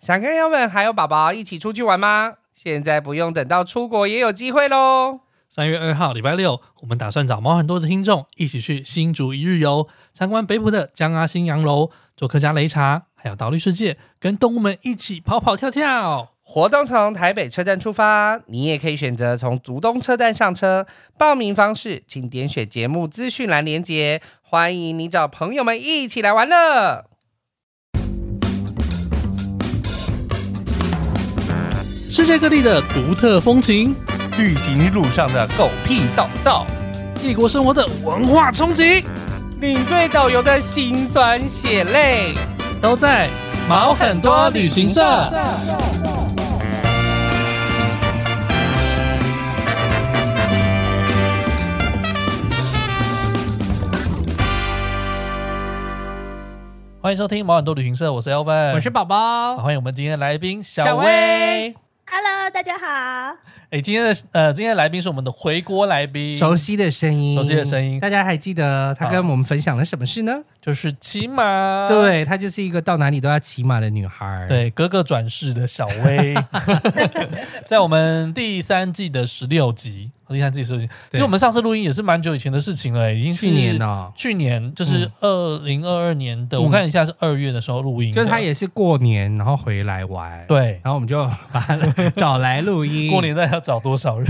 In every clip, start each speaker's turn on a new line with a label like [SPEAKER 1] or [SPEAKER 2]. [SPEAKER 1] 想跟 Elvin 还有宝宝一起出去玩吗？现在不用等到出国也有机会喽！
[SPEAKER 2] 三月二号礼拜六，我们打算找毛很多的听众一起去新竹一日游，参观北埔的江阿新洋楼，做客家擂茶，还有岛绿世界，跟动物们一起跑跑跳跳。
[SPEAKER 1] 活动从台北车站出发，你也可以选择从竹东车站上车。报名方式请点选节目资讯栏连结。欢迎你找朋友们一起来玩乐。
[SPEAKER 2] 世界各地的独特风情，
[SPEAKER 1] 旅行路上的狗屁倒灶，
[SPEAKER 2] 异国生活的文化冲击，
[SPEAKER 1] 领队导游的辛酸血泪，
[SPEAKER 2] 都在毛很多旅行社。欢迎收听毛很多旅行社，我是 Elvin，
[SPEAKER 1] 我是宝
[SPEAKER 2] 好
[SPEAKER 1] 宝，
[SPEAKER 2] 欢迎我们今天的来宾
[SPEAKER 1] 小
[SPEAKER 2] 小薇。
[SPEAKER 1] 薇，
[SPEAKER 3] Hello，大家好。
[SPEAKER 2] 哎，今天的呃，今天的来宾是我们的回锅来宾，
[SPEAKER 1] 熟悉的声音，
[SPEAKER 2] 熟悉的声音
[SPEAKER 1] 大家还记得她跟
[SPEAKER 2] 好
[SPEAKER 1] 我们分享了什么事呢？
[SPEAKER 2] 就是骑马，
[SPEAKER 1] 对，她就是一个到哪里都要骑马的女孩。，
[SPEAKER 2] 对，哥哥转世的小 薇，在我们第三季的十六集，第三季十六集，其实我们上次录音也是蛮久以前的事情了，已经是
[SPEAKER 1] 去年哦
[SPEAKER 2] 去年就是二零二二年的，
[SPEAKER 1] 嗯
[SPEAKER 2] 我看一下是二月的时候录音的，
[SPEAKER 1] 就是她也是过年然后回来玩，，
[SPEAKER 2] 对。
[SPEAKER 1] 然后我们就把她找来录音。
[SPEAKER 2] 过年到底要找多少人？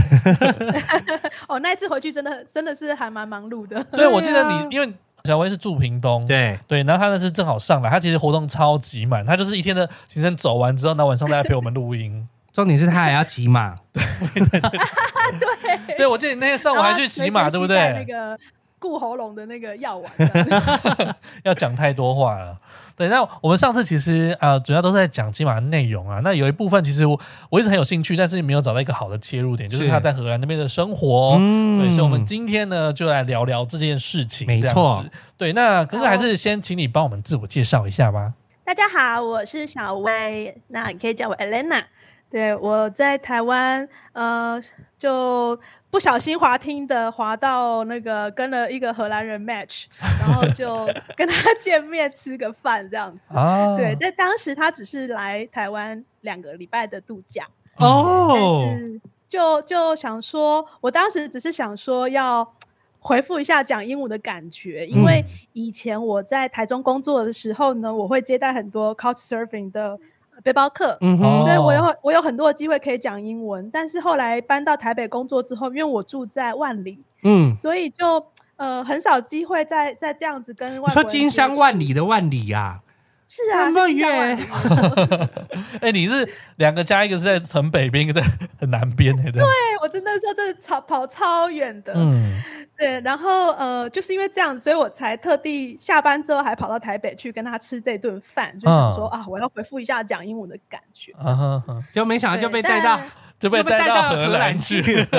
[SPEAKER 3] 哦，那一次回去真的真的是还蛮忙碌的。
[SPEAKER 2] 对，我记得你，因为小薇是住屏东，
[SPEAKER 1] 啊对，
[SPEAKER 2] 对，然后他那次正好上来，他其实活动超级满，他就是一天的行程走完之后，那晚上大家陪我们录音。
[SPEAKER 1] 重点是她还要骑马，
[SPEAKER 2] 对，我记得你那天上午
[SPEAKER 1] 啊
[SPEAKER 2] 还去骑马，
[SPEAKER 3] 然
[SPEAKER 2] 对不
[SPEAKER 3] 后随
[SPEAKER 2] 对？
[SPEAKER 3] 身携带那个顾喉咙的那个 药丸这样子，
[SPEAKER 2] 要讲太多话了。对，那我们上次其实呃，主要都是在讲金马的内容啊。那有一部分其实我我一直很有兴趣，但是没有找到一个好的切入点，就是
[SPEAKER 1] 是
[SPEAKER 2] 他在荷兰那边的生活。哦
[SPEAKER 1] 嗯
[SPEAKER 2] 对，所以我们今天呢就来聊聊这件事情。
[SPEAKER 1] 没
[SPEAKER 2] 这样
[SPEAKER 1] 错
[SPEAKER 2] 子，对。那可是
[SPEAKER 3] 好
[SPEAKER 2] 还是先请你帮我们自我介绍一下吧。
[SPEAKER 3] 大家好，我是小薇，那你可以叫我 Elena。对，我在台湾，呃，就不小心滑听的滑到那个跟了一个荷兰人 match，然后就跟他见面吃个饭这样 子。
[SPEAKER 2] 啊，
[SPEAKER 3] 对，在当时他只是来台湾两个礼拜的度假，
[SPEAKER 1] 哦
[SPEAKER 3] 但，是就就想说，我当时只是想说要回复一下讲英文的感觉，因为
[SPEAKER 1] 嗯
[SPEAKER 3] 以前我在台中工作的时候呢，我会接待很多 Couch Surfing 的呃背包客。
[SPEAKER 1] 嗯
[SPEAKER 2] 哦
[SPEAKER 1] 哼，
[SPEAKER 3] 所以我有我有很多的机会可以讲英文，但是后来搬到台北工作之后，因为我住在万里，
[SPEAKER 1] 嗯，
[SPEAKER 3] 所以就呃很少机会再再这样子跟
[SPEAKER 1] 你
[SPEAKER 3] 外
[SPEAKER 1] 说
[SPEAKER 3] 国人
[SPEAKER 1] 金
[SPEAKER 3] 接
[SPEAKER 1] 山
[SPEAKER 3] 触
[SPEAKER 1] 万里的万里呀，
[SPEAKER 3] 是啊，
[SPEAKER 1] 这么
[SPEAKER 3] 是金山万
[SPEAKER 1] 远
[SPEAKER 3] 里
[SPEAKER 2] 哎、你是两个家，一个是在很北边，一个在很南边的、对，
[SPEAKER 3] 对我真的说真的超跑超远的，
[SPEAKER 2] 嗯，
[SPEAKER 3] 对，然后呃，就是因为这样，所以我才特地下班之后还跑到台北去跟他吃这顿饭，就想说、啊，我要回复一下讲英文的感觉，
[SPEAKER 2] 嗯啊哈哈，
[SPEAKER 1] 就没想到就
[SPEAKER 3] 对
[SPEAKER 1] 被带到
[SPEAKER 3] 但
[SPEAKER 2] 就被
[SPEAKER 1] 就被带
[SPEAKER 2] 带
[SPEAKER 1] 到
[SPEAKER 2] 到
[SPEAKER 1] 荷
[SPEAKER 2] 荷
[SPEAKER 1] 兰
[SPEAKER 2] 兰
[SPEAKER 1] 去
[SPEAKER 2] 去。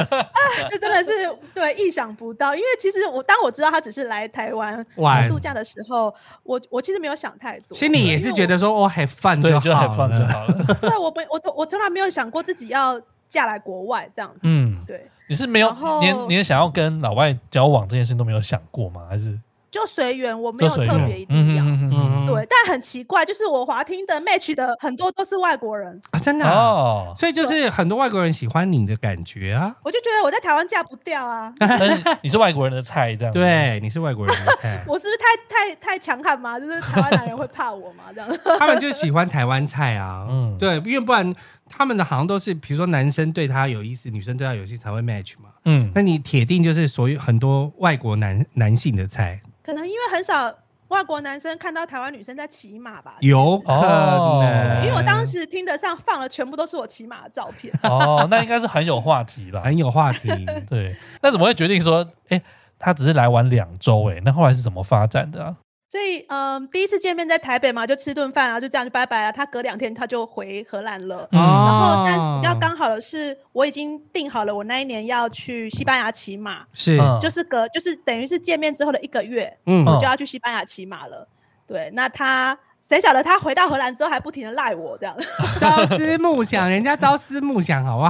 [SPEAKER 3] 这真的是对意想不到。因为其实我当我知道他只是来台湾
[SPEAKER 2] 哎
[SPEAKER 1] 玩
[SPEAKER 3] 度假的时候，我我其实没有想太多，
[SPEAKER 1] 心里也是觉得说，哦，还饭
[SPEAKER 2] 对，
[SPEAKER 1] 就
[SPEAKER 2] 就
[SPEAKER 1] 好
[SPEAKER 2] 很放就
[SPEAKER 1] 了
[SPEAKER 2] 好了。
[SPEAKER 3] 对我没我都我从来没有想过自己要嫁来国外这样子，
[SPEAKER 2] 嗯。
[SPEAKER 3] 对，
[SPEAKER 2] 你是没有
[SPEAKER 3] 然后
[SPEAKER 2] 连连想要跟老外交往这件事都没有想过吗？还是
[SPEAKER 3] 就随缘，我没
[SPEAKER 2] 都
[SPEAKER 3] 有
[SPEAKER 2] 随
[SPEAKER 3] 特别
[SPEAKER 2] 缘
[SPEAKER 3] 一？定要。
[SPEAKER 2] 嗯
[SPEAKER 1] 嗯，
[SPEAKER 3] 对，但很奇怪，就是我滑听的 match 的很多都是外国人，
[SPEAKER 1] 啊，真的啊，
[SPEAKER 2] 哦，
[SPEAKER 1] 所以就是很多外国人喜欢你的感觉啊，
[SPEAKER 3] 我就觉得我在台湾嫁不掉啊。，
[SPEAKER 2] 但是你是外国人的菜这样子，
[SPEAKER 1] 对，你是外国人的菜
[SPEAKER 3] 我是不是太太太强悍嘛？就是台湾男人会怕我嘛？这样
[SPEAKER 1] 他们就喜欢台湾菜啊，嗯
[SPEAKER 2] 嗯，
[SPEAKER 1] 对，因为不然他们的好像都是，比如说男生对他有意思，女生对他有意思才会 match 嘛，
[SPEAKER 2] 嗯，
[SPEAKER 1] 那你铁定就是所有很多外国男男性的菜，
[SPEAKER 3] 可能因为很少外国男生看到台湾女生在骑马吧。
[SPEAKER 1] 有可
[SPEAKER 2] 哦
[SPEAKER 1] 能，
[SPEAKER 3] 因为我当时听得上放的全部都是我骑马的照片，
[SPEAKER 2] 哦，那应该是很有话 题啦。
[SPEAKER 1] 很有话题，
[SPEAKER 2] 对，那怎么会决定说，哎，他只是来玩两周，哎，那后来是怎么发展的啊？
[SPEAKER 3] 所以嗯，第一次见面在台北嘛，就吃顿饭啊，就这样就拜拜了。他隔两天他就回荷兰了。
[SPEAKER 1] 哦
[SPEAKER 2] 嗯
[SPEAKER 3] 然后，但是比较刚好的是，我已经定好了，我那一年要去西班牙骑马，
[SPEAKER 1] 是，
[SPEAKER 2] 嗯
[SPEAKER 3] 就是隔就是等于是见面之后的一个月，
[SPEAKER 1] 嗯
[SPEAKER 3] 我就要去西班牙骑马了。对，那他谁晓得他回到荷兰之后还不停的赖我这样，
[SPEAKER 1] 朝思暮想，人家朝思暮想，好不好？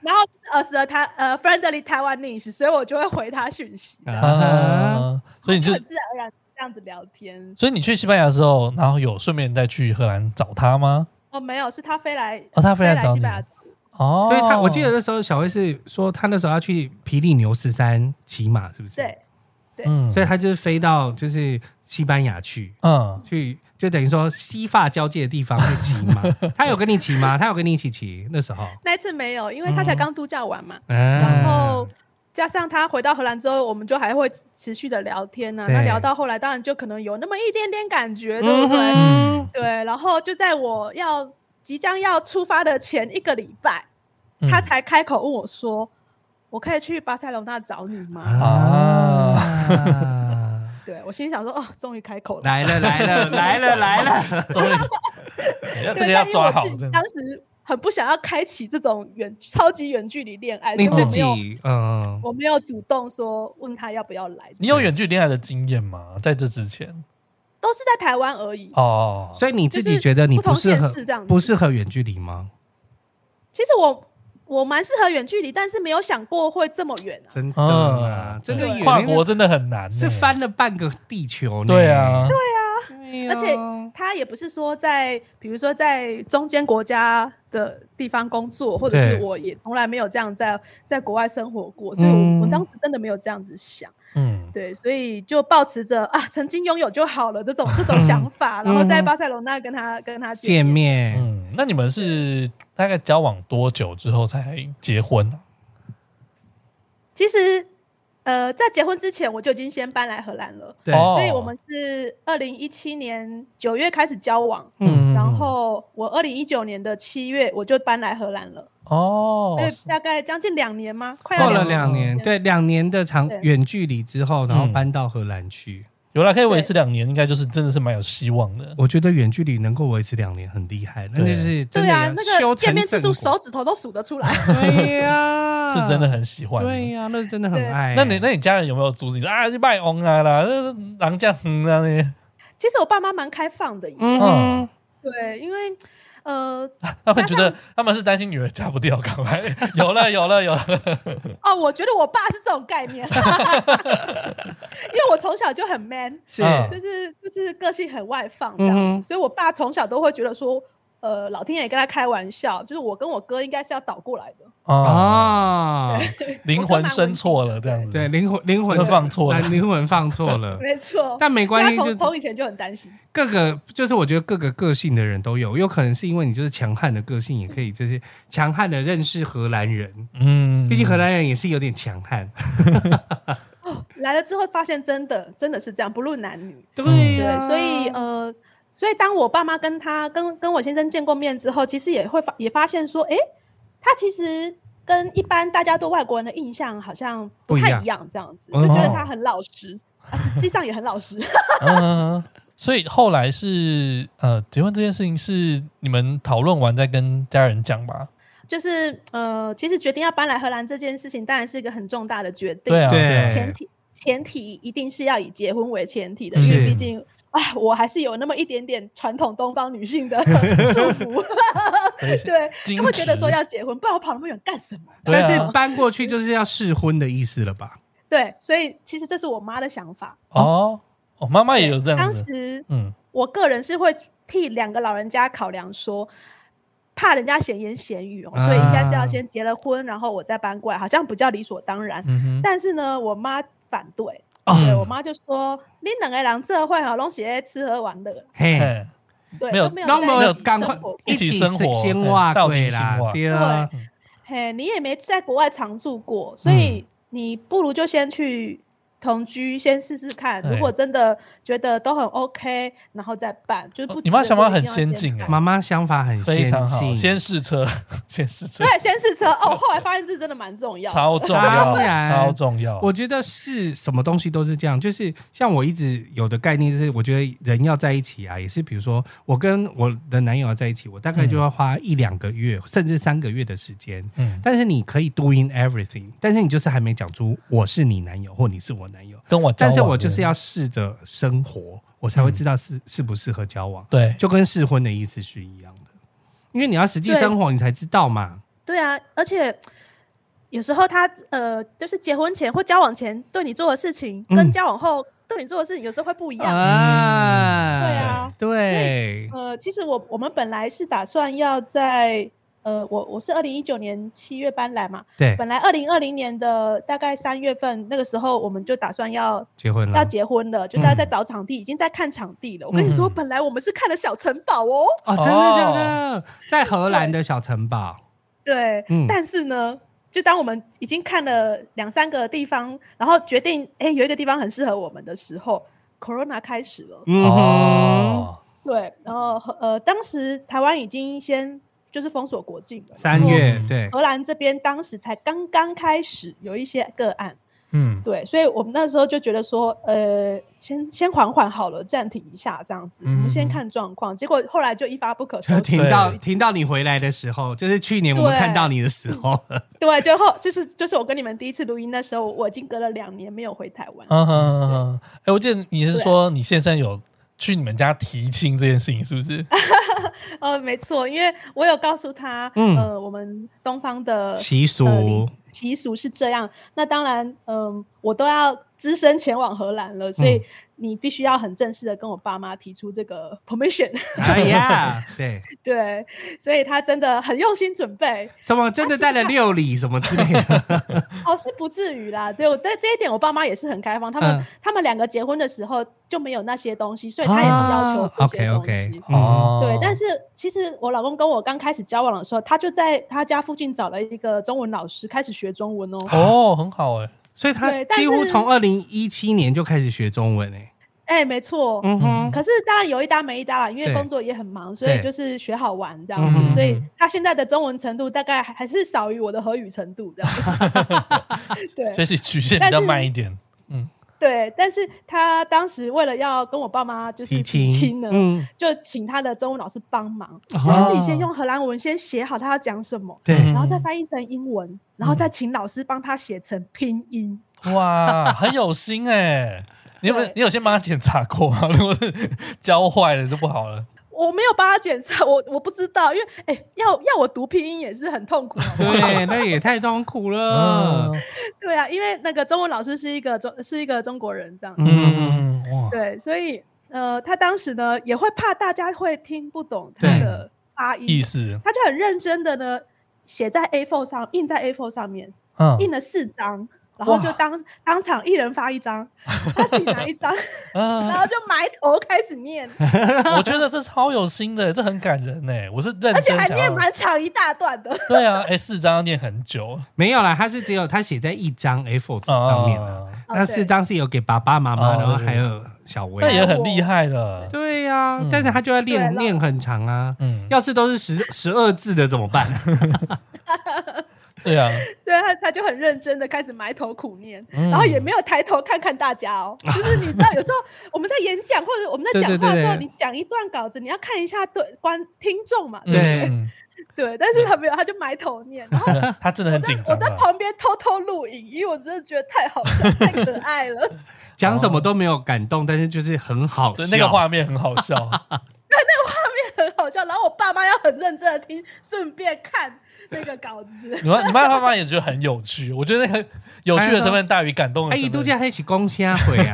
[SPEAKER 3] 然后呃，死了台呃 friendly Taiwanese，所以我就会回他讯息，
[SPEAKER 1] 啊，
[SPEAKER 2] 啊，所以你就，
[SPEAKER 3] 就很自然而然这样子聊天。
[SPEAKER 2] 所以你去西班牙的时候，然后有顺便再去荷兰找他吗？
[SPEAKER 3] 哦，没有，是他飞来
[SPEAKER 2] 哦，他飞来
[SPEAKER 3] 来
[SPEAKER 2] 找
[SPEAKER 3] 西
[SPEAKER 2] 你
[SPEAKER 3] 班牙
[SPEAKER 2] 哦，
[SPEAKER 1] 所以他我记得那时候小威是说他那时候要去皮里牛斯山骑马，是不是？
[SPEAKER 3] 对，
[SPEAKER 2] 嗯，
[SPEAKER 1] 所以他就是飞到就是西班牙去，
[SPEAKER 2] 嗯，
[SPEAKER 1] 去就等于说西法交界的地方去骑马。他有跟你骑 吗？他有跟你一起骑那时候？
[SPEAKER 3] 那一次没有，因为他才
[SPEAKER 1] 嗯
[SPEAKER 3] 刚度假完嘛，
[SPEAKER 1] 嗯
[SPEAKER 3] 然后加上他回到荷兰之后，我们就还会持续的聊天呢、啊。那
[SPEAKER 1] 对
[SPEAKER 3] 聊到后来，当然就可能有那么一点点感觉，对不对？
[SPEAKER 1] 嗯哼
[SPEAKER 3] 对，然后就在我要即将要出发的前一个礼拜，
[SPEAKER 2] 嗯
[SPEAKER 3] 他才开口问我说：“我可以去巴塞罗那找你
[SPEAKER 2] 啊
[SPEAKER 3] 吗
[SPEAKER 1] 啊，？”
[SPEAKER 3] 对我心里想说：“哦，终于开口了。
[SPEAKER 1] 来了来了来了来了，
[SPEAKER 2] 终于，哎呀
[SPEAKER 3] 对”
[SPEAKER 2] 这 个要
[SPEAKER 3] 但因为
[SPEAKER 2] 抓
[SPEAKER 3] 我
[SPEAKER 2] 好，
[SPEAKER 3] 自己
[SPEAKER 2] 这个
[SPEAKER 3] 当时很不想要开启这种远超级远距离恋爱，
[SPEAKER 1] 你
[SPEAKER 3] 所以
[SPEAKER 1] 自
[SPEAKER 3] 我没有
[SPEAKER 1] 己嗯，
[SPEAKER 3] 我没有主动说问他要不要来，
[SPEAKER 2] 你有远距离恋爱的经验吗？在这之前，
[SPEAKER 3] 都是在台湾而已。
[SPEAKER 2] 哦，
[SPEAKER 1] 所以你自
[SPEAKER 3] 就
[SPEAKER 1] 己
[SPEAKER 3] 是
[SPEAKER 1] 觉得你
[SPEAKER 3] 不同
[SPEAKER 1] 适
[SPEAKER 3] 县
[SPEAKER 1] 合
[SPEAKER 3] 市这样子
[SPEAKER 1] 不适合远距离吗？
[SPEAKER 3] 其实我我蛮适合远距离，但是没有想过会这么远啊。
[SPEAKER 1] 真的
[SPEAKER 2] 嗯
[SPEAKER 1] 啊，，真的
[SPEAKER 2] 对
[SPEAKER 1] 远
[SPEAKER 2] 跨国真的很难，欸
[SPEAKER 1] 是翻，欸了半个地球呢。
[SPEAKER 2] 对啊，
[SPEAKER 1] 对呀，
[SPEAKER 3] 而且他也不是说在，比如说在中间国家的地方工作，或者是
[SPEAKER 1] 对
[SPEAKER 3] 我也从来没有这样在在国外生活过，所以我、
[SPEAKER 1] 嗯
[SPEAKER 3] 我当时真的没有这样子想，
[SPEAKER 2] 嗯，
[SPEAKER 3] 对，所以就保持着啊曾经拥有就好了这种这种 想法，然后在巴塞罗那跟他跟他
[SPEAKER 1] 嗯见
[SPEAKER 3] 面，
[SPEAKER 1] 面
[SPEAKER 2] 嗯，那你们是大概交往多久之后才结婚
[SPEAKER 1] 嗯
[SPEAKER 2] 啊？
[SPEAKER 3] 其实呃在结婚之前我就已经先搬来荷兰了，
[SPEAKER 1] 对，
[SPEAKER 2] 哦
[SPEAKER 3] 所以我们是二零一七年九月开始交往，
[SPEAKER 1] 嗯
[SPEAKER 3] 然后我二零一九年的七月我就搬来荷兰了，
[SPEAKER 2] 哦
[SPEAKER 3] 所，以大概将近两年吗？快要
[SPEAKER 1] 过了
[SPEAKER 2] 两
[SPEAKER 1] 两
[SPEAKER 2] 年
[SPEAKER 1] 年，对，两年的长
[SPEAKER 3] 对
[SPEAKER 1] 远距离之后，然后
[SPEAKER 2] 嗯
[SPEAKER 1] 搬到荷兰去。
[SPEAKER 2] 有了可以维持两年，应该就是真的是蛮有希望的。
[SPEAKER 1] 我觉得远距离能够维持两年很厉害，那
[SPEAKER 2] 对
[SPEAKER 1] 就是真
[SPEAKER 3] 对
[SPEAKER 1] 的
[SPEAKER 3] 啊，
[SPEAKER 1] 要
[SPEAKER 3] 那
[SPEAKER 1] 修
[SPEAKER 3] 个见
[SPEAKER 1] 成
[SPEAKER 3] 面次
[SPEAKER 1] 正
[SPEAKER 3] 数
[SPEAKER 1] 果。
[SPEAKER 3] 手指头都数得 出来。
[SPEAKER 1] 对呀，
[SPEAKER 2] 是真的很喜欢。
[SPEAKER 1] 啊对哎呀，那是真的很
[SPEAKER 3] 对
[SPEAKER 1] 爱。
[SPEAKER 2] 那你那你家人有没有阻止你啊？你拜翁啊啦，那狼将哼啊那，
[SPEAKER 3] 其实我爸妈蛮开放的耶，
[SPEAKER 1] 嗯哼，
[SPEAKER 3] 对，因为呃，
[SPEAKER 2] 他们觉得他们是担心女儿嫁不掉，赶快 有了有了有了，
[SPEAKER 3] 哦，我觉得我爸是这种概 念，因为我从小就很 man，
[SPEAKER 1] 是
[SPEAKER 2] 嗯
[SPEAKER 3] 就是就是个性很外放这样子，
[SPEAKER 1] 嗯哼
[SPEAKER 3] 所以我爸从小都会觉得说，呃，老天爷跟他开玩笑，就是我跟我哥应该是要倒过来的，
[SPEAKER 1] 嗯
[SPEAKER 2] 哦，
[SPEAKER 1] 啊，
[SPEAKER 2] 灵魂生错了这样子，
[SPEAKER 1] 对，， 灵魂灵
[SPEAKER 2] 魂
[SPEAKER 1] 魂
[SPEAKER 2] 放错
[SPEAKER 1] 啊
[SPEAKER 2] 了，
[SPEAKER 1] 灵魂放错了。
[SPEAKER 3] 没错。
[SPEAKER 1] 但没
[SPEAKER 3] 所以
[SPEAKER 1] 关系，
[SPEAKER 3] 他
[SPEAKER 1] 就
[SPEAKER 3] 从
[SPEAKER 1] 是
[SPEAKER 3] 从以前就很担心，
[SPEAKER 1] 各个就是我觉得各个个性的人都有，有可能是因为你就是强悍的个性，也可以就是强悍的认识荷兰人，
[SPEAKER 2] 嗯
[SPEAKER 1] 毕竟荷兰人也是有点强悍。
[SPEAKER 3] 来了之后发现真的真的是这样，不论男女。
[SPEAKER 1] 对啊
[SPEAKER 3] 对，
[SPEAKER 1] 呀
[SPEAKER 3] 所以呃，所以当我爸妈跟他跟跟我先生见过面之后，其实也会发也发现说，诶，他其实跟一般大家对外国人的印象好像不
[SPEAKER 1] 不一
[SPEAKER 3] 太
[SPEAKER 1] 样
[SPEAKER 3] 一样，这样子
[SPEAKER 1] 嗯
[SPEAKER 3] 就觉得
[SPEAKER 2] 哦
[SPEAKER 3] 他很老实，啊实际上也很老实。
[SPEAKER 2] 嗯，所以后来是呃，结婚这件事情是你们讨论完再跟家人讲 吧？
[SPEAKER 3] 就是呃，其实决定要搬来荷兰这件事情，当然是一个很重大的决定。
[SPEAKER 2] 对啊，
[SPEAKER 1] 对
[SPEAKER 3] 前提前提一定是要以结婚为前提的，
[SPEAKER 2] 是
[SPEAKER 3] 因为毕竟。哎，我还是有那么一点点传统东方女性的 束缚， 对，就会觉得说要哦结婚，不然我跑那么远干什么？
[SPEAKER 2] 对啊
[SPEAKER 1] 但是搬过去就是要试婚的意思了吧？
[SPEAKER 3] 对，所以其实这是我妈的想法。
[SPEAKER 2] 哦，我妈妈也有这样
[SPEAKER 3] 当
[SPEAKER 2] 子，
[SPEAKER 3] 时
[SPEAKER 2] 嗯，
[SPEAKER 3] 我个人是会替两个老人家考量说。怕人家闲言闲语哦，所以应该是要
[SPEAKER 1] 啊
[SPEAKER 3] 先结了婚，然后我再搬过来，好像比较理所当然。
[SPEAKER 2] 嗯啊哼，
[SPEAKER 3] 但是呢，我妈反对，对
[SPEAKER 1] 哦，
[SPEAKER 3] 我妈就说：“你两个人这会哦，拢是在吃喝玩乐，
[SPEAKER 1] 嘿，
[SPEAKER 2] 哎，
[SPEAKER 3] 对，
[SPEAKER 2] 没有
[SPEAKER 3] 都没有
[SPEAKER 1] 那
[SPEAKER 3] 在
[SPEAKER 1] 我
[SPEAKER 2] 没有
[SPEAKER 1] 们
[SPEAKER 3] 一起
[SPEAKER 1] 赶
[SPEAKER 3] 生
[SPEAKER 1] 快
[SPEAKER 3] 活过
[SPEAKER 2] 一起生活
[SPEAKER 1] 先
[SPEAKER 2] 嘿
[SPEAKER 1] 挖
[SPEAKER 2] 到底
[SPEAKER 1] 鬼
[SPEAKER 2] 先
[SPEAKER 1] 啦
[SPEAKER 2] 挖，
[SPEAKER 1] 对啊，
[SPEAKER 3] 嘿，你也没在国外常住过，所以
[SPEAKER 2] 嗯
[SPEAKER 3] 你不如就先去同居，先试试看。如
[SPEAKER 2] 哎
[SPEAKER 3] 果真的觉得都很 OK，然后再办，就是
[SPEAKER 2] 哦
[SPEAKER 3] 不急着说一定
[SPEAKER 2] 你妈
[SPEAKER 3] 要先办。
[SPEAKER 2] 想法很先进哎
[SPEAKER 1] 妈妈想法很
[SPEAKER 2] 非
[SPEAKER 1] 先
[SPEAKER 2] 常好，
[SPEAKER 1] 进，
[SPEAKER 2] 先试车， 先试车
[SPEAKER 3] 对，，先试 车哦。后来发现这真的蛮重要的。
[SPEAKER 2] 超重要，
[SPEAKER 1] 当然
[SPEAKER 2] 超重要，
[SPEAKER 1] 我觉得是什么东西都是这样，就是像我一直有的概念，就是我觉得人要在一起啊，也是比如说我跟我的男友要在一起，我大概就要花一两个月、甚至三个月的时间。
[SPEAKER 2] 嗯，
[SPEAKER 1] 但是你可以 doing everything，但是你就是还没讲出我是你男友或你是我男友，
[SPEAKER 2] 跟我交
[SPEAKER 1] 但
[SPEAKER 2] 往的，
[SPEAKER 1] 是我就是要试着生活，我才会知道适、适不适合交往，
[SPEAKER 2] 对，
[SPEAKER 1] 就跟试婚的意思是一样的，因为你要实际
[SPEAKER 3] 对
[SPEAKER 1] 生活，你才知道嘛。
[SPEAKER 3] 对啊，而且有时候他呃，就是结婚前或交往前对你做的事情，
[SPEAKER 1] 嗯
[SPEAKER 3] 跟交往后对你做的事情有时候会不一样。
[SPEAKER 1] 啊，
[SPEAKER 3] 对啊，
[SPEAKER 2] 嗯
[SPEAKER 1] 对，
[SPEAKER 3] 呃，其实我我们本来是打算要在呃，我我是二零一九年七月搬来嘛，
[SPEAKER 1] 对，
[SPEAKER 3] 本来二零二零年的大概三月份那个时候，我们就打算要
[SPEAKER 1] 结婚
[SPEAKER 3] 要
[SPEAKER 1] 了，
[SPEAKER 3] 结婚了，就是要在
[SPEAKER 1] 嗯
[SPEAKER 3] 找场地，已经在看场地了。我跟你说，
[SPEAKER 1] 嗯
[SPEAKER 3] 本来我们是看了小城堡哦，
[SPEAKER 1] 哦，真的假的？在荷兰的小城堡，
[SPEAKER 3] 对，
[SPEAKER 1] 嗯
[SPEAKER 3] 但是呢，就当我们已经看了两三个地方，然后决定哎有一个地方很适合我们的时候，Corona 开始了。
[SPEAKER 1] 嗯哼，
[SPEAKER 2] 哦，
[SPEAKER 3] 对，然后呃，当时台湾已经先就是封锁国境了，
[SPEAKER 1] 三月
[SPEAKER 2] 嗯
[SPEAKER 1] 对，
[SPEAKER 3] 荷兰这边当时才刚刚开始有一些个案。
[SPEAKER 2] 嗯，
[SPEAKER 3] 对，所以我们那时候就觉得说，呃，先先缓缓好了，暂停一下这样子，我们
[SPEAKER 2] 嗯
[SPEAKER 3] 先看状况。结果后来就一发不可收
[SPEAKER 1] 就
[SPEAKER 3] 拾，
[SPEAKER 1] 听到
[SPEAKER 2] 对
[SPEAKER 1] 听到你回来的时候，就是去年我们
[SPEAKER 3] 对呃
[SPEAKER 1] 看到你的时候，
[SPEAKER 3] 对，就后就是就是我跟你们第一次录音那时候，我已经隔了两年没有回台湾。
[SPEAKER 1] 啊
[SPEAKER 2] 嗯哼嗯哼，哎、我记得你是
[SPEAKER 3] 对啊
[SPEAKER 2] 说你先生有去你们家提亲这件事情，是不 是？
[SPEAKER 3] 呃，没错，因为我有告诉他，
[SPEAKER 1] 嗯
[SPEAKER 3] 呃，我们东方的
[SPEAKER 1] 习俗
[SPEAKER 3] 呃礼习俗是这样。那当然，嗯、我都要只身前往荷兰了，所以
[SPEAKER 1] 嗯
[SPEAKER 3] 你必须要很正式的跟我爸妈提出这个 permission。
[SPEAKER 1] 哎呀，对，
[SPEAKER 3] 对，所以他真的很用心准备。
[SPEAKER 1] 什么真的带了六礼什么之类 的，
[SPEAKER 3] 哦，是不至于啦。对我在这一点，我爸妈也是很开放。他们、
[SPEAKER 1] 嗯
[SPEAKER 3] 他们两个结婚的时候就没有那些东西，所以他也不要求这
[SPEAKER 1] OK
[SPEAKER 3] 些东
[SPEAKER 1] OK，
[SPEAKER 3] 西。
[SPEAKER 1] 啊哦，
[SPEAKER 3] 嗯对，但是其实我老公跟我刚开始交往的时候，他就在他家附近找了一个中文老师，开始学中文哦。
[SPEAKER 2] 哦，很好哎、
[SPEAKER 1] 所以他
[SPEAKER 3] 对但
[SPEAKER 1] 几乎
[SPEAKER 3] 是
[SPEAKER 1] 从二零一七年就开始学中文诶，
[SPEAKER 3] 哎，没错。
[SPEAKER 1] 嗯哼，
[SPEAKER 3] 可是当然有一搭没一搭啦，因为
[SPEAKER 1] 对
[SPEAKER 3] 工作也很忙，所以
[SPEAKER 1] 对
[SPEAKER 3] 就是学好玩这
[SPEAKER 1] 嗯
[SPEAKER 3] 样
[SPEAKER 1] 哼
[SPEAKER 3] 子。所以
[SPEAKER 2] 嗯
[SPEAKER 3] 他现在的中文程度大概还还是少于我的荷语程度这样子。 对，
[SPEAKER 2] 所以是曲线比
[SPEAKER 3] 但
[SPEAKER 2] 较
[SPEAKER 3] 是
[SPEAKER 2] 慢一点。
[SPEAKER 3] 对，但是他当时为了要跟我爸妈就
[SPEAKER 1] 提
[SPEAKER 3] 是提亲
[SPEAKER 1] 亲
[SPEAKER 3] 呢，，
[SPEAKER 1] 嗯，
[SPEAKER 3] 就请他的中文老师帮忙，
[SPEAKER 1] 啊
[SPEAKER 3] 所以他自己先用荷兰文先写好他要讲什么，
[SPEAKER 1] 对嗯
[SPEAKER 2] 嗯，
[SPEAKER 3] 然后再翻译成英文，然后再请老师帮他写成拼音。
[SPEAKER 2] 哇，很有心哎、 你有没有
[SPEAKER 3] 对
[SPEAKER 2] 你有先帮他检查过吗？ 如果是教坏了就不好了。
[SPEAKER 3] 我没有帮他检查，我我不知道，因为哎、要要我读拼音也是很痛苦。好不好
[SPEAKER 1] 对，那也太痛苦了
[SPEAKER 2] 嗯，
[SPEAKER 3] 对啊，因为那个中文老师是一个中是一个中国人这样子，
[SPEAKER 2] 嗯哇，
[SPEAKER 3] 对，所以呃，他当时呢也会怕大家会听不懂他
[SPEAKER 1] 对
[SPEAKER 3] 的发音，
[SPEAKER 2] 意思
[SPEAKER 3] 他就很认真的呢，写在 A4 上，印在 A4 上面，
[SPEAKER 2] 嗯
[SPEAKER 3] 印了四张，然后就
[SPEAKER 2] 哇
[SPEAKER 3] 当当场一人发一张，他自己拿一张，然
[SPEAKER 2] 嗯，
[SPEAKER 3] 后就埋头开始念，
[SPEAKER 2] 我觉得这超有心的、这很感人呢、哎我是认
[SPEAKER 3] 而且
[SPEAKER 2] 真
[SPEAKER 3] 还
[SPEAKER 2] 想
[SPEAKER 3] 念
[SPEAKER 2] 要。
[SPEAKER 3] 蛮长一大段的。
[SPEAKER 2] 对啊，哎、四张要念很久
[SPEAKER 1] 没有啦，他是只有他写在一张 A4 纸上面啊，
[SPEAKER 2] 啊，
[SPEAKER 3] 哦
[SPEAKER 1] 那四张是有给爸爸妈妈，
[SPEAKER 2] 哦
[SPEAKER 1] 然后
[SPEAKER 2] 对对
[SPEAKER 1] 还有小薇啊
[SPEAKER 2] 那
[SPEAKER 3] 对
[SPEAKER 2] 也很厉害了。
[SPEAKER 1] 对呀
[SPEAKER 2] 嗯，
[SPEAKER 1] 但是他就要
[SPEAKER 3] 对
[SPEAKER 1] 练
[SPEAKER 3] 了
[SPEAKER 1] 练很长啊，
[SPEAKER 2] 嗯，
[SPEAKER 1] 要是都是十十二字的怎么 办？
[SPEAKER 2] 对啊，
[SPEAKER 3] 对，他他就很认真的开始埋头苦念。
[SPEAKER 2] 然
[SPEAKER 3] 然后也没有抬头看看大家哦，就是你知道，有时候我们在演讲或者我们在
[SPEAKER 1] 对
[SPEAKER 3] 讲
[SPEAKER 1] 对
[SPEAKER 3] 话的
[SPEAKER 1] 对
[SPEAKER 3] 时候，
[SPEAKER 1] 对
[SPEAKER 3] 你讲一段稿子，你要看一下对观听众
[SPEAKER 2] 嗯
[SPEAKER 3] 嘛，
[SPEAKER 1] 对
[SPEAKER 3] 对。但是他没有，他就埋头念，然后
[SPEAKER 2] 他 真的很紧
[SPEAKER 3] 我
[SPEAKER 2] 张
[SPEAKER 3] 在
[SPEAKER 2] 啊。
[SPEAKER 3] 旁边偷偷录影，因为我真的觉得太好笑、太可爱了。
[SPEAKER 1] 讲什么都没有感动，但是就是很好
[SPEAKER 2] 哦对
[SPEAKER 1] 笑。
[SPEAKER 2] 那个画面很好笑，
[SPEAKER 3] 很好笑，然后我爸妈要很认真的听，顺便看那个稿子。
[SPEAKER 2] 你妈你妈爸妈也觉得很有趣，我觉得那个有趣的成分大于感动的
[SPEAKER 1] 哎，
[SPEAKER 2] 成
[SPEAKER 1] 一
[SPEAKER 2] 分。
[SPEAKER 1] 度假一起公虾回 啊，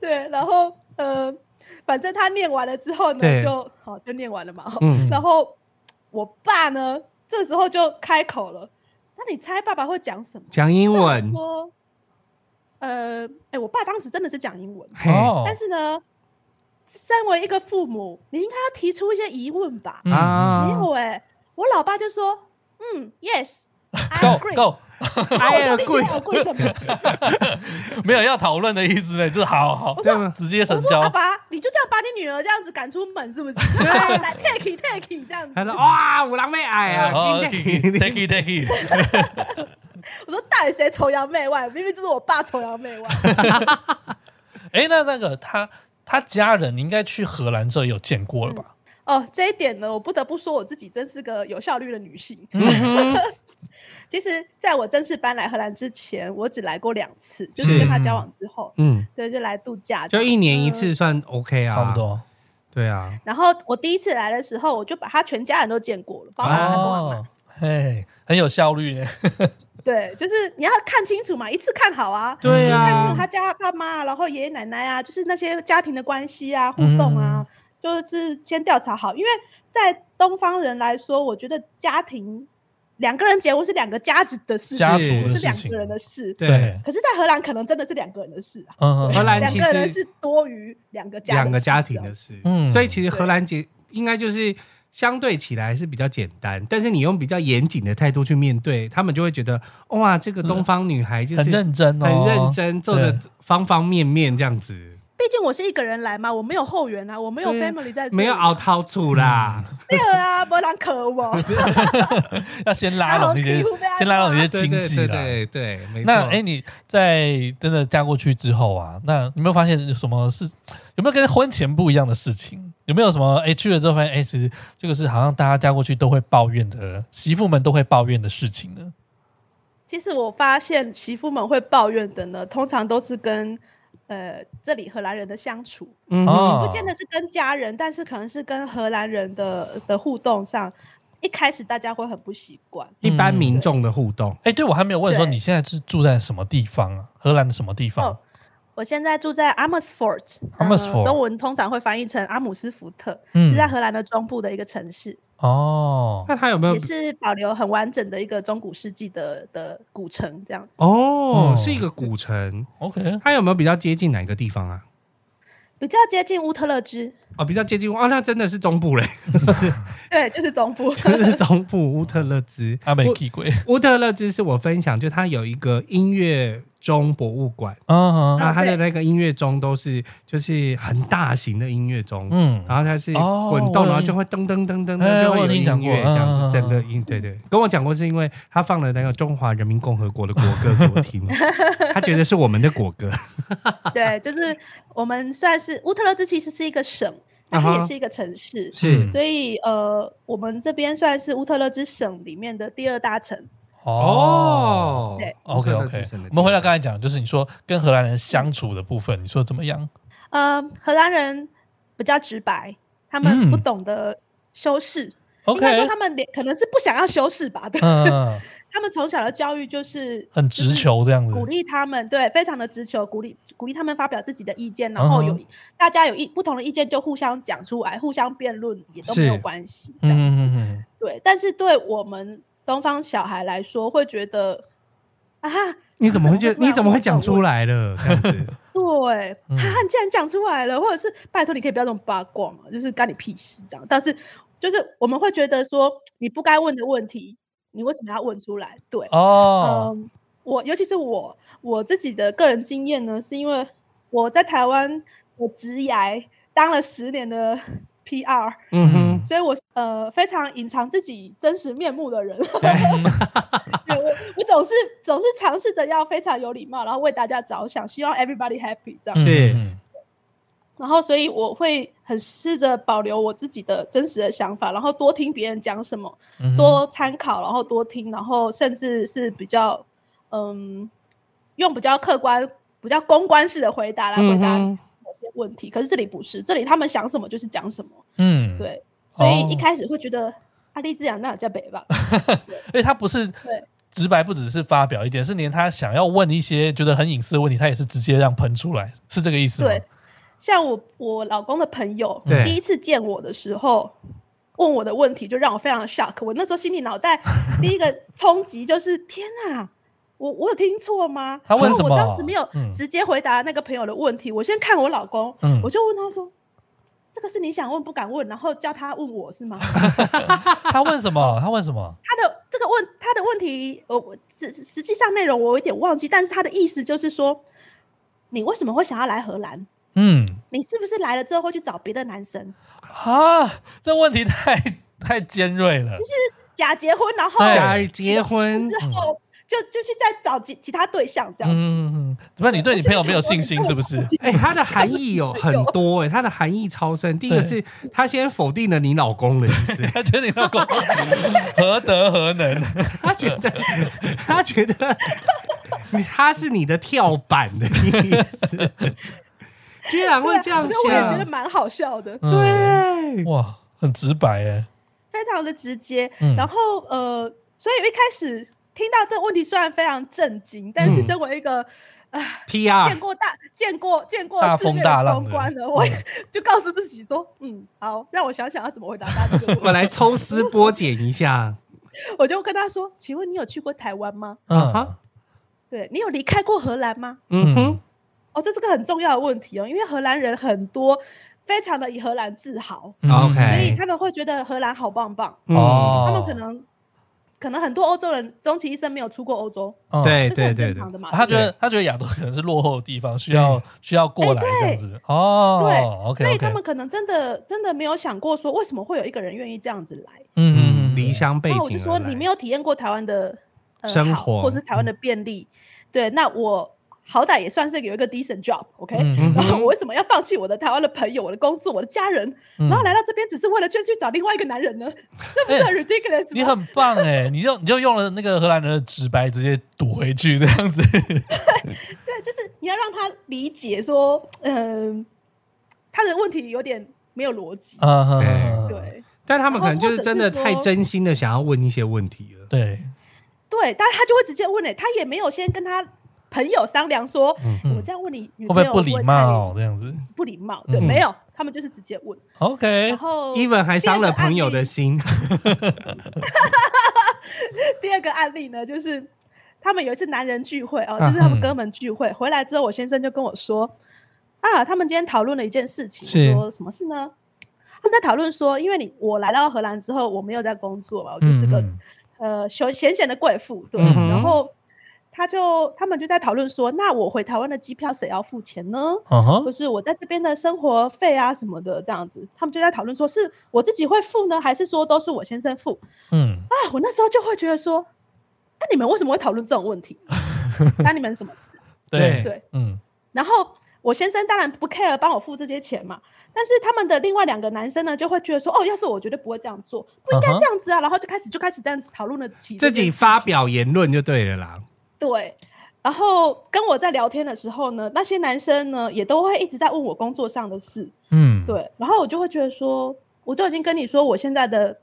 [SPEAKER 3] 对，然后呃，反正他念完了之后
[SPEAKER 1] 对
[SPEAKER 3] 呢，就好就念完了嘛。哦
[SPEAKER 1] 嗯，
[SPEAKER 3] 然后我爸呢，这时候就开口了。那你猜爸爸会讲什么？
[SPEAKER 1] 讲英
[SPEAKER 3] 我
[SPEAKER 1] 文，
[SPEAKER 3] 说，呃，哎、我爸当时真的是讲英文，
[SPEAKER 1] 嘿
[SPEAKER 2] 哦
[SPEAKER 3] 但是呢，身为一个父母，你应该要提出一些疑问吧？
[SPEAKER 2] 嗯
[SPEAKER 1] 啊
[SPEAKER 3] 没有哎、我老爸就说，嗯，yes，I
[SPEAKER 2] ，Go
[SPEAKER 3] agree。
[SPEAKER 2] Go，
[SPEAKER 1] ，I
[SPEAKER 3] 我说
[SPEAKER 1] agree，
[SPEAKER 3] 你先 agree 什么？
[SPEAKER 2] 没有要讨论的意思呢，就是好好
[SPEAKER 1] 对啊吗？
[SPEAKER 2] 直接
[SPEAKER 3] 我
[SPEAKER 2] 神
[SPEAKER 3] 说阿
[SPEAKER 2] 交。
[SPEAKER 3] 爸，你就这样把你女儿这样子赶出门是 不是？来来 take take 这样子
[SPEAKER 1] 他。说哇，五郎妹矮啊，
[SPEAKER 2] 哦
[SPEAKER 1] 应
[SPEAKER 2] take
[SPEAKER 1] 该
[SPEAKER 2] it take it take it，
[SPEAKER 3] 我说到底谁崇洋媚外？明明就是我爸崇 洋媚外。
[SPEAKER 2] 哎，那那个他他家人，你应该去荷兰这有见过了吧？
[SPEAKER 3] 哦，这一点呢，我不得不说我自己真是个有效率的女性。
[SPEAKER 1] 嗯哼
[SPEAKER 3] 其实，在我正式搬来荷兰之前，我只来过两次，就是是跟他交往之后，
[SPEAKER 1] 嗯，
[SPEAKER 3] 对，就来度假这
[SPEAKER 1] 就
[SPEAKER 3] 样，
[SPEAKER 1] 一年一
[SPEAKER 3] 嗯。
[SPEAKER 1] 次算 OK 啊，
[SPEAKER 2] 差不。多嗯
[SPEAKER 1] 对啊，
[SPEAKER 3] 然后我第一次来的时
[SPEAKER 1] 哦
[SPEAKER 3] 候，我就把他全家人都见过了，包含他公阿嬷
[SPEAKER 2] 哦，嘿，很有效率呢。
[SPEAKER 3] 对，就是你要看清楚嘛，一次看好啊，
[SPEAKER 1] 对
[SPEAKER 2] 嗯
[SPEAKER 3] 看清楚
[SPEAKER 1] 啊，
[SPEAKER 3] 他家爸妈啊，然后爷爷奶奶啊，就是那些家庭的关系啊、互动
[SPEAKER 1] 嗯
[SPEAKER 3] 啊，就是先调查好，因为在东方人来说，我觉得家庭两个人结婚是两个家子的事情，
[SPEAKER 2] 家族
[SPEAKER 1] 是
[SPEAKER 2] 的
[SPEAKER 3] 不是
[SPEAKER 2] 事
[SPEAKER 3] 两
[SPEAKER 2] 情
[SPEAKER 3] 个，人的事。
[SPEAKER 1] 对，啊
[SPEAKER 3] 可是，在荷兰可能真的是两个人的事啊，
[SPEAKER 2] 嗯，
[SPEAKER 1] 荷兰
[SPEAKER 3] 两
[SPEAKER 1] 其
[SPEAKER 3] 个人
[SPEAKER 1] 实
[SPEAKER 3] 是多于两个家
[SPEAKER 1] 两个
[SPEAKER 3] 事
[SPEAKER 1] 家庭
[SPEAKER 3] 这样
[SPEAKER 1] 的事，
[SPEAKER 2] 嗯
[SPEAKER 1] 所以其实荷兰结应该就是相对起来是比较简单，但是你用比较严谨的态度去面对，他们就会觉得哇，这个东方女孩就是
[SPEAKER 2] 很认真哦，
[SPEAKER 1] 很认，真，做的
[SPEAKER 2] 对
[SPEAKER 1] 方方面面这样子，
[SPEAKER 3] 毕竟我是一个人来嘛，我没有后援啊，我没有
[SPEAKER 1] 对啊
[SPEAKER 3] family 在这里啊，
[SPEAKER 1] 没有熬掏醋啦，
[SPEAKER 2] 嗯
[SPEAKER 3] 对啊，没人可 我，
[SPEAKER 2] 要先拉拢一些
[SPEAKER 3] 然后欺负被他，
[SPEAKER 2] 先拉拢一些
[SPEAKER 1] 对
[SPEAKER 2] 亲戚
[SPEAKER 1] 对
[SPEAKER 2] 啦。
[SPEAKER 1] 对对对，没错。
[SPEAKER 2] 那哎，你在真的嫁过去之后啊，那有没有发现有什么事？有没有跟婚前不一样的事情？有没有什么哎去了之后发现哎，其实这个是好像大家嫁过去都会抱怨的，媳妇们都会抱怨的事情呢？
[SPEAKER 3] 其实我发现媳妇们会抱怨的呢，通常都是跟呃这里荷兰人的相处，
[SPEAKER 1] 嗯哼
[SPEAKER 2] 哦
[SPEAKER 3] 不见得是跟家人，但是可能是跟荷兰人的的互动上，一开始大家会很不习惯。
[SPEAKER 2] 嗯
[SPEAKER 1] 一般民众的互动，
[SPEAKER 2] 哎，对我还没有问说
[SPEAKER 3] 对
[SPEAKER 2] 你现在是住在什么地方啊？荷兰的什么地方
[SPEAKER 3] 哦？我现在住在 Amersfoort，呃
[SPEAKER 2] Amersfoort
[SPEAKER 3] 中文通常会翻译成阿姆斯福特，
[SPEAKER 2] 嗯
[SPEAKER 3] 是，在荷兰的中部的一个城市，
[SPEAKER 2] 哦，
[SPEAKER 1] 那他有没有
[SPEAKER 3] 也是保留很完整的一个中古世纪的的古城这样子。
[SPEAKER 1] 哦
[SPEAKER 2] 嗯，
[SPEAKER 1] 是一个古城，
[SPEAKER 2] OK，
[SPEAKER 1] 它有没有比较接近哪个地方啊？
[SPEAKER 3] 比较接近乌特勒支，
[SPEAKER 1] 哦，比较接近哦，那真的是中部嘞，
[SPEAKER 3] 对，就是中部。
[SPEAKER 1] 真的是中部乌特勒支。
[SPEAKER 2] 阿美
[SPEAKER 1] 乌
[SPEAKER 2] 屁鬼，
[SPEAKER 1] 乌特勒支是我分享，就它有一个音乐钟博物馆，
[SPEAKER 2] 嗯
[SPEAKER 1] 那
[SPEAKER 3] 啊
[SPEAKER 1] 它的
[SPEAKER 3] 对
[SPEAKER 1] 那个音乐钟都是就是很大型的音乐钟，
[SPEAKER 2] 嗯
[SPEAKER 1] 然后它是
[SPEAKER 2] 哦
[SPEAKER 1] 滚动，
[SPEAKER 2] 我有
[SPEAKER 1] 然后
[SPEAKER 2] 印
[SPEAKER 1] 就会噔噔噔噔
[SPEAKER 2] 哎
[SPEAKER 1] 噔，就会
[SPEAKER 2] 我有
[SPEAKER 1] 有
[SPEAKER 2] 听
[SPEAKER 1] 音
[SPEAKER 2] 讲过
[SPEAKER 1] 乐这样
[SPEAKER 2] 嗯嗯嗯
[SPEAKER 1] 子，整个音对对，跟我讲过是因为他放了那个中华人民共和国的国歌给我 听，他觉得是我们的国歌，
[SPEAKER 3] 对，就是我们算是乌特勒支其实是一个省，那它
[SPEAKER 1] 啊
[SPEAKER 3] 也
[SPEAKER 1] 哈
[SPEAKER 3] 是一个城市，
[SPEAKER 1] 是
[SPEAKER 3] 所以呃，我们这边算是乌特勒支省里面的第二大城。
[SPEAKER 2] 哦。
[SPEAKER 3] 对
[SPEAKER 2] OK OK，我们回到刚才讲，就是你说跟荷兰人相处的部分，你说怎么样？
[SPEAKER 3] 呃，荷兰人比较直白，他们不
[SPEAKER 2] 嗯
[SPEAKER 3] 懂得修饰，应
[SPEAKER 2] OK，
[SPEAKER 3] 该说他们连可能是不想要修饰吧，对，
[SPEAKER 2] 嗯，
[SPEAKER 3] 他们从小的教育就是
[SPEAKER 2] 很直。球这样
[SPEAKER 3] 就
[SPEAKER 2] 子
[SPEAKER 3] 是，鼓励他们，对，非常的直球，鼓励鼓励他们发表自己的意见，然后有、
[SPEAKER 2] 嗯
[SPEAKER 3] 大家有意不同的意见就互相讲出来，互相辩论也都没有
[SPEAKER 1] 是
[SPEAKER 3] 关系。
[SPEAKER 2] 嗯
[SPEAKER 3] 这样
[SPEAKER 2] 嗯嗯
[SPEAKER 3] 对，但是对我们东方小孩来说，会觉得啊，
[SPEAKER 1] 你怎么会就
[SPEAKER 3] 他
[SPEAKER 1] 你怎么会讲出来
[SPEAKER 3] 来？
[SPEAKER 1] 了？这样 子，
[SPEAKER 3] 对，
[SPEAKER 2] 嗯
[SPEAKER 3] 哈、啊，你竟然讲出来了，或者是拜托你可以不要这么八卦嘛，就是干你屁事这样。但是就是我们会觉得说，你不该问的问题，你为什么要问出来？对
[SPEAKER 2] 嗯，，哦，
[SPEAKER 3] 嗯，我尤其是我我自己的个人经验呢，是因为我在台湾我职涯当了十年的 PR，
[SPEAKER 1] 嗯哼，
[SPEAKER 3] 所以我是呃非常隐藏自己真实面目的人，对我我总是总是尝试着要非常有礼貌，然后为大家着想，希望 everybody happy 这样。
[SPEAKER 1] 是
[SPEAKER 2] 嗯
[SPEAKER 3] 然后所以我会很试着保留我自己的真实的想法，然后多听别人讲什么，
[SPEAKER 2] 嗯
[SPEAKER 3] 多参考，然后多听，然后甚至是比较嗯用比较客观、比较公关式的回答来回
[SPEAKER 1] 嗯
[SPEAKER 3] 答
[SPEAKER 1] 哼，
[SPEAKER 3] 某些问题。可是这里不是，这里他们想什么就是讲什么，
[SPEAKER 2] 嗯，
[SPEAKER 3] 对，所以一
[SPEAKER 2] 哦
[SPEAKER 3] 开始会觉得。啊阿丽这样那叫北吧，
[SPEAKER 2] 而且他不是直白，不只是发表一点，是连他想要问一些觉得很隐私的问题，他也是直接让喷出来，是这个意思吗？
[SPEAKER 3] 对，像我我老公的朋友
[SPEAKER 1] 对
[SPEAKER 3] 第一次见我的时候，问我的问题就让我非常 shock。我那时候心里 脑袋第一个冲击就是：天哪，我我有听错吗？
[SPEAKER 2] 他问
[SPEAKER 3] 然后
[SPEAKER 2] 什么
[SPEAKER 3] 我当时没有
[SPEAKER 2] 嗯
[SPEAKER 3] 直接回答那个朋友的问题，我先看我老公，
[SPEAKER 2] 嗯
[SPEAKER 3] 我就问他说：“这个是你想问不敢问，然后叫他问我是吗？”
[SPEAKER 2] 他问什么？他问什么？
[SPEAKER 3] 他的这个问他的问题，呃我实实际上内容我有点忘记，但是他的意思就是说，你为什么会想要来荷兰？
[SPEAKER 2] 嗯
[SPEAKER 3] 你是不是来了之后会去找别的男生？
[SPEAKER 2] 啊，这问题 太太尖锐了，
[SPEAKER 3] 假结婚，然后
[SPEAKER 2] 对
[SPEAKER 1] 假如结 婚
[SPEAKER 3] 之后就就去再找其其他对象这样。
[SPEAKER 2] 嗯，嗯嗯怎么你对你朋友没有信心是不是？
[SPEAKER 1] 哎、它的含义有很多哎、它的含义超深。第一个 是他先否定了你老公的意思，
[SPEAKER 2] 他觉得你老 公何德何能？
[SPEAKER 1] 他觉得他觉得 你他是你的跳板的意 思，居然会这样
[SPEAKER 3] 所啊以我也觉得
[SPEAKER 1] 想，
[SPEAKER 3] 蛮好笑的，
[SPEAKER 1] 对，
[SPEAKER 2] 嗯哇，很直白哎。
[SPEAKER 3] 非常的直接。
[SPEAKER 2] 嗯
[SPEAKER 3] 然后呃，所以一开始听到这个问题虽然非常震惊，但是
[SPEAKER 1] 嗯
[SPEAKER 3] 身为一个、呃见
[SPEAKER 1] ，PR
[SPEAKER 3] 过大见过见过
[SPEAKER 2] 大
[SPEAKER 3] 世面
[SPEAKER 2] 风大浪
[SPEAKER 3] 风
[SPEAKER 2] 的
[SPEAKER 3] 光的，我也 就告诉自己说，嗯，好，让我想想要怎么回答他这个问题。
[SPEAKER 1] 我来抽丝剥茧一下。
[SPEAKER 3] 我就跟他说：“请问你有去过台湾吗？
[SPEAKER 1] 啊哈
[SPEAKER 2] 嗯
[SPEAKER 3] 对你有离开过荷兰吗？
[SPEAKER 1] 嗯哼，
[SPEAKER 3] 哦，这是个很重要的问题哦，因为荷兰人很多，非常的以荷兰自豪，
[SPEAKER 2] 嗯
[SPEAKER 1] OK
[SPEAKER 3] 所以
[SPEAKER 1] 哎
[SPEAKER 3] 他们会觉得荷兰好棒棒。
[SPEAKER 1] 嗯
[SPEAKER 2] 哦
[SPEAKER 3] 他们可能可能很多欧洲人终其一生没有出过欧洲，
[SPEAKER 2] 嗯
[SPEAKER 1] 对
[SPEAKER 3] 这是
[SPEAKER 1] 哎对
[SPEAKER 3] 很
[SPEAKER 1] 对
[SPEAKER 3] 正
[SPEAKER 1] 对
[SPEAKER 3] 常，的嘛。
[SPEAKER 2] 他觉
[SPEAKER 3] 对
[SPEAKER 2] 得他觉得亚洲可能是落后的地方，需要需要过来
[SPEAKER 3] 哎对
[SPEAKER 2] 这样子哦。
[SPEAKER 3] 不对，
[SPEAKER 2] OK
[SPEAKER 3] 所以他
[SPEAKER 2] OK，
[SPEAKER 3] 们可能真的真的没有想过说为什么会有一个人愿意这样子来。
[SPEAKER 1] 嗯，离乡背
[SPEAKER 3] 那
[SPEAKER 1] 景
[SPEAKER 3] 哦我就说你没
[SPEAKER 1] 有
[SPEAKER 3] 有体验过台湾的、呃、
[SPEAKER 1] 生
[SPEAKER 3] 好
[SPEAKER 1] 活嗯
[SPEAKER 3] 或是台湾的便利，对，那我好歹也算是有一个 decent job，OK、
[SPEAKER 2] 嗯
[SPEAKER 1] 嗯
[SPEAKER 3] 然后我为什么要放弃我的台湾的朋友、我的工作、我的家人，
[SPEAKER 2] 嗯
[SPEAKER 3] 然后来到这边只是为了去去找另外一个男 人呢？这不是
[SPEAKER 2] 哎
[SPEAKER 3] 很 ridiculous 吗？
[SPEAKER 2] 你很棒哎，你就你就用了那个荷兰人的直白，直接堵回去这样子。
[SPEAKER 3] 对，就是你要让他理解说，嗯、他的问题有点没有逻辑，
[SPEAKER 2] 嗯哼
[SPEAKER 1] 对
[SPEAKER 2] 哼哼
[SPEAKER 3] 对。
[SPEAKER 1] 但他们可能就是真的
[SPEAKER 3] 然后或者
[SPEAKER 1] 太
[SPEAKER 3] 是说
[SPEAKER 1] 真心的想要问一些问题了。
[SPEAKER 2] 对，
[SPEAKER 3] 对，但他就会直接问嘞、欸他也没有先跟他朋友商量说，
[SPEAKER 2] 嗯
[SPEAKER 3] 我这样问你女
[SPEAKER 2] 会不
[SPEAKER 3] 朋
[SPEAKER 2] 会
[SPEAKER 3] 友
[SPEAKER 2] 不礼
[SPEAKER 3] 太
[SPEAKER 2] 貌这样子
[SPEAKER 3] 不礼貌，对，
[SPEAKER 2] 嗯哎
[SPEAKER 3] 没有，他们就是直接问，
[SPEAKER 2] ？OK，
[SPEAKER 3] 然后
[SPEAKER 1] even 还伤了朋友的心，
[SPEAKER 3] 第二个案例呢，就是他们有一次男人聚会
[SPEAKER 1] 啊
[SPEAKER 3] 哦，就是他们哥们聚会、
[SPEAKER 1] 嗯
[SPEAKER 3] 回来之后，我先生就跟我说啊，他们今天讨论了一件事情，
[SPEAKER 1] 是
[SPEAKER 3] 我说什么事呢？他们在讨论说，因为你我来到荷兰之后，我没有在工作嘛，我就是个、
[SPEAKER 2] 嗯
[SPEAKER 3] 呃休闲闲的贵妇，对，
[SPEAKER 1] 嗯哼
[SPEAKER 3] 然后。他就他们就在讨论说，那我回台湾的机票谁要付钱呢？
[SPEAKER 2] 嗯
[SPEAKER 3] 就
[SPEAKER 2] 哼，
[SPEAKER 3] 是我在这边的生活费啊什么的这样子，他们就在讨论说是我自己会付呢，还是说都是我先生付？
[SPEAKER 2] 嗯
[SPEAKER 3] 啊，我那时候就会觉得说，那、你们为什么会讨论这种 问题？那你们什么事？啊
[SPEAKER 2] 对
[SPEAKER 3] 对，
[SPEAKER 2] 嗯
[SPEAKER 3] 然后我先生当然不 care 帮我付这些钱嘛，但是他们的另外两个男生呢，就会觉得说，哦，要是我绝对不会这样做，不应该
[SPEAKER 2] 嗯哼
[SPEAKER 3] 这样子啊，然后就开始就开始这样讨论了起这
[SPEAKER 1] 自
[SPEAKER 3] 件
[SPEAKER 1] 己
[SPEAKER 3] 事
[SPEAKER 1] 发
[SPEAKER 3] 情
[SPEAKER 1] 表言论就对了啦。
[SPEAKER 3] 对。然后跟我在聊天的时候呢，那些男生呢也都会一直在问我工作上的事，
[SPEAKER 2] 嗯，
[SPEAKER 3] 对，然后我就会觉得说，我都已经跟你说我现在的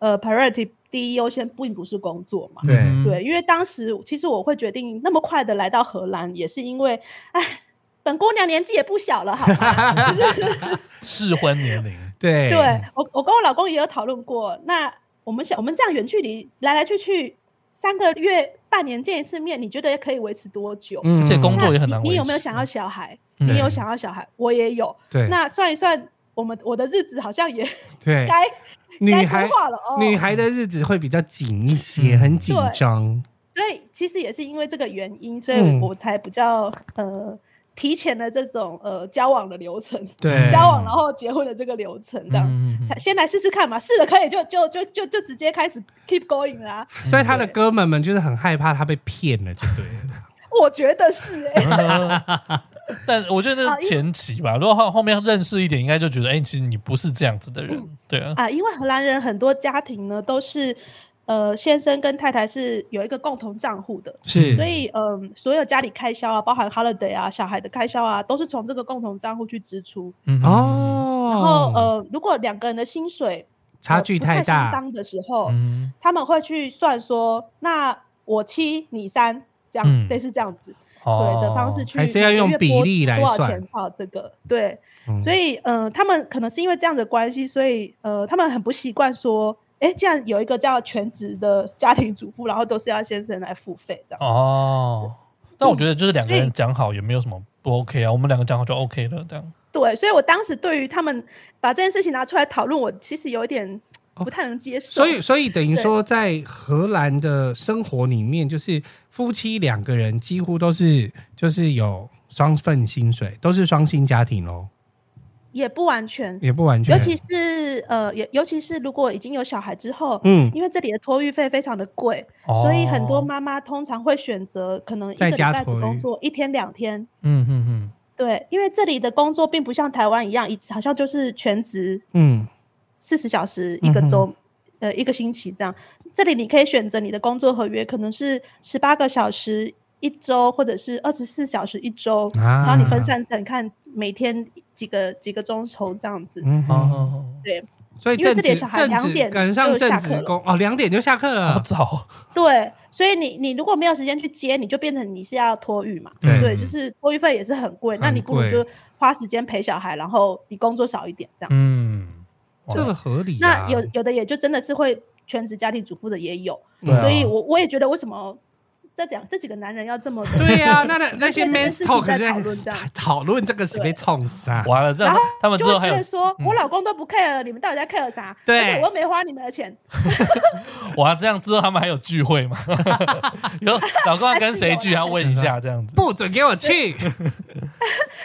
[SPEAKER 3] 呃 priority 第一优先并不是工作嘛，
[SPEAKER 1] 对
[SPEAKER 2] 嗯，
[SPEAKER 3] 对，因为当时其实我会决定那么快的来到荷兰，也是因为，哎，本姑娘年纪也不小了，好 吗？
[SPEAKER 2] 适婚年龄，
[SPEAKER 1] 对
[SPEAKER 3] 对我，我跟我老公也有讨论过，那我们想，我们这样远距离来来去去，三个月、半年见一次面，你觉得可以维持多久？
[SPEAKER 1] 嗯
[SPEAKER 2] 而且工
[SPEAKER 3] 那
[SPEAKER 2] 作也很
[SPEAKER 3] 你
[SPEAKER 2] 难
[SPEAKER 3] 你有
[SPEAKER 2] 维
[SPEAKER 3] 没有
[SPEAKER 2] 持
[SPEAKER 3] 想要小孩？
[SPEAKER 2] 嗯
[SPEAKER 3] 你有想要小孩？我也有。
[SPEAKER 1] 对
[SPEAKER 3] 那算一算，我们我的日子好像也
[SPEAKER 1] 对，
[SPEAKER 3] 该
[SPEAKER 1] 女
[SPEAKER 3] 该
[SPEAKER 1] 孩
[SPEAKER 3] 规划了哦。
[SPEAKER 1] 女孩的日子会比较紧一些，
[SPEAKER 2] 嗯
[SPEAKER 1] 很紧张。
[SPEAKER 3] 所以其实也是因为这个原因，所以
[SPEAKER 1] 嗯
[SPEAKER 3] 我才比较、呃提前了这种呃交往的流程，
[SPEAKER 1] 对，
[SPEAKER 3] 交往然后结婚的这个流程这样。
[SPEAKER 2] 嗯嗯嗯
[SPEAKER 3] 才先来试试看嘛，试了可以就就就就就直接开始 keep going 啦、
[SPEAKER 1] 所以他的哥们们就是很害怕他被骗了，就对 了。
[SPEAKER 3] 我觉得是哎、
[SPEAKER 2] 但我觉得那是前期吧，如果后后面认识一点，应该就觉得，哎、其实你不是这样子的人，对啊，
[SPEAKER 3] 啊，因为荷兰人很多家庭呢都是呃先生跟太太是有一个共同账户的，
[SPEAKER 1] 是
[SPEAKER 3] 所以嗯、所有家里开销啊，包含 holiday 啊、小孩的开销啊，都是从这个共同账户去支出。
[SPEAKER 2] 嗯，
[SPEAKER 1] 哦，
[SPEAKER 3] 然后呃，如果两个人的薪水
[SPEAKER 1] 差
[SPEAKER 3] 呃
[SPEAKER 1] 距
[SPEAKER 3] 不太相
[SPEAKER 1] 大，
[SPEAKER 3] 当的时候，
[SPEAKER 2] 嗯，
[SPEAKER 3] 他们会去算说，那我七你三这样，
[SPEAKER 2] 嗯
[SPEAKER 3] 类似这样子、
[SPEAKER 2] 哦
[SPEAKER 3] 对的方式，去，
[SPEAKER 1] 还是要用比例来
[SPEAKER 3] 多少
[SPEAKER 1] 算
[SPEAKER 3] 钱到这个对，
[SPEAKER 1] 嗯
[SPEAKER 3] 所以呃，他们可能是因为这样的关系，所以呃，他们很不习惯说。哎，这样有一个这样全职的家庭主妇，然后都是要先生来付费这样。
[SPEAKER 2] 哦，但我觉得就是两个
[SPEAKER 3] 所
[SPEAKER 2] 人
[SPEAKER 3] 以
[SPEAKER 2] 讲好也没有什么不 OK
[SPEAKER 3] 嗯
[SPEAKER 2] 啊，我们两个讲好就 OK 了，这样，
[SPEAKER 3] 对，所以我当时对于他们把这件事情拿出来讨论，我其实有一点
[SPEAKER 1] 哦
[SPEAKER 3] 不太能接受。
[SPEAKER 1] 所以所以等于说，在荷兰的生活里面，就是夫妻两个人几乎都是就是有双份薪水，都是双薪家庭喽，
[SPEAKER 3] 也不完全，
[SPEAKER 1] 也不完全。
[SPEAKER 3] 尤其是呃，也尤其是如果已经有小孩之后，
[SPEAKER 1] 嗯，
[SPEAKER 3] 因为这里的托育费非常的贵，
[SPEAKER 2] 哦，
[SPEAKER 3] 所以很多，妈妈通常会选择可能一个
[SPEAKER 1] 在
[SPEAKER 3] 礼
[SPEAKER 1] 家
[SPEAKER 3] 拜只
[SPEAKER 1] 托育
[SPEAKER 3] 工作一天两天。
[SPEAKER 2] 嗯嗯嗯，
[SPEAKER 3] 对，因为这里的工作并不像台湾一样，一好像就是全职
[SPEAKER 1] 嗯
[SPEAKER 3] 四十小时一个
[SPEAKER 1] 嗯哼
[SPEAKER 3] 周，呃，一个星期这样。这里你可以选择你的工作合约，可能是十八个小时一周，或者是二十四小时一周，
[SPEAKER 1] 啊
[SPEAKER 3] 然后你分散成看每天几个几个钟头这样子。
[SPEAKER 1] 嗯
[SPEAKER 2] 哦
[SPEAKER 1] 哼，
[SPEAKER 2] 哦，
[SPEAKER 3] 对
[SPEAKER 1] 所以
[SPEAKER 3] 因为
[SPEAKER 1] 正
[SPEAKER 3] 这里的
[SPEAKER 1] 职
[SPEAKER 3] 小孩
[SPEAKER 1] 正
[SPEAKER 3] 两
[SPEAKER 1] 职
[SPEAKER 3] 点
[SPEAKER 1] 赶上
[SPEAKER 3] 就下
[SPEAKER 1] 正
[SPEAKER 3] 课
[SPEAKER 1] 职
[SPEAKER 3] 了
[SPEAKER 2] 嗯
[SPEAKER 1] 工哦，两点就下课
[SPEAKER 2] 好
[SPEAKER 1] 了，
[SPEAKER 2] 早，
[SPEAKER 3] 对，所以你你如果没有时间去接，你就变成你是要托育嘛，
[SPEAKER 1] 对
[SPEAKER 3] 对，就是托育费也是很贵，那
[SPEAKER 1] 很
[SPEAKER 3] 你不如就
[SPEAKER 1] 贵
[SPEAKER 3] 花时间陪小孩，然后你工作少一点这样。
[SPEAKER 2] 嗯，哇
[SPEAKER 1] 这个合理、啊。
[SPEAKER 3] 哦那有有的也就真的是会全职家庭主妇的也有，
[SPEAKER 2] 对啊
[SPEAKER 3] 所以我我也觉得为什么这两这几个男人要这么的
[SPEAKER 1] 对 呀、那那那些
[SPEAKER 3] 这
[SPEAKER 1] man
[SPEAKER 3] 件事情
[SPEAKER 1] talk
[SPEAKER 3] 在
[SPEAKER 1] 在
[SPEAKER 3] 讨论这样
[SPEAKER 1] 讨论这个是被冲杀，
[SPEAKER 2] 完了，这样
[SPEAKER 3] 然后
[SPEAKER 2] 他们
[SPEAKER 3] 啊就
[SPEAKER 2] 之后
[SPEAKER 3] 会
[SPEAKER 2] 还
[SPEAKER 3] 觉
[SPEAKER 2] 有
[SPEAKER 3] 得说，
[SPEAKER 2] 嗯
[SPEAKER 3] 我老公都不 care 了，你们到底在 care 啥？
[SPEAKER 1] 对
[SPEAKER 3] 而且我又没花你们的钱，
[SPEAKER 2] 哇，这样之后他们还有聚会吗？ 有老公要跟谁 聚，
[SPEAKER 3] 啊
[SPEAKER 2] 要问一下这样子。
[SPEAKER 1] 不准给我去。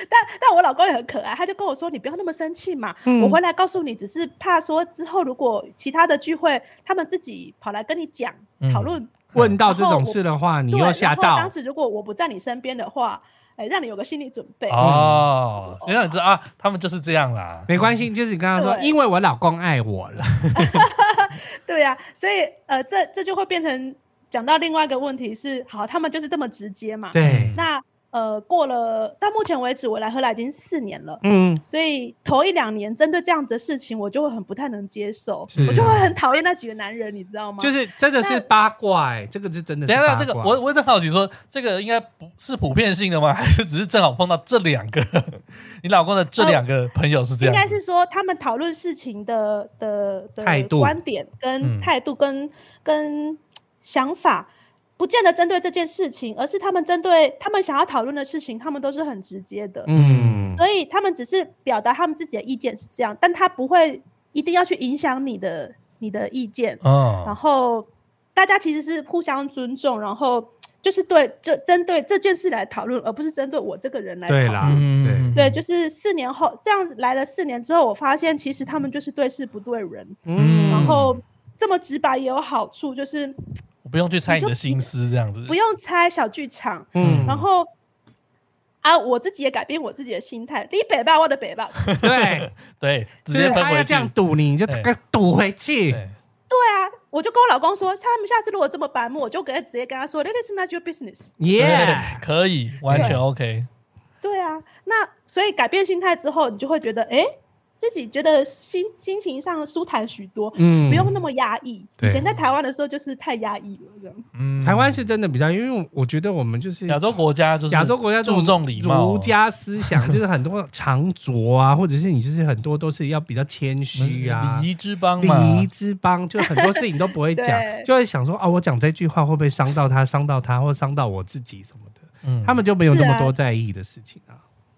[SPEAKER 3] 但但我老公也很可爱，他就跟我说，你不要那么生气嘛，
[SPEAKER 1] 嗯
[SPEAKER 3] 我回来告诉你，只是怕说之后如果其他的聚会，他们自己跑来跟你讲
[SPEAKER 2] 嗯
[SPEAKER 3] 讨论，
[SPEAKER 1] 问到这种事的话，你
[SPEAKER 3] 对，
[SPEAKER 1] 又吓
[SPEAKER 3] 然后
[SPEAKER 1] 到
[SPEAKER 3] 当，时如果我不在你身边的话，哎，让你有个心理准备。
[SPEAKER 2] 哦，所以让你知道啊，他们就是这样啦。
[SPEAKER 1] 嗯没关系，就是你跟他说，
[SPEAKER 3] 对
[SPEAKER 1] 因为我老公爱我了。
[SPEAKER 3] 对呀、所以呃，这这就会变成讲到另外一个问题是，好，他们就是这么直接嘛。
[SPEAKER 1] 对，
[SPEAKER 3] 那呃，过了到目前为止，我来荷兰已经四年了。
[SPEAKER 1] 嗯，
[SPEAKER 3] 所以头一两年针对这样子的事情，我就会很不太能接受，
[SPEAKER 1] 是啊
[SPEAKER 3] 我就会很讨厌那几个男人，你知道吗？
[SPEAKER 1] 就是真的是
[SPEAKER 3] 那
[SPEAKER 1] 八卦、欸，这个是真的是
[SPEAKER 2] 等一
[SPEAKER 1] 八
[SPEAKER 2] 下，
[SPEAKER 1] 卦。
[SPEAKER 2] 这个我我很好奇说，这个应该不是普遍性的吗？还 是只是正好碰到这两个？ 你老公的这两个朋友是这
[SPEAKER 3] 哦应
[SPEAKER 2] 样子？
[SPEAKER 3] 该是说他们讨论事情的的的
[SPEAKER 1] 态度
[SPEAKER 3] 观点
[SPEAKER 2] 嗯
[SPEAKER 3] 跟态度跟、跟想法，不见得针对这件事情，而是他们针对他们想要讨论的事情，他们都是很直接的，
[SPEAKER 1] 嗯，
[SPEAKER 3] 所以他们只是表达他们自己的意见是这样，但他不会一定要去影响你的你的意见，然
[SPEAKER 2] 哦，
[SPEAKER 3] 后大家其实是互相尊重，然后就是对这针对这件事来讨论，而不是针对我这个人来讨
[SPEAKER 1] 对
[SPEAKER 3] 论。
[SPEAKER 1] 啦，
[SPEAKER 2] 嗯
[SPEAKER 1] 对，
[SPEAKER 3] 对，就是四年后这样子来了四年之后，我发现其实他们就是对事不对人，
[SPEAKER 1] 嗯，
[SPEAKER 3] 然
[SPEAKER 2] 嗯
[SPEAKER 3] 后这么直白也有好处，就是
[SPEAKER 2] 我不用去猜你的心思，这样子。
[SPEAKER 3] 不用猜小剧场，
[SPEAKER 1] 嗯，
[SPEAKER 3] 然后。啊，我自己也改变我自己的心态，你北吧，我的北吧， 对
[SPEAKER 1] 对，
[SPEAKER 2] 对，直
[SPEAKER 1] 就是
[SPEAKER 2] 接分
[SPEAKER 1] 他
[SPEAKER 2] 回
[SPEAKER 1] 要
[SPEAKER 2] 去
[SPEAKER 1] 这。样堵你，你就
[SPEAKER 2] 对
[SPEAKER 1] 给他堵回去。
[SPEAKER 2] 对，
[SPEAKER 3] 啊，我就跟我老公说，他们下次如果这么白目，我就给他直接跟他说，That is not your business。
[SPEAKER 1] 耶
[SPEAKER 2] 对，可以，完全 OK。
[SPEAKER 3] 对啊，那所以改变心态之后，你就会觉得，哎、自己觉得心心情上舒坦许多，
[SPEAKER 1] 嗯
[SPEAKER 3] 不用那么压抑。
[SPEAKER 1] 对
[SPEAKER 3] 以前在台湾的时候，就是太压抑了，这样。
[SPEAKER 2] 嗯，
[SPEAKER 1] 台湾是真的比较，因为我觉得我们就是
[SPEAKER 2] 亚洲国家，就是
[SPEAKER 1] 亚洲国家这种
[SPEAKER 2] 注重礼貌，
[SPEAKER 1] 儒家思想就是很多长着啊，或者是你就是很多都是要比较谦虚啊，
[SPEAKER 2] 礼仪之邦嘛。
[SPEAKER 1] 礼仪之邦，就很多事情都不会讲，
[SPEAKER 3] 对
[SPEAKER 1] 就会想说啊，我讲这句话会不会伤到他、伤到他或伤到我自己什么的，
[SPEAKER 2] 嗯
[SPEAKER 1] 他们就没有那
[SPEAKER 3] 是
[SPEAKER 1] 么
[SPEAKER 3] 啊
[SPEAKER 1] 多在意的事情啊。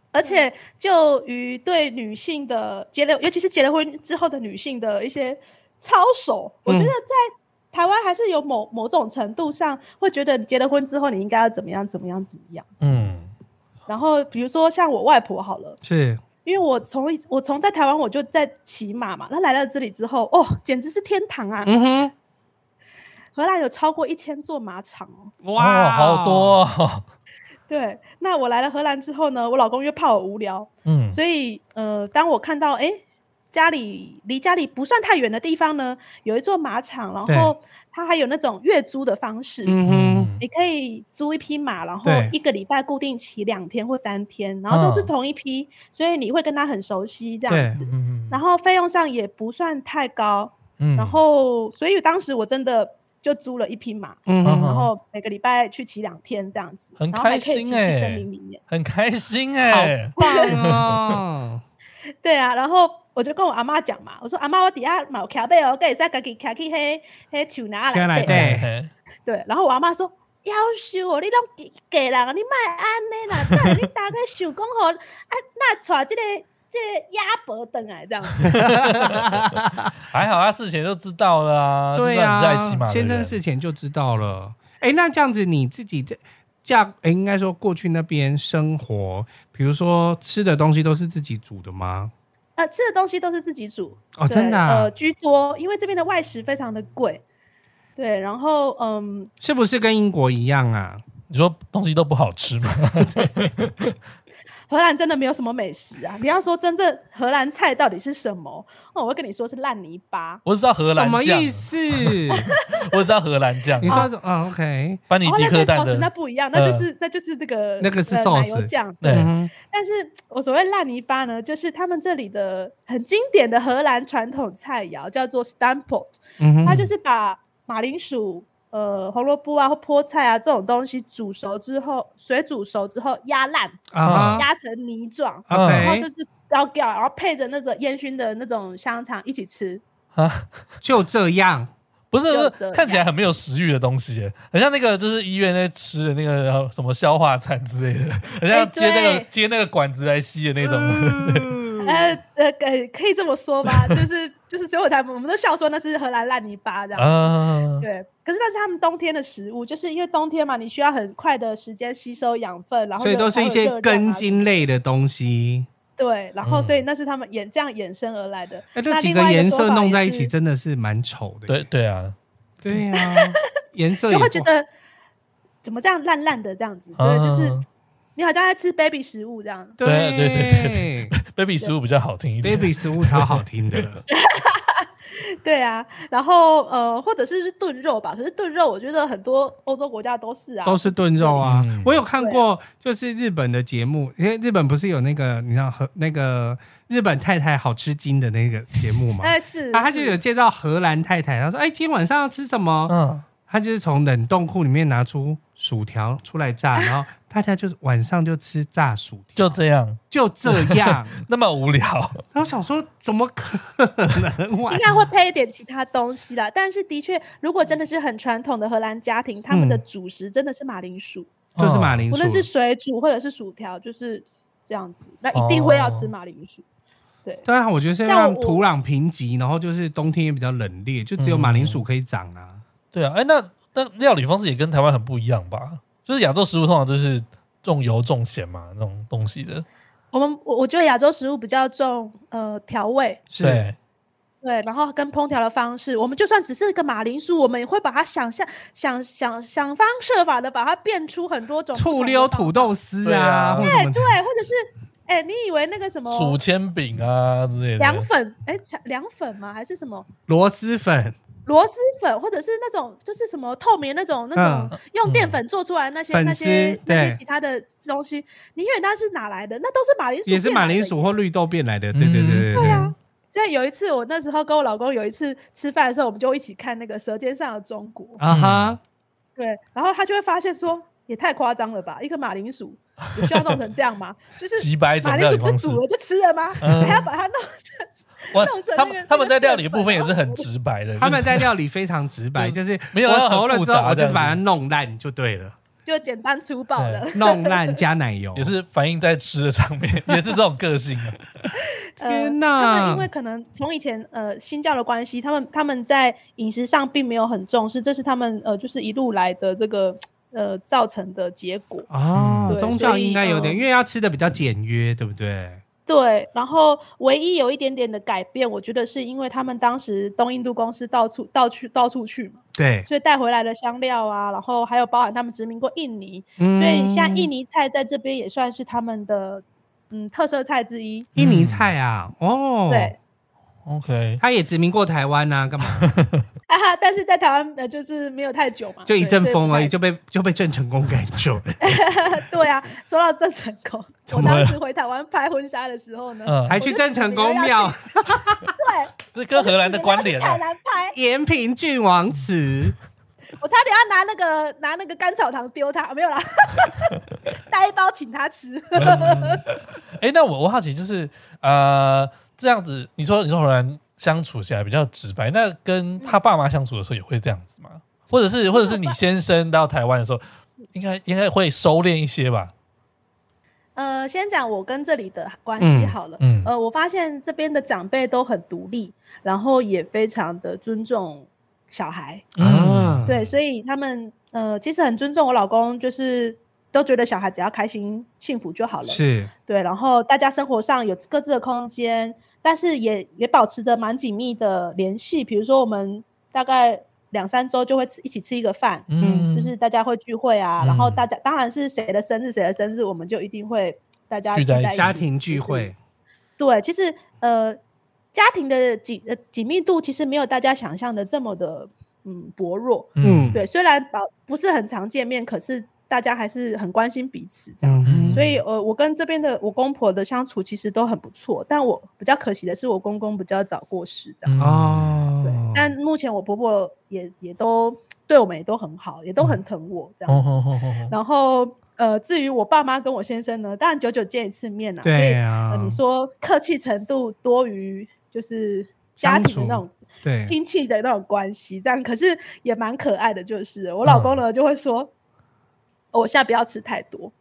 [SPEAKER 3] 而且就于对女性的结了，尤其是结了婚之后的女性的一些操守，我
[SPEAKER 1] 嗯
[SPEAKER 3] 觉得在台湾还是有某某种程度上会觉得你结了婚之后你应该要怎么样怎么样怎么样。
[SPEAKER 2] 嗯
[SPEAKER 3] 然后比如说像我外婆好了，
[SPEAKER 1] 是，
[SPEAKER 3] 因为我从以我从在台湾我就在骑马嘛，那来到这里之后，哦，简直是天堂啊！
[SPEAKER 1] 嗯
[SPEAKER 3] 荷兰有超过一千座马场哦。
[SPEAKER 1] 哼，
[SPEAKER 2] 哇，好多哦，
[SPEAKER 3] 对，那我来了荷兰之后呢，我老公又怕我无聊，
[SPEAKER 2] 嗯，
[SPEAKER 3] 所以呃，当我看到哎、诶家里离家里不算太远的地方呢，有一座马场，
[SPEAKER 1] 对
[SPEAKER 3] 然后它还有那种月租的方式，
[SPEAKER 1] 嗯哼，
[SPEAKER 3] 你可以租一匹马，然后
[SPEAKER 1] 对
[SPEAKER 3] 一个礼拜固定骑两天或三天，然后都是
[SPEAKER 2] 嗯
[SPEAKER 3] 同一批，所以你会跟他很熟悉这
[SPEAKER 1] 对
[SPEAKER 3] 样子，
[SPEAKER 2] 嗯
[SPEAKER 3] 然后费用上也不算太高，
[SPEAKER 2] 嗯
[SPEAKER 3] 然后所以当时我真的就租了一匹马。
[SPEAKER 1] 嗯
[SPEAKER 2] 嗯
[SPEAKER 1] 哼，
[SPEAKER 2] 哼
[SPEAKER 3] 然后每个礼拜去骑两天这样子，
[SPEAKER 2] 很
[SPEAKER 3] 然后还
[SPEAKER 2] 开
[SPEAKER 3] 可以
[SPEAKER 2] 心
[SPEAKER 3] 骑去
[SPEAKER 2] 欸
[SPEAKER 3] 森林里面。
[SPEAKER 2] 很开心哎，
[SPEAKER 1] 棒 哦，
[SPEAKER 3] 对啊，然后我就跟我阿妈讲嘛，我说阿妈，我底下买卡贝哦，可以再家己卡去黑黑树拿
[SPEAKER 1] 车
[SPEAKER 3] 来
[SPEAKER 1] 内
[SPEAKER 3] 底。
[SPEAKER 1] 底
[SPEAKER 2] 嘿，
[SPEAKER 3] 对，然后我阿妈说。夭寿哦！你拢嫁嫁人，你莫安尼啦！等下你大概想讲吼，啊，那带即个即个鸭脖回来这样子。
[SPEAKER 2] 还好他事前就知道了啊，
[SPEAKER 1] 对
[SPEAKER 2] 呀，
[SPEAKER 1] 呀、
[SPEAKER 2] 你在一起嘛，
[SPEAKER 1] 先生事前就知道了。哎，那这样子你自己在嫁，哎，应该说过去那边生活，比如说吃的东西都是自己煮的吗？
[SPEAKER 3] 呃，吃的东西都是自己煮
[SPEAKER 1] 哦
[SPEAKER 3] 对
[SPEAKER 1] 真的啊
[SPEAKER 3] 呃，居多，因为这边的外食非常的贵。对，然后嗯，
[SPEAKER 1] 是不是跟英国一样啊？
[SPEAKER 2] 你说东西都不好吃吗？
[SPEAKER 3] 荷兰真的没有什么美食啊！你要说真正荷兰菜到底是什么？哦，我会跟你说是烂泥巴。
[SPEAKER 2] 我只知道荷兰
[SPEAKER 1] 什么
[SPEAKER 2] 酱，
[SPEAKER 1] 意 思？
[SPEAKER 2] 我只知道荷兰酱
[SPEAKER 1] 你，说啊、o k
[SPEAKER 2] 班尼
[SPEAKER 3] 哦，
[SPEAKER 2] 迪
[SPEAKER 3] 那
[SPEAKER 2] 克
[SPEAKER 3] 跟
[SPEAKER 2] 蛋
[SPEAKER 3] 小吃
[SPEAKER 2] 的，
[SPEAKER 3] 那不一样，那就
[SPEAKER 2] 呃
[SPEAKER 3] 是、那就是那个
[SPEAKER 1] 那个是
[SPEAKER 3] 呃
[SPEAKER 1] sauce
[SPEAKER 3] 奶油酱。
[SPEAKER 2] 对
[SPEAKER 1] 嗯哼
[SPEAKER 3] 但是我所谓烂泥巴呢，就是他们这里的很经典的荷兰传统菜肴叫做 stampot，、
[SPEAKER 1] 嗯哼，
[SPEAKER 3] 它就是把马铃薯、呃红萝卜啊或菠菜啊这种东西煮熟之后，水煮熟之后压烂，
[SPEAKER 1] 啊哎
[SPEAKER 3] 压成泥状，
[SPEAKER 2] 啊
[SPEAKER 3] 然后
[SPEAKER 1] ，OK，
[SPEAKER 3] 就是高掉，然后配着那个烟熏的那种香肠一起吃。
[SPEAKER 2] 啊，
[SPEAKER 1] 就这样。
[SPEAKER 2] 不是，不
[SPEAKER 3] 就这
[SPEAKER 2] 是
[SPEAKER 3] 样
[SPEAKER 2] 看起来很没有食欲的东西耶，很像那个就是医院在吃的那个呃什么消化餐之类 的，很像接那
[SPEAKER 1] 哎
[SPEAKER 2] 个
[SPEAKER 3] 对
[SPEAKER 2] 接那个管子来吸的那种。
[SPEAKER 1] 嗯
[SPEAKER 3] 呃呃，可可以这么说吧，就是就是，所以我才我们都笑说那是荷兰烂泥巴这样。
[SPEAKER 1] 嗯
[SPEAKER 2] 啊，
[SPEAKER 3] 对，可是那是他们冬天的食物，就是因为冬天嘛，你需要很快的时间吸收养分，然 后
[SPEAKER 1] 所以
[SPEAKER 3] 热
[SPEAKER 1] 都是一
[SPEAKER 3] 还有
[SPEAKER 1] 些
[SPEAKER 3] 热量啊
[SPEAKER 1] 根茎类的东西。
[SPEAKER 3] 对，然后
[SPEAKER 2] 嗯
[SPEAKER 3] 所以那是他们衍这样衍生而来的。
[SPEAKER 1] 哎，
[SPEAKER 3] 那
[SPEAKER 1] 这几
[SPEAKER 3] 另
[SPEAKER 1] 个
[SPEAKER 3] 外一
[SPEAKER 1] 颜
[SPEAKER 3] 说
[SPEAKER 1] 色
[SPEAKER 3] 法
[SPEAKER 1] 弄
[SPEAKER 3] 也
[SPEAKER 1] 在一起
[SPEAKER 3] 是
[SPEAKER 1] 真的是蛮丑的
[SPEAKER 2] 对
[SPEAKER 1] 耶。
[SPEAKER 2] 对啊，
[SPEAKER 1] 对 呀，颜色
[SPEAKER 3] 就
[SPEAKER 1] 也
[SPEAKER 3] 会觉
[SPEAKER 1] 不
[SPEAKER 3] 得怎么这样烂烂的这样子，
[SPEAKER 2] 啊
[SPEAKER 3] 对，
[SPEAKER 1] 嗯
[SPEAKER 3] 就是 你好像在吃 baby 食物这样。
[SPEAKER 1] 对
[SPEAKER 2] 对对对对 baby 食物比较好听一点。
[SPEAKER 1] baby 食物超好听的。
[SPEAKER 3] 对啊，然后呃，或者是是炖肉吧，可是炖肉我觉得很多欧洲国家都是啊，
[SPEAKER 1] 都是炖肉啊
[SPEAKER 2] 嗯。
[SPEAKER 1] 我有看过，就是日本的节目，因为日本不是有那个你知道和那个日本太太好吃惊的那个节目吗？
[SPEAKER 3] 哎是，
[SPEAKER 1] 啊，他就是有介绍荷兰太太，他说：“哎，今天晚上要吃什么？”
[SPEAKER 2] 嗯，
[SPEAKER 1] 他就是从冷冻库里面拿出薯条出来 炸，然后大家就是晚上就吃炸薯条，
[SPEAKER 2] 就这样，
[SPEAKER 1] 就这样。
[SPEAKER 2] 那么无聊。
[SPEAKER 1] 然后想说，怎么可 能晚
[SPEAKER 3] 应？该会配一点其他东西啦。但是的确，如果真的是很传统的荷兰家庭，他们的
[SPEAKER 1] 嗯
[SPEAKER 3] 主食真的是马铃薯，
[SPEAKER 1] 就是马铃
[SPEAKER 3] 无
[SPEAKER 1] 薯
[SPEAKER 3] 论，是水煮或者是薯条，就是这样子，那一定会要吃
[SPEAKER 2] 哦
[SPEAKER 3] 马铃薯。对，
[SPEAKER 1] 当啊然，我觉得是
[SPEAKER 3] 像
[SPEAKER 1] 让
[SPEAKER 3] 我
[SPEAKER 1] 土壤贫瘠，然后就是冬天也比较冷冽，就只有马铃
[SPEAKER 2] 嗯
[SPEAKER 1] 薯可以长啊。
[SPEAKER 2] 对啊，哎，那那料理方式也跟台湾很不一样吧？就是亚洲食物通常就是重油重咸嘛，那种东西的。
[SPEAKER 3] 我们我我觉得亚洲食物比较重呃调味，
[SPEAKER 1] 是，
[SPEAKER 2] 对，
[SPEAKER 3] 对，然后跟烹调的方式，我们就算只是个马铃薯，我们也会把它想象想想想方设法的把它变出很多种不
[SPEAKER 1] 醋
[SPEAKER 3] 同的
[SPEAKER 1] 溜
[SPEAKER 3] 方
[SPEAKER 1] 土豆丝
[SPEAKER 2] 对啊
[SPEAKER 1] 啊，或
[SPEAKER 3] 法，
[SPEAKER 1] 什
[SPEAKER 3] 对
[SPEAKER 1] 么的
[SPEAKER 3] 对，或者是哎，你以为那个什么
[SPEAKER 2] 薯签饼啊之类的。
[SPEAKER 3] 凉粉哎凉粉吗？还是什么？
[SPEAKER 1] 螺蛳粉，
[SPEAKER 3] 螺蛳粉，或者是那种就是什么透明那种那种、用淀粉做出来那些、
[SPEAKER 1] 嗯粉
[SPEAKER 3] 那些
[SPEAKER 1] 丝
[SPEAKER 3] 那些
[SPEAKER 1] 对
[SPEAKER 3] 其他的东西，你以为那是哪来的？那都是马铃薯，
[SPEAKER 1] 也是马铃。薯或绿豆变来的。对对
[SPEAKER 2] 嗯
[SPEAKER 1] 对对
[SPEAKER 3] 对
[SPEAKER 1] 对，
[SPEAKER 3] 啊，所以有一次我那时候跟我老公有一次吃饭的时候，我们就一起看那个《舌尖上的中国》，
[SPEAKER 1] 啊哈，
[SPEAKER 3] 对，然后他就会发现说，也太夸张了吧，一个马铃薯有需要弄成这样吗？就 是
[SPEAKER 2] 几百种
[SPEAKER 3] 马铃
[SPEAKER 2] 料
[SPEAKER 3] 薯
[SPEAKER 2] 理
[SPEAKER 3] 不
[SPEAKER 2] 方式
[SPEAKER 3] 煮。了就吃了吗？
[SPEAKER 2] 嗯
[SPEAKER 3] 还要把它弄成？
[SPEAKER 2] 哇
[SPEAKER 3] 弄成，
[SPEAKER 2] 他
[SPEAKER 3] 那
[SPEAKER 2] 们
[SPEAKER 3] 个
[SPEAKER 2] 他们在
[SPEAKER 3] 那个
[SPEAKER 2] 料理的部分也是
[SPEAKER 3] 粉
[SPEAKER 2] 很直白的，
[SPEAKER 1] 他们
[SPEAKER 2] 就是
[SPEAKER 1] 在料理非常直 白，
[SPEAKER 2] 就
[SPEAKER 1] 就是
[SPEAKER 2] 嗯没有
[SPEAKER 1] 我
[SPEAKER 2] 要很
[SPEAKER 1] 熟了
[SPEAKER 2] 复
[SPEAKER 1] 之
[SPEAKER 2] 杂
[SPEAKER 1] 后，我
[SPEAKER 2] 这
[SPEAKER 1] 就是
[SPEAKER 2] 样
[SPEAKER 1] 把它
[SPEAKER 2] 子
[SPEAKER 1] 弄烂就对了，
[SPEAKER 3] 就简单粗暴
[SPEAKER 2] 对
[SPEAKER 3] 的。
[SPEAKER 1] 弄烂加奶油
[SPEAKER 2] 也。是反映在吃的上面， 也是这种个性 啊。
[SPEAKER 1] 天，
[SPEAKER 3] 呃他们
[SPEAKER 1] 呐
[SPEAKER 3] 因为可能从以前呃新教的关系，他们他们在饮食上并没有很重视，这是他们呃就是一路来的这个呃造成的结果。
[SPEAKER 2] 嗯
[SPEAKER 1] 哦，
[SPEAKER 3] 对
[SPEAKER 1] 宗教
[SPEAKER 3] 所以
[SPEAKER 1] 应该有点，
[SPEAKER 3] 嗯
[SPEAKER 1] 因为要吃的比较简约，对不对？
[SPEAKER 3] 对，然后唯一有一点点的改变，我觉得是因为他们当时东印度公司到处到处到处去嘛，
[SPEAKER 1] 对，
[SPEAKER 3] 所以带回来的香料啊，然后还有包含他们殖民过印尼，
[SPEAKER 1] 所
[SPEAKER 3] 所以像印尼菜在这边也算是他们的嗯特色菜之一。
[SPEAKER 1] 印尼菜啊，哦，
[SPEAKER 3] 对，
[SPEAKER 2] OK，
[SPEAKER 1] 他也殖民过台湾呐，干嘛？
[SPEAKER 3] 啊哈，但是在台湾呃，就是没有太久嘛，
[SPEAKER 1] 就一
[SPEAKER 3] 对
[SPEAKER 1] 阵
[SPEAKER 3] 所不
[SPEAKER 1] 风而已，
[SPEAKER 3] 太
[SPEAKER 1] 就被就被郑成功赶走了，
[SPEAKER 3] 对啊。说到郑成功，
[SPEAKER 2] 怎
[SPEAKER 3] 我
[SPEAKER 2] 么了
[SPEAKER 3] 当时回台湾拍婚纱的时候呢，
[SPEAKER 2] 嗯，
[SPEAKER 1] 还去郑成功
[SPEAKER 3] 哦我
[SPEAKER 1] 庙
[SPEAKER 3] 就对，
[SPEAKER 2] 这跟荷兰的关联
[SPEAKER 3] 我就指着
[SPEAKER 2] 啊。
[SPEAKER 3] 要去台南拍，
[SPEAKER 1] 延平郡王祠，
[SPEAKER 3] 我差点要拿那个拿那个甘草糖丢他，啊 没有啦，带一包请他吃。
[SPEAKER 2] 嗯哎，那我我好奇就是呃，这样子，你说你说荷兰相处起来比较直白，那
[SPEAKER 3] 嗯
[SPEAKER 2] 跟他爸妈相处的时候也会这样子吗？或者是或者是你先生到台湾的时候，应该应该会收敛一些吧？
[SPEAKER 3] 呃，先讲我跟这里的关系
[SPEAKER 1] 嗯
[SPEAKER 3] 好了。
[SPEAKER 2] 嗯
[SPEAKER 3] 呃，我发现这边的长辈都很独立，然后也非常的尊重小孩。
[SPEAKER 1] 啊
[SPEAKER 2] 嗯，
[SPEAKER 3] 对，所以他们呃，其实很尊重我老公，就是都觉得小孩只要开心幸福就好了。
[SPEAKER 1] 是
[SPEAKER 3] 对，然后大家生活上有各自的空间，但是也也保持着蛮紧密的联系。比如说，我们大概两三周就会吃一起吃一个饭，
[SPEAKER 1] 嗯
[SPEAKER 3] 就是大家会聚会啊，然后
[SPEAKER 2] 嗯
[SPEAKER 3] 大家当然是谁的生日谁的生日，我们就一定会大家
[SPEAKER 2] 聚在一
[SPEAKER 3] 一
[SPEAKER 2] 起
[SPEAKER 3] 起
[SPEAKER 1] 家庭聚
[SPEAKER 3] 就是
[SPEAKER 1] 会，
[SPEAKER 3] 对，其实呃，家庭的紧呃紧密度其实没有大家想象的这么的嗯薄弱。
[SPEAKER 1] 嗯，
[SPEAKER 3] 对，虽然保不是很常见面，可是大家还是很关心彼此这样。
[SPEAKER 1] 嗯
[SPEAKER 3] 所以呃，我跟这边的我公婆的相处其
[SPEAKER 2] 嗯
[SPEAKER 3] 实都很不错，但我比较可惜的是我公公比较早过世这样。
[SPEAKER 1] 嗯哦，
[SPEAKER 3] 但目啊目前我婆婆也也都对我们也都很好，也都
[SPEAKER 1] 嗯
[SPEAKER 3] 很疼我这样。
[SPEAKER 2] 哦吼吼吼吼
[SPEAKER 3] 然后呃，至于我爸妈跟我先生呢，当然久久见一次面啦，所以
[SPEAKER 1] 对、啊，
[SPEAKER 3] 呃、你说客气程度多于就是家
[SPEAKER 1] 相
[SPEAKER 3] 庭的
[SPEAKER 1] 处
[SPEAKER 3] 那种
[SPEAKER 1] 对，
[SPEAKER 3] 亲戚的那种关系，这样可是也蛮可爱的。就是
[SPEAKER 1] 嗯
[SPEAKER 3] 我老公呢、就会说，哦我现在不要吃太多，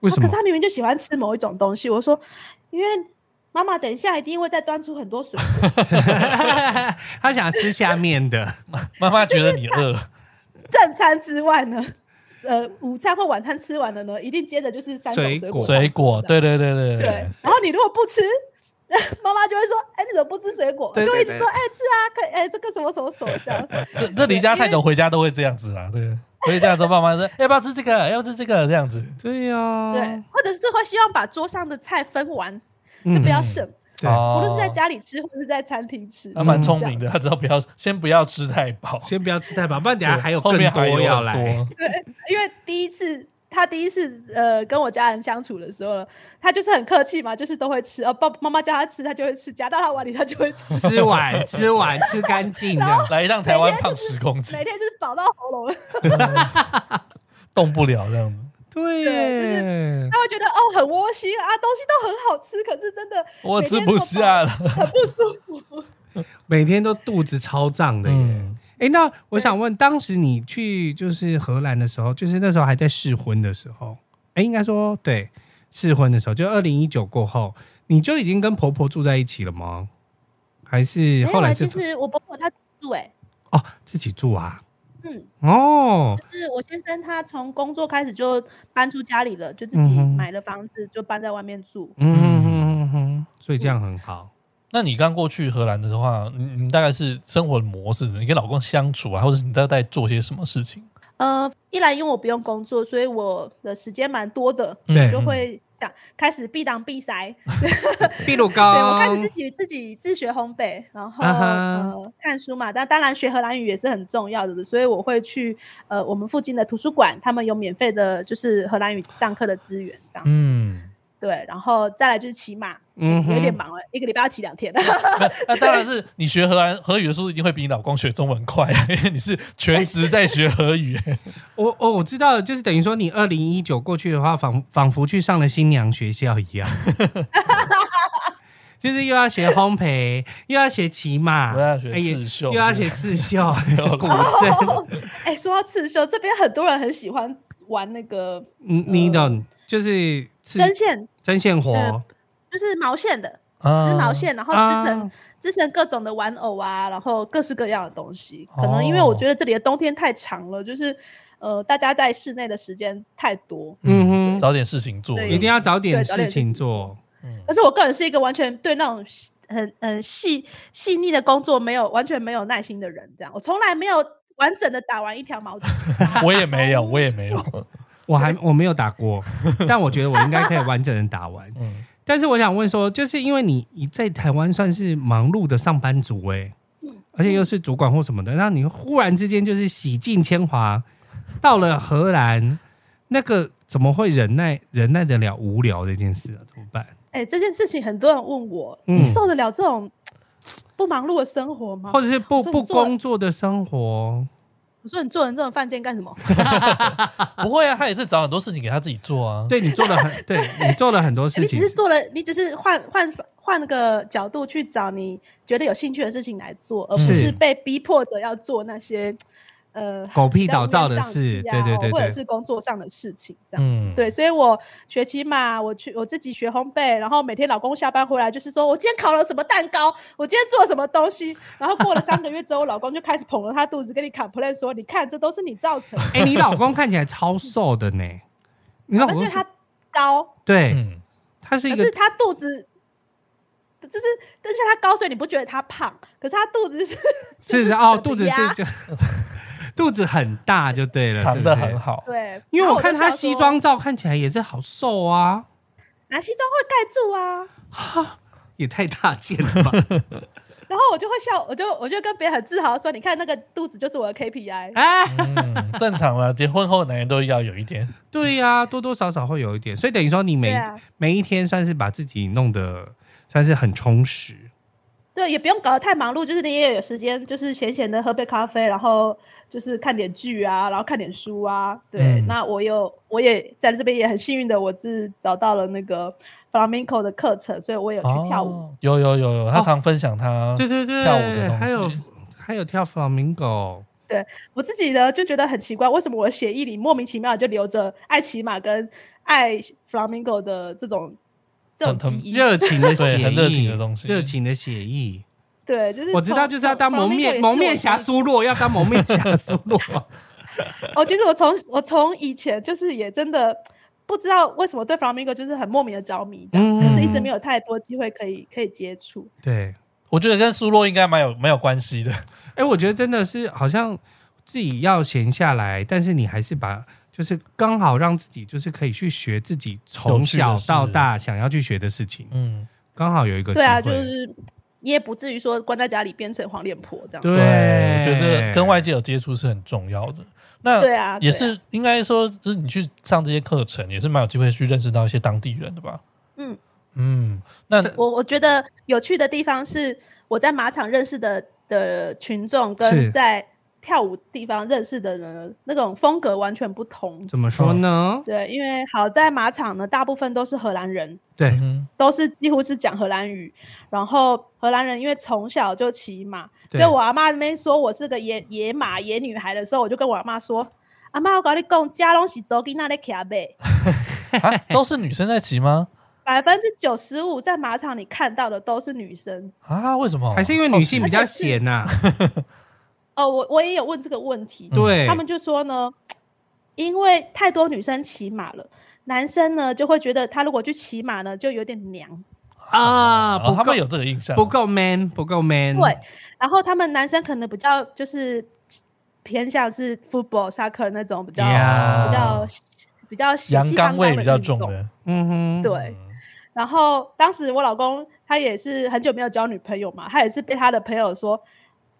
[SPEAKER 1] 为什
[SPEAKER 3] 哦可
[SPEAKER 1] 么
[SPEAKER 3] 是？他明明就喜欢吃某一种东西，我说因为妈妈等一下一定会再端出很多水果，
[SPEAKER 1] 他想吃下面的，
[SPEAKER 2] 妈妈觉得你饿了，
[SPEAKER 3] 正餐之外呢。呃，午餐或晚餐吃完了呢，一定接着就是三种
[SPEAKER 1] 水
[SPEAKER 3] 水
[SPEAKER 1] 果
[SPEAKER 3] 果。
[SPEAKER 2] 水果，对对对对
[SPEAKER 3] 对，然后你如果不吃， 妈妈就会说：“哎、你怎么不吃水果？”
[SPEAKER 1] 对
[SPEAKER 3] 就
[SPEAKER 1] 对
[SPEAKER 3] 会一直说：“哎、吃啊，可以哎、这个什么什么 什么这样。
[SPEAKER 2] 这这离家太久，回家都会这样子啊，对，回家之后爸妈说要不要吃这个，要不要吃这个这样子，
[SPEAKER 1] 对啊呀、”
[SPEAKER 3] 对，啊或者是会希望把桌上的菜分完，
[SPEAKER 1] 嗯，
[SPEAKER 3] 就不要
[SPEAKER 2] 嗯
[SPEAKER 3] 剩，
[SPEAKER 1] 对嗯
[SPEAKER 2] 哦嗯
[SPEAKER 3] 无论是在，家里吃或是在餐厅吃。
[SPEAKER 2] 他蛮聪明的，他知道不要先不要吃太饱，
[SPEAKER 1] 先不要吃太饱，不然等下
[SPEAKER 2] 对
[SPEAKER 1] 还有
[SPEAKER 2] 后
[SPEAKER 1] 更
[SPEAKER 2] 面还有
[SPEAKER 1] 多要
[SPEAKER 2] 很
[SPEAKER 1] 来。，
[SPEAKER 2] 多
[SPEAKER 3] 因为第一次他第一次呃跟我家人相处的时候呢，他就是很客气嘛，就是都会吃，呃爸妈妈叫他吃，他就会吃，夹到他碗里他就会吃
[SPEAKER 1] 吃完吃完吃干净 的，
[SPEAKER 2] 来一趟台湾胖十公斤
[SPEAKER 3] 每，天就是饱到喉咙了，
[SPEAKER 2] 动不了这样子。
[SPEAKER 1] 对
[SPEAKER 3] 对
[SPEAKER 1] 耶，
[SPEAKER 3] 他会觉得哦很窝心啊，东西都很好吃，可是真的
[SPEAKER 2] 我
[SPEAKER 3] 每
[SPEAKER 2] 吃
[SPEAKER 3] 天
[SPEAKER 2] 不
[SPEAKER 3] 都
[SPEAKER 2] 下
[SPEAKER 3] 饱
[SPEAKER 2] 了，
[SPEAKER 3] 很不舒服。
[SPEAKER 1] 每天都肚子超胀的耶。
[SPEAKER 2] 嗯
[SPEAKER 1] 哎、那我想问，当时你去就是荷兰的时候，就是那时候还在试婚的时候，哎、应该说对试婚的时候，就二零一九过后，你就已经跟婆婆住在一起了吗？还是
[SPEAKER 3] 没有
[SPEAKER 1] 后
[SPEAKER 3] 啊，
[SPEAKER 1] 来是、
[SPEAKER 3] 其实我婆婆她住哎、
[SPEAKER 1] 哦自己住啊？
[SPEAKER 3] 嗯，
[SPEAKER 1] 哦，
[SPEAKER 3] 就是我先生他从工作开始就搬出家里了，就自己
[SPEAKER 1] 嗯哼
[SPEAKER 3] 买了房子，就搬在外面住。
[SPEAKER 1] 嗯哼哼哼哼，所以这样很好。
[SPEAKER 2] 那你刚过去荷兰的话，你你大概是生活的模式，你跟老公相处啊，或者是你大概做些什么事情？
[SPEAKER 3] 呃，一来因为我不用工作，所以我的时间蛮多的，
[SPEAKER 1] 对
[SPEAKER 3] 我就会想开始避当避塞。
[SPEAKER 1] 秘鲁
[SPEAKER 3] 对我开始
[SPEAKER 1] 高
[SPEAKER 3] 自，己自己自学烘焙，然后、
[SPEAKER 1] 哦啊哈
[SPEAKER 3] 呃看书嘛，但当然学荷兰语也是很重要的，所以我会去呃我们附近的图书馆，他们有免费的就是荷兰语上课的资源这样。
[SPEAKER 2] 嗯，
[SPEAKER 3] 对，然后再来就是骑马，
[SPEAKER 1] 嗯
[SPEAKER 3] 有点
[SPEAKER 1] 哼，
[SPEAKER 3] 忙了，一个礼拜要骑两天。
[SPEAKER 2] 那那当然是你学荷兰荷语的速度一定会比你老公学中文快、 啊，因为你是全职在学荷 语、
[SPEAKER 1] 我哦，我知道了，就是等于说你二零一九过去的话，仿仿佛去上了新娘学校一样， 就是又要学烘焙，又要学骑马，
[SPEAKER 2] 又要学
[SPEAKER 1] 哎也
[SPEAKER 2] 刺绣
[SPEAKER 1] 又要学刺绣、 古筝，
[SPEAKER 3] 哎、说到刺绣，这边很多人很喜欢玩那个
[SPEAKER 1] 嗯你懂，就是刺
[SPEAKER 3] 针线，
[SPEAKER 1] 针线活
[SPEAKER 3] 呃，就是毛线的，
[SPEAKER 2] 啊
[SPEAKER 3] 织毛线，然后织成、
[SPEAKER 1] 啊
[SPEAKER 3] 织成各种的玩偶啊，然后各式各样的东西。可能因为我
[SPEAKER 2] 哦
[SPEAKER 3] 觉得这里的冬天太长了，就是呃，大家在室内的时间太多。
[SPEAKER 1] 嗯哼，
[SPEAKER 2] 找点事情做，
[SPEAKER 3] 对
[SPEAKER 1] 一定要找
[SPEAKER 3] 对
[SPEAKER 1] 点
[SPEAKER 3] 找点
[SPEAKER 1] 事
[SPEAKER 3] 事
[SPEAKER 1] 情
[SPEAKER 3] 情
[SPEAKER 1] 做，
[SPEAKER 2] 嗯
[SPEAKER 3] 可是我个人是一个完全对那种细很很细细腻的工作没有完全没有耐心的人，这样我从来没有完整的打完一条毛 巾。
[SPEAKER 2] 我也没有，我也没有，
[SPEAKER 1] 我还我没有打过，但我觉得我应该可以完整的打完。
[SPEAKER 2] 嗯，
[SPEAKER 1] 但是我想问说，就是因为你你在台湾算是忙碌的上班族哎、
[SPEAKER 3] 嗯
[SPEAKER 1] 而且又是主管或什么的，那你忽然之间就是洗尽铅华，到了荷兰，那个怎么会忍耐忍耐得了无聊这件事啊？怎么办？
[SPEAKER 3] 哎、这件事情很多人问我，
[SPEAKER 1] 嗯
[SPEAKER 3] 你受得了这种不忙碌的生活吗？
[SPEAKER 1] 或者是不
[SPEAKER 3] 哦所以
[SPEAKER 1] 不
[SPEAKER 3] 做
[SPEAKER 1] 工作的生活？
[SPEAKER 3] 我说你做人这种犯贱干什么？
[SPEAKER 2] 不会啊，他也是找很多事情给他自己做啊，
[SPEAKER 1] 对你做了 很对你做了很多事
[SPEAKER 3] 你只
[SPEAKER 1] 情
[SPEAKER 3] 是，做了，你只是换换换个角度去找你觉得有兴趣的事情来做，而不
[SPEAKER 1] 是
[SPEAKER 3] 是被逼迫着要做那些呃
[SPEAKER 1] 狗屁
[SPEAKER 3] 比
[SPEAKER 1] 倒
[SPEAKER 3] 较
[SPEAKER 1] 灶的
[SPEAKER 3] 面上
[SPEAKER 1] 事
[SPEAKER 3] 机啊
[SPEAKER 1] 对对对
[SPEAKER 3] 或者
[SPEAKER 1] 对
[SPEAKER 3] 是工作上的事情这样。
[SPEAKER 2] 嗯，
[SPEAKER 3] 对，所以我学骑马，我去我自己学烘焙，然后每天老公下班回来就是说我今天烤了什么蛋糕，我今天做了什么东西，然后过了三个月之后，我老公就开始捧着他肚子跟你 complain 说，你看这都是你造成 的，
[SPEAKER 1] 哎、你老公看起来超瘦的呢，你老
[SPEAKER 3] 哦但
[SPEAKER 1] 公
[SPEAKER 3] 是
[SPEAKER 1] 是
[SPEAKER 3] 他高，
[SPEAKER 1] 对
[SPEAKER 2] 嗯，
[SPEAKER 1] 他是一
[SPEAKER 3] 可
[SPEAKER 1] 个
[SPEAKER 3] 是他肚子就是，但是他高，所以你不觉得他胖，可是他肚子是，
[SPEAKER 1] 是哦
[SPEAKER 3] 怎么
[SPEAKER 1] 肚子是
[SPEAKER 3] 压
[SPEAKER 1] 就 肚子很大就对了，
[SPEAKER 2] 藏的
[SPEAKER 1] 是不是
[SPEAKER 2] 很好，
[SPEAKER 3] 对，
[SPEAKER 1] 因为
[SPEAKER 3] 然后
[SPEAKER 1] 我看
[SPEAKER 3] 就
[SPEAKER 1] 他
[SPEAKER 3] 想
[SPEAKER 1] 西
[SPEAKER 3] 说
[SPEAKER 1] 装，照看起来也是好瘦啊，
[SPEAKER 3] 拿西装会盖住啊，
[SPEAKER 1] 也太大件了 吧？
[SPEAKER 3] 然后我就会笑，我就我就跟别人很自豪地说，你看那个肚子就是我的 KPI，
[SPEAKER 1] 哎，
[SPEAKER 2] 嗯，正常了，结婚后男人都要有一点，
[SPEAKER 1] 对呀、多多少少会有一点，所以等于说你每、
[SPEAKER 3] 对啊
[SPEAKER 1] 每一天算是把自己弄得算是很充实，
[SPEAKER 3] 对，也不用搞得太忙碌，就是你也有时间，就是闲闲的喝杯咖啡，然后就是看点剧啊，然后看点书啊。对，
[SPEAKER 2] 嗯
[SPEAKER 3] 那我有，我也在这边也很幸运的，我是找到了那个 flamenco 的课程，所以我有去跳舞。
[SPEAKER 2] 哦有有有有，他常分享他
[SPEAKER 1] 对对对，
[SPEAKER 2] 跳舞的东西
[SPEAKER 1] 还有还有跳 flamingo，
[SPEAKER 3] 我自己呢就觉得很奇怪，为什么我的协议里莫名其妙就留着爱骑马跟爱 flamenco 的这种这种
[SPEAKER 2] 很
[SPEAKER 3] 记忆？
[SPEAKER 1] 热情的写
[SPEAKER 2] 对
[SPEAKER 1] 意，
[SPEAKER 2] 很热情的东西
[SPEAKER 1] 热情的写意。
[SPEAKER 3] 对，就是
[SPEAKER 1] 我知道，就是要当蒙面蒙
[SPEAKER 3] 蒙
[SPEAKER 1] 面侠苏洛，要当蒙面侠苏洛。
[SPEAKER 3] 哦，其实我从我从以前就是也真的不知道为什么对 flamingo 就是很莫名的着迷 这样子，可是一
[SPEAKER 1] 嗯
[SPEAKER 3] 直没有太多机会可以可以接触。
[SPEAKER 1] 对，
[SPEAKER 2] 我觉得跟苏洛应该蛮有蛮有关系的。
[SPEAKER 1] 哎、我觉得真的是好像自己要闲下来，但是你还是把就是刚好让自己就是可以去学自己从小到大想要去学的事情，
[SPEAKER 2] 嗯，
[SPEAKER 1] 刚好有一个机
[SPEAKER 3] 对
[SPEAKER 1] 会。
[SPEAKER 3] 啊，就是你也不至于说关在家里变成黄脸婆这样。
[SPEAKER 1] 对，
[SPEAKER 2] 我觉得这个跟外界有接触是很重要的。那
[SPEAKER 3] 对啊，
[SPEAKER 2] 也
[SPEAKER 3] 对啊
[SPEAKER 2] 是应该说，就是你去上这些课程，也是蛮有机会去认识到一些当地人的吧。
[SPEAKER 3] 嗯
[SPEAKER 2] 嗯，那
[SPEAKER 3] 我我觉得有趣的地方是我在马场认识的的群众
[SPEAKER 1] 是
[SPEAKER 3] 跟在跳舞地方认识的人那种风格完全不同。
[SPEAKER 1] 怎么说呢？
[SPEAKER 3] 对，因为好在马场呢，大部分都是荷兰人，
[SPEAKER 1] 对，
[SPEAKER 2] 嗯
[SPEAKER 3] 都是几乎是讲荷兰语，然后荷兰人因为从小就骑马，
[SPEAKER 1] 对
[SPEAKER 3] 所以我阿妈那边说我是个野野马野女孩的时候，我就跟我阿妈说：“阿妈，我跟你讲，家拢是走给那里骑呗，
[SPEAKER 2] 啊，都是女生在骑吗？
[SPEAKER 3] 百分之九十五在马场你看到的都是女生。
[SPEAKER 2] 啊，为什么？
[SPEAKER 1] 还是因为女性比较闲呐、”
[SPEAKER 3] 哦，我我也有问这个问题，
[SPEAKER 2] 嗯
[SPEAKER 1] 对，
[SPEAKER 3] 他们就说呢，因为太多女生骑马了，男生呢就会觉得他如果去骑马呢就有点娘，
[SPEAKER 1] 啊，
[SPEAKER 2] 哦
[SPEAKER 1] 不
[SPEAKER 2] 他
[SPEAKER 1] 够
[SPEAKER 2] 们有这个印象，
[SPEAKER 1] 不够 man，不够 man。
[SPEAKER 3] 对，然后他们男生可能比较就是偏向是 football、soccer 那种比较
[SPEAKER 1] Yeah
[SPEAKER 3] 比较比较喜
[SPEAKER 2] 阳
[SPEAKER 3] 气
[SPEAKER 2] 刚
[SPEAKER 3] 昂
[SPEAKER 2] 味
[SPEAKER 3] 的
[SPEAKER 2] 比较
[SPEAKER 3] 运
[SPEAKER 2] 重
[SPEAKER 3] 动。
[SPEAKER 2] 的。
[SPEAKER 1] 嗯哼，
[SPEAKER 3] 对，然后当时我老公他也是很久没有交女朋友嘛，他也是被他的朋友说，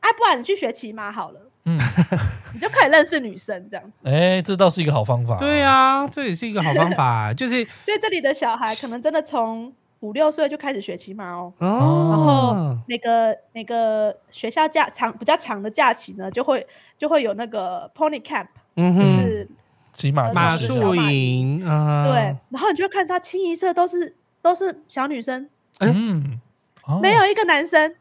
[SPEAKER 3] 哎、不然你去学骑马好了，
[SPEAKER 2] 嗯，
[SPEAKER 3] 你就可以认识女生这样子。
[SPEAKER 2] 哎，这倒是一个好方法。
[SPEAKER 1] 对，啊，这也是一个好方法，就是
[SPEAKER 3] 所以这里的小孩可能真的从五六岁就开始学骑马哦。然后
[SPEAKER 1] 哦，
[SPEAKER 3] 每个每个学校假长比较长的假期呢，就会就会有那个 pony camp，
[SPEAKER 1] 嗯
[SPEAKER 3] 就
[SPEAKER 1] 哼，
[SPEAKER 3] 是、
[SPEAKER 2] 骑马的
[SPEAKER 1] 马
[SPEAKER 2] 时
[SPEAKER 3] 术
[SPEAKER 1] 术
[SPEAKER 2] 候
[SPEAKER 1] 营啊，
[SPEAKER 3] 对，然后你就会看到清一色都是都是小女生，
[SPEAKER 1] 哎
[SPEAKER 2] 嗯，哦
[SPEAKER 3] 没有一个男生。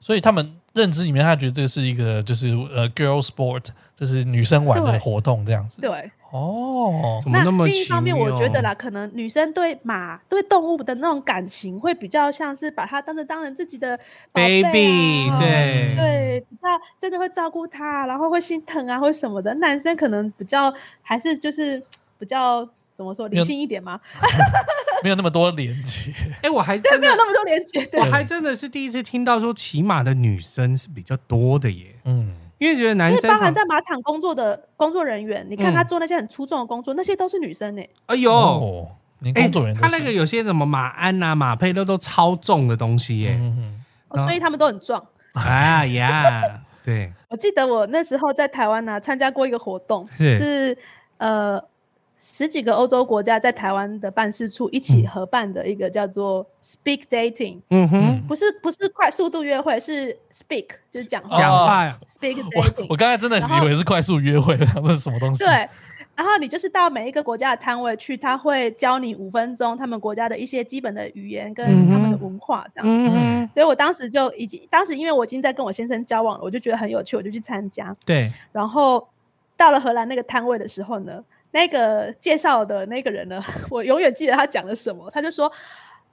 [SPEAKER 2] 所以他们认知里面，他觉得这个是一个就是呃 girl sport，就是女生玩的
[SPEAKER 3] 对
[SPEAKER 2] 活动这样子。
[SPEAKER 3] 对，
[SPEAKER 2] 哦，
[SPEAKER 1] 怎么那么
[SPEAKER 3] 另一方面，
[SPEAKER 1] 奇
[SPEAKER 3] 我觉
[SPEAKER 1] 妙
[SPEAKER 3] 得啦，可能女生对马对动物的那种感情会比较像是把它当成当成自己的宝贝啊嗯
[SPEAKER 1] ，baby，对，
[SPEAKER 3] 对，比较真的会照顾它，然后会心疼啊，或什么的。男生可能比较还是就是比较怎么说
[SPEAKER 2] 因
[SPEAKER 3] 理
[SPEAKER 2] 为
[SPEAKER 3] 性一点 嘛，
[SPEAKER 2] 没有那么多连接。
[SPEAKER 1] 哎，我还真
[SPEAKER 3] 没有
[SPEAKER 1] 的，
[SPEAKER 3] 那么多连接。对
[SPEAKER 1] 我，还真的是第一次听到说骑马的女生是比较多的耶，
[SPEAKER 2] 嗯，
[SPEAKER 1] 因为觉得男
[SPEAKER 3] 因为
[SPEAKER 1] 生
[SPEAKER 3] 包含
[SPEAKER 1] 好
[SPEAKER 3] 在马场工作的工作人员，你看他
[SPEAKER 1] 嗯
[SPEAKER 3] 做那些很出众的工作，那些都是女生呢、
[SPEAKER 1] 哎呦，
[SPEAKER 2] 哦，连
[SPEAKER 1] 哎，
[SPEAKER 2] 工作人员
[SPEAKER 1] 他
[SPEAKER 2] 都
[SPEAKER 1] 那个
[SPEAKER 2] 是。嗯
[SPEAKER 1] 有些什么马鞍呐、马配都都超重的东西耶，
[SPEAKER 2] 嗯嗯
[SPEAKER 3] 哦
[SPEAKER 1] 然后
[SPEAKER 3] 所以他们都很壮。
[SPEAKER 1] 哎呀，对，
[SPEAKER 3] 我记得我那时候在台湾呢、啊参加过一个活动，
[SPEAKER 1] 是
[SPEAKER 3] 呃十几个欧洲国家在台湾的办事处一起合办的一个叫做 Speak Dating，、
[SPEAKER 1] 嗯
[SPEAKER 2] 嗯
[SPEAKER 1] 哼，
[SPEAKER 3] 不是不是快速度约会，是 Speak 就是讲话
[SPEAKER 1] 讲话呀
[SPEAKER 3] Speak
[SPEAKER 2] 我
[SPEAKER 3] Dating，
[SPEAKER 2] 我刚才真的是以为是快速约会，我想这是什么东西？
[SPEAKER 3] 对，。然后你就是到每一个国家的摊位去，他会教你五分钟他们国家的一些基本的语言跟他们的
[SPEAKER 1] 嗯哼
[SPEAKER 3] 文化这样。
[SPEAKER 1] 嗯哼，
[SPEAKER 3] 所以我当时就已经，当时因为我已经在跟我先生交往了，我就觉得很有趣，我就去参加。
[SPEAKER 1] 对，
[SPEAKER 3] 然后到了荷兰那个摊位的时候呢，那个介绍的那个人呢， 我永远记得他讲了什么。他就说，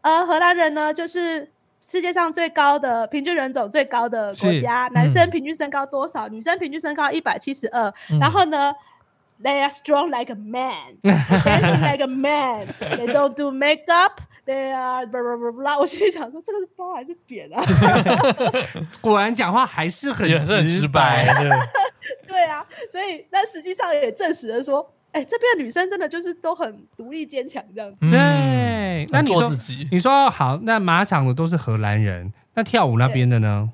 [SPEAKER 3] 呃，荷兰人呢，就是世界上最高的平均人种最高的国
[SPEAKER 1] 是
[SPEAKER 3] 家，男生
[SPEAKER 2] 嗯
[SPEAKER 3] 平均身高多少？女生平均身高一百七十二。
[SPEAKER 2] 嗯
[SPEAKER 3] 然后呢？They are strong like a man, dancing like a man. They don't do makeup. They are blah blah blah blah。我心里想说，这个是包还是扁啊？
[SPEAKER 1] 果然讲话还是很
[SPEAKER 2] 也是很直白，
[SPEAKER 1] 白，
[SPEAKER 2] 对
[SPEAKER 3] 对啊，所以那实际上也证实了说，哎、这边的女生真的就是都很独立坚强这样子。
[SPEAKER 2] 嗯
[SPEAKER 1] 对，那
[SPEAKER 2] 很
[SPEAKER 1] 你
[SPEAKER 2] 做
[SPEAKER 1] 说
[SPEAKER 2] 自己，
[SPEAKER 1] 你说好，那马场的都是荷兰人，那跳舞那边的呢？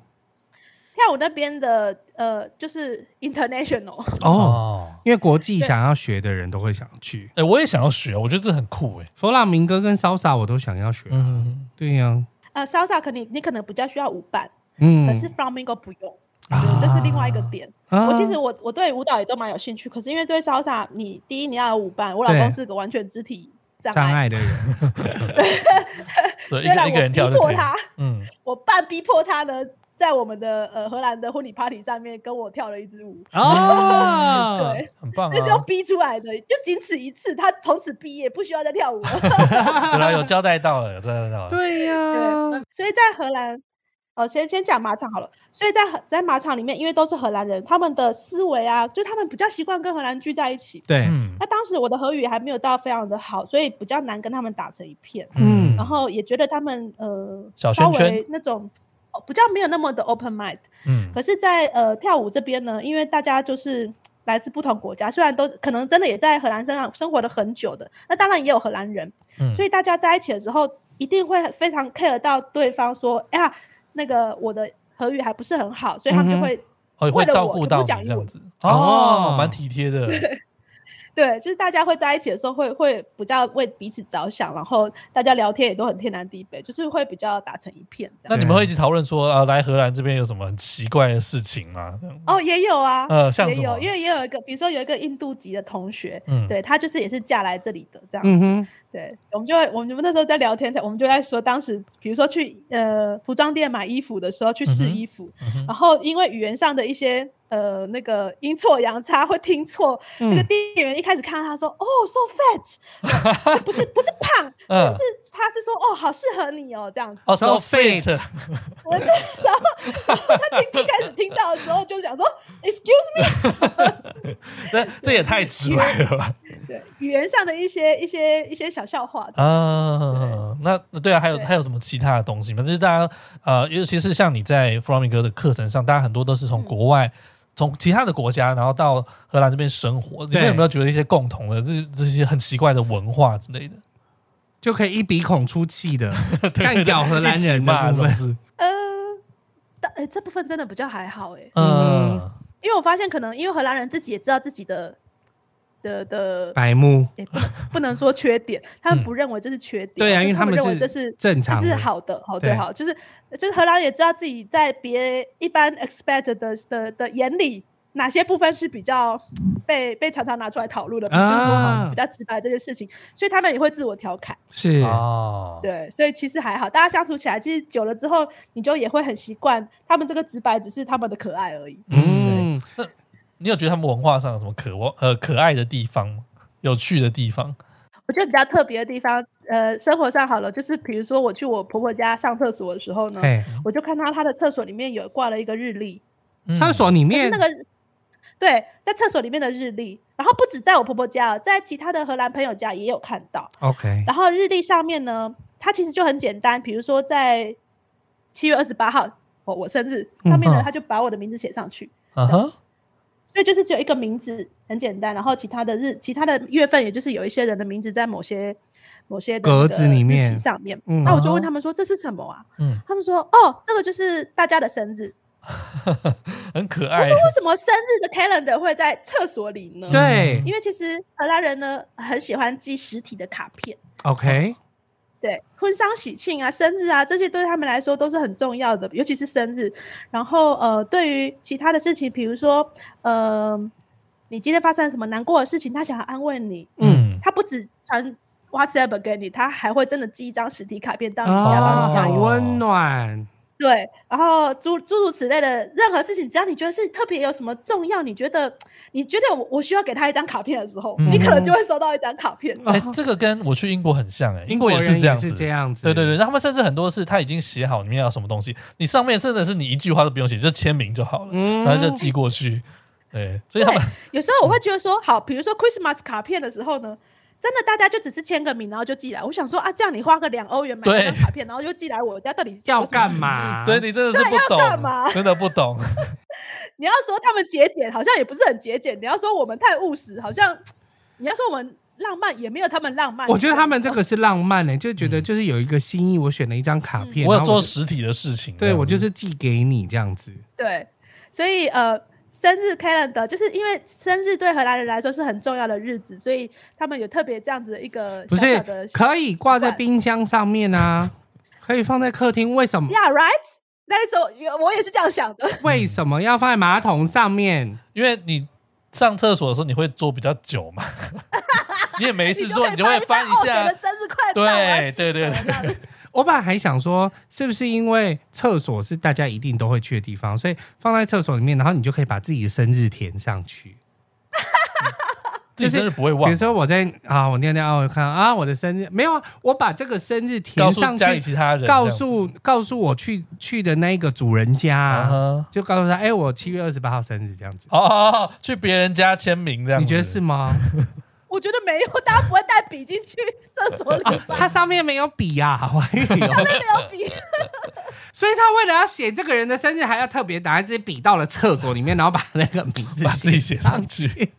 [SPEAKER 3] 跳舞那边的呃，就是 international，
[SPEAKER 1] 哦，
[SPEAKER 2] 哦，
[SPEAKER 1] 因为国际想要学的人都会想去。
[SPEAKER 2] 哎，我也想要学，我觉得这很酷哎。
[SPEAKER 1] 弗朗明哥跟潇洒我都想要学。
[SPEAKER 2] 嗯，
[SPEAKER 1] 对呀、
[SPEAKER 3] 呃，salsa 可能你可能比较需要舞伴，
[SPEAKER 1] 嗯
[SPEAKER 3] 可是 flamingo 不用，
[SPEAKER 1] 啊
[SPEAKER 3] 对，这是另外一个点。
[SPEAKER 1] 啊
[SPEAKER 3] 我其实我我对舞蹈也都蛮有兴趣，可是因为对潇洒，你第一你要有舞伴，我老
[SPEAKER 1] 对
[SPEAKER 3] 公是个完全肢体障
[SPEAKER 1] 障
[SPEAKER 3] 碍，
[SPEAKER 1] 碍的 人，
[SPEAKER 2] 所以一
[SPEAKER 3] 虽
[SPEAKER 2] 个
[SPEAKER 3] 然
[SPEAKER 2] 一个
[SPEAKER 3] 我
[SPEAKER 2] 人
[SPEAKER 3] 逼
[SPEAKER 2] 跳就可
[SPEAKER 3] 迫
[SPEAKER 2] 以。
[SPEAKER 3] 他，
[SPEAKER 2] 嗯，
[SPEAKER 3] 我半逼迫他呢，在我们的呃荷兰的婚礼 party 上面跟我跳了一支舞，
[SPEAKER 1] 哦，
[SPEAKER 3] 对，
[SPEAKER 2] 很棒
[SPEAKER 3] 那是要
[SPEAKER 2] 啊！
[SPEAKER 3] 逼出来的，就仅此一次，他从此毕业，不需要再跳舞了。
[SPEAKER 2] 对啊，有交代到了，有交代到了。
[SPEAKER 1] 对呀，
[SPEAKER 3] 所以在荷兰，哦，先先讲马场好了。所以在荷在马场里面，因为都是荷兰人，他们的思维啊，就他们比较习惯跟荷兰人聚在一起。
[SPEAKER 1] 对，
[SPEAKER 2] 嗯
[SPEAKER 3] 那当时我的荷语还没有到非常的好，所以比较难跟他们打成一片。
[SPEAKER 1] 嗯
[SPEAKER 3] 然后也觉得他们呃，
[SPEAKER 2] 小
[SPEAKER 3] 稍
[SPEAKER 2] 圈圈
[SPEAKER 3] 微那种哦比较没有那么的 open mind。
[SPEAKER 2] 嗯
[SPEAKER 3] 可是在，呃跳舞这边呢，因为大家就是来自不同国家，虽然都可能真的也在荷兰生长生活了很久的，那当然也有荷兰人，
[SPEAKER 2] 嗯，
[SPEAKER 3] 所以大家在一起的时候一定会非常 care 到对方说，哎呀，那个我的荷语还不是很好，所以他们
[SPEAKER 1] 嗯
[SPEAKER 3] 就
[SPEAKER 1] 哼
[SPEAKER 3] 会、
[SPEAKER 2] 哦，会
[SPEAKER 3] 为了
[SPEAKER 2] 照
[SPEAKER 3] 我
[SPEAKER 2] 顾
[SPEAKER 3] 全部
[SPEAKER 2] 到你
[SPEAKER 3] 讲
[SPEAKER 2] 这
[SPEAKER 3] 英
[SPEAKER 2] 样
[SPEAKER 3] 文
[SPEAKER 2] 子
[SPEAKER 1] 哦
[SPEAKER 2] 哦，蛮体贴的。
[SPEAKER 3] 对，就是大家会在一起的时候会会比较为彼此着想，然后大家聊天也都很天南地北，就是会比较打成一片这
[SPEAKER 2] 那
[SPEAKER 3] 样。
[SPEAKER 2] 你们会一起讨论说啊，来荷兰这边有什么很奇怪的事情吗？
[SPEAKER 3] 哦，也有啊，
[SPEAKER 2] 呃像
[SPEAKER 3] 也
[SPEAKER 2] 什么
[SPEAKER 3] 有，因为也有一个，比如说有一个印度籍的同学，
[SPEAKER 2] 嗯，
[SPEAKER 3] 对他就是也是嫁来这里的这样子
[SPEAKER 1] 嗯哼，
[SPEAKER 3] 对，我们就会，我们那时候在聊天，我们就在说，当时比如说去呃服装店买衣服的时候，去
[SPEAKER 2] 嗯
[SPEAKER 3] 试
[SPEAKER 2] 哼
[SPEAKER 3] 衣服，
[SPEAKER 2] 嗯哼，
[SPEAKER 3] 然后因为语言上的一些呃那个阴错阳差会听错，那个
[SPEAKER 1] 嗯
[SPEAKER 3] 店员一开始看到他说哦 so fat，就不呃是不是胖，
[SPEAKER 2] 嗯
[SPEAKER 3] 是他是说哦好适合你哦这样子，
[SPEAKER 2] 哦，so
[SPEAKER 1] So
[SPEAKER 2] fit，
[SPEAKER 3] 我然后然后他听一开始听到的时候就想说 excuse me，
[SPEAKER 2] 这这也太直白了吧？
[SPEAKER 3] 对，语言上的一些一些一些小笑话，
[SPEAKER 2] 啊，那对啊，还有
[SPEAKER 3] 对
[SPEAKER 2] 还有什么其他的东西吗？就是大家呃，尤其是像你在弗朗明哥的课程上，大家很多都是从
[SPEAKER 3] 嗯
[SPEAKER 2] 国外。从其他的国家，然后到荷兰这边生活，你
[SPEAKER 1] 对
[SPEAKER 2] 们有没有觉得一些共同的这这些很奇怪的文化之类的？
[SPEAKER 1] 就可以一鼻孔出气的
[SPEAKER 2] 对
[SPEAKER 1] 干掉荷兰人的
[SPEAKER 2] 嘛，一起
[SPEAKER 1] 部
[SPEAKER 2] 骂
[SPEAKER 1] 分
[SPEAKER 2] 是不是？
[SPEAKER 3] 呃，但哎这部分真的比较还好哎、
[SPEAKER 1] 嗯
[SPEAKER 2] 嗯，
[SPEAKER 3] 因为我发现，可能因为荷兰人自己也知道自己的的的，
[SPEAKER 1] 白目，
[SPEAKER 3] 也不能不能说缺点，他
[SPEAKER 2] 嗯
[SPEAKER 3] 们不认为这是缺点，
[SPEAKER 1] 对啊，
[SPEAKER 3] 但
[SPEAKER 1] 因为
[SPEAKER 3] 是他
[SPEAKER 1] 们
[SPEAKER 3] 认为
[SPEAKER 1] 是
[SPEAKER 3] 这是
[SPEAKER 1] 正
[SPEAKER 3] 这
[SPEAKER 1] 常的，
[SPEAKER 3] 是好的，好
[SPEAKER 1] 对
[SPEAKER 3] 对好，就是就是荷兰人也知道自己在别一般 expect 的的的眼里。哪些部分是比较被被常常拿出来讨论的，比如
[SPEAKER 1] 啊
[SPEAKER 3] 说比较直白这些事情，所以他们也会自我调侃，
[SPEAKER 1] 是
[SPEAKER 2] 哦，
[SPEAKER 3] 对，所以其实还好，大家相处起来，其实久了之后，你就也会很习惯他们这个直白，只是他们的可爱而已。
[SPEAKER 1] 嗯，
[SPEAKER 2] 你有觉得他们文化上有什么可望呃可爱的地方吗？有趣的地方？
[SPEAKER 3] 我觉得比较特别的地方，呃，生活上好了，就是比如说我去我婆婆家上厕所的时候呢，
[SPEAKER 1] 哎，
[SPEAKER 3] 我就看到她的厕所里面有挂了一个日历，
[SPEAKER 2] 嗯
[SPEAKER 1] 厕所里
[SPEAKER 3] 可是
[SPEAKER 1] 面
[SPEAKER 3] 那个对，在厕所里面的日历，然后不止在我婆婆家哦，在其他的荷兰朋友家也有看到。
[SPEAKER 1] OK，
[SPEAKER 3] 然后日历上面呢，它其实就很简单，比如说在七月二十八号，我我生日上面
[SPEAKER 2] 嗯
[SPEAKER 3] 呢，他就把我的名字写上去，
[SPEAKER 2] 啊哈，
[SPEAKER 3] 所以就是只有一个名字，很简单。然后其他的日、其他的月份，也就是有一些人的名字在某些某些的那
[SPEAKER 1] 格
[SPEAKER 3] 个
[SPEAKER 1] 子里
[SPEAKER 3] 日期
[SPEAKER 1] 面
[SPEAKER 3] 上面。
[SPEAKER 1] 嗯
[SPEAKER 3] 那我就
[SPEAKER 2] 哦
[SPEAKER 3] 问他们说这是什么啊？
[SPEAKER 2] 嗯，
[SPEAKER 3] 他们说哦，这个就是大家的生日。
[SPEAKER 2] 很可
[SPEAKER 3] 我
[SPEAKER 2] 爱
[SPEAKER 3] 说。为什么生日的 calendar 会在厕所里呢？
[SPEAKER 1] 对
[SPEAKER 3] 因为其实荷兰人呢很喜欢寄实体的卡片，
[SPEAKER 1] ，OK，
[SPEAKER 3] 对婚丧喜庆啊、生日啊这些对他们来说都是很重要的，尤其是生日。然后呃，对于其他的事情，比如说呃，你今天发生了什么难过的事情，他想要安慰你，
[SPEAKER 2] 嗯，
[SPEAKER 3] 他不止传 WhatsApp 给你，他还会真的寄一张实体卡片到你家，帮
[SPEAKER 1] 哦，
[SPEAKER 3] 你加
[SPEAKER 1] 好
[SPEAKER 3] 油。
[SPEAKER 1] 温暖，
[SPEAKER 3] 对，然后诸诸如此类的任何事情，只要你觉得是特别有什么重要，你觉得你觉得我我需要给他一张卡片的时候，
[SPEAKER 1] 嗯
[SPEAKER 3] 你可能就会收到一张卡片。
[SPEAKER 2] 哎，这个跟我去英国很像哎，
[SPEAKER 1] 英国
[SPEAKER 2] 国也
[SPEAKER 1] 人
[SPEAKER 2] 是这样
[SPEAKER 1] 是
[SPEAKER 2] 子
[SPEAKER 1] 这。样子，
[SPEAKER 2] 对对对，，他们甚至很多是他已经写好里面要什么东西，你上面真的是你一句话都不用写，就签名就好了，
[SPEAKER 1] 嗯
[SPEAKER 2] 然后就寄过去。对，所以他们
[SPEAKER 3] 有时候我会觉得说，好，比如说 Christmas 卡片的时候呢，真的大家就只是签个名，然后就寄来。我想说啊，这样你花个两欧元买一张
[SPEAKER 2] 对
[SPEAKER 3] 卡片，然后就寄来我家，到底是
[SPEAKER 1] 要
[SPEAKER 3] 有什么
[SPEAKER 1] 干
[SPEAKER 3] 意义？
[SPEAKER 1] 嘛？
[SPEAKER 2] 对你真的是不
[SPEAKER 3] 对要干嘛
[SPEAKER 2] 懂，真的 不懂。
[SPEAKER 3] 你要说他们节俭，好像也不是很节俭；你要说我们太务实，好像你要说我们浪漫，也没有他们浪漫。
[SPEAKER 1] 我觉得他们这
[SPEAKER 3] 个。
[SPEAKER 1] 个是浪漫呢，就觉得
[SPEAKER 2] 嗯
[SPEAKER 1] 就是有一个心意，我选了一张卡片，
[SPEAKER 2] 我有
[SPEAKER 1] 然后
[SPEAKER 2] 做
[SPEAKER 1] 就
[SPEAKER 2] 实体的事情，这
[SPEAKER 1] 对
[SPEAKER 2] 样子
[SPEAKER 1] 我就是寄给你这样子，
[SPEAKER 3] 对，所以呃，生日 calendar 就是因为生日对荷兰人来说是很重要的日子，所以他们有特别这样子的一个
[SPEAKER 1] 不
[SPEAKER 3] 小
[SPEAKER 1] 是
[SPEAKER 3] 小的
[SPEAKER 1] 可以挂在
[SPEAKER 3] 习惯。
[SPEAKER 1] 冰箱上面啊，可以放在客厅，为什么？
[SPEAKER 3] Yeah, right. 那时候我也是这样想的，
[SPEAKER 1] 为什么要放在马桶上面？
[SPEAKER 2] 因为你上厕所的时候你会坐比较久嘛， 你 也没事做，你就会翻
[SPEAKER 3] 翻哦
[SPEAKER 2] 一下
[SPEAKER 1] 哦
[SPEAKER 3] 的。生日快
[SPEAKER 2] 对
[SPEAKER 3] 到，我还记
[SPEAKER 2] 对对
[SPEAKER 3] 得这样子
[SPEAKER 1] 我本来还想说，是不是因为厕所是大家一定都会去的地方，所以放在厕所里面，然后你就可以把自己的生日填上去。
[SPEAKER 2] 自己生日不会
[SPEAKER 1] 比
[SPEAKER 2] 忘
[SPEAKER 1] 如，说我在啊，我尿尿，我看啊，我的生日没有啊，我把这个生日
[SPEAKER 2] 告
[SPEAKER 1] 填
[SPEAKER 2] 诉
[SPEAKER 1] 上
[SPEAKER 2] 家里
[SPEAKER 1] 去，
[SPEAKER 2] 其他人，
[SPEAKER 1] 告诉告诉我去去的那一个主人家、
[SPEAKER 2] 啊
[SPEAKER 1] 啊，
[SPEAKER 2] 哈，
[SPEAKER 1] 就告诉他，哎、我七月二十八号生日这样子。
[SPEAKER 2] 哦哦哦，去别人家签名这样，
[SPEAKER 1] 你觉得是？吗？
[SPEAKER 3] 我觉得没有，大家不会带笔进去厕所里吧？
[SPEAKER 1] 它啊上面没有笔啊，我以为有
[SPEAKER 3] 上面没有笔，
[SPEAKER 1] 所以他为了要写这个人的生日，还要特别拿一支笔到了厕所里面，然后把那个名字
[SPEAKER 2] 把自己写上
[SPEAKER 1] 上去。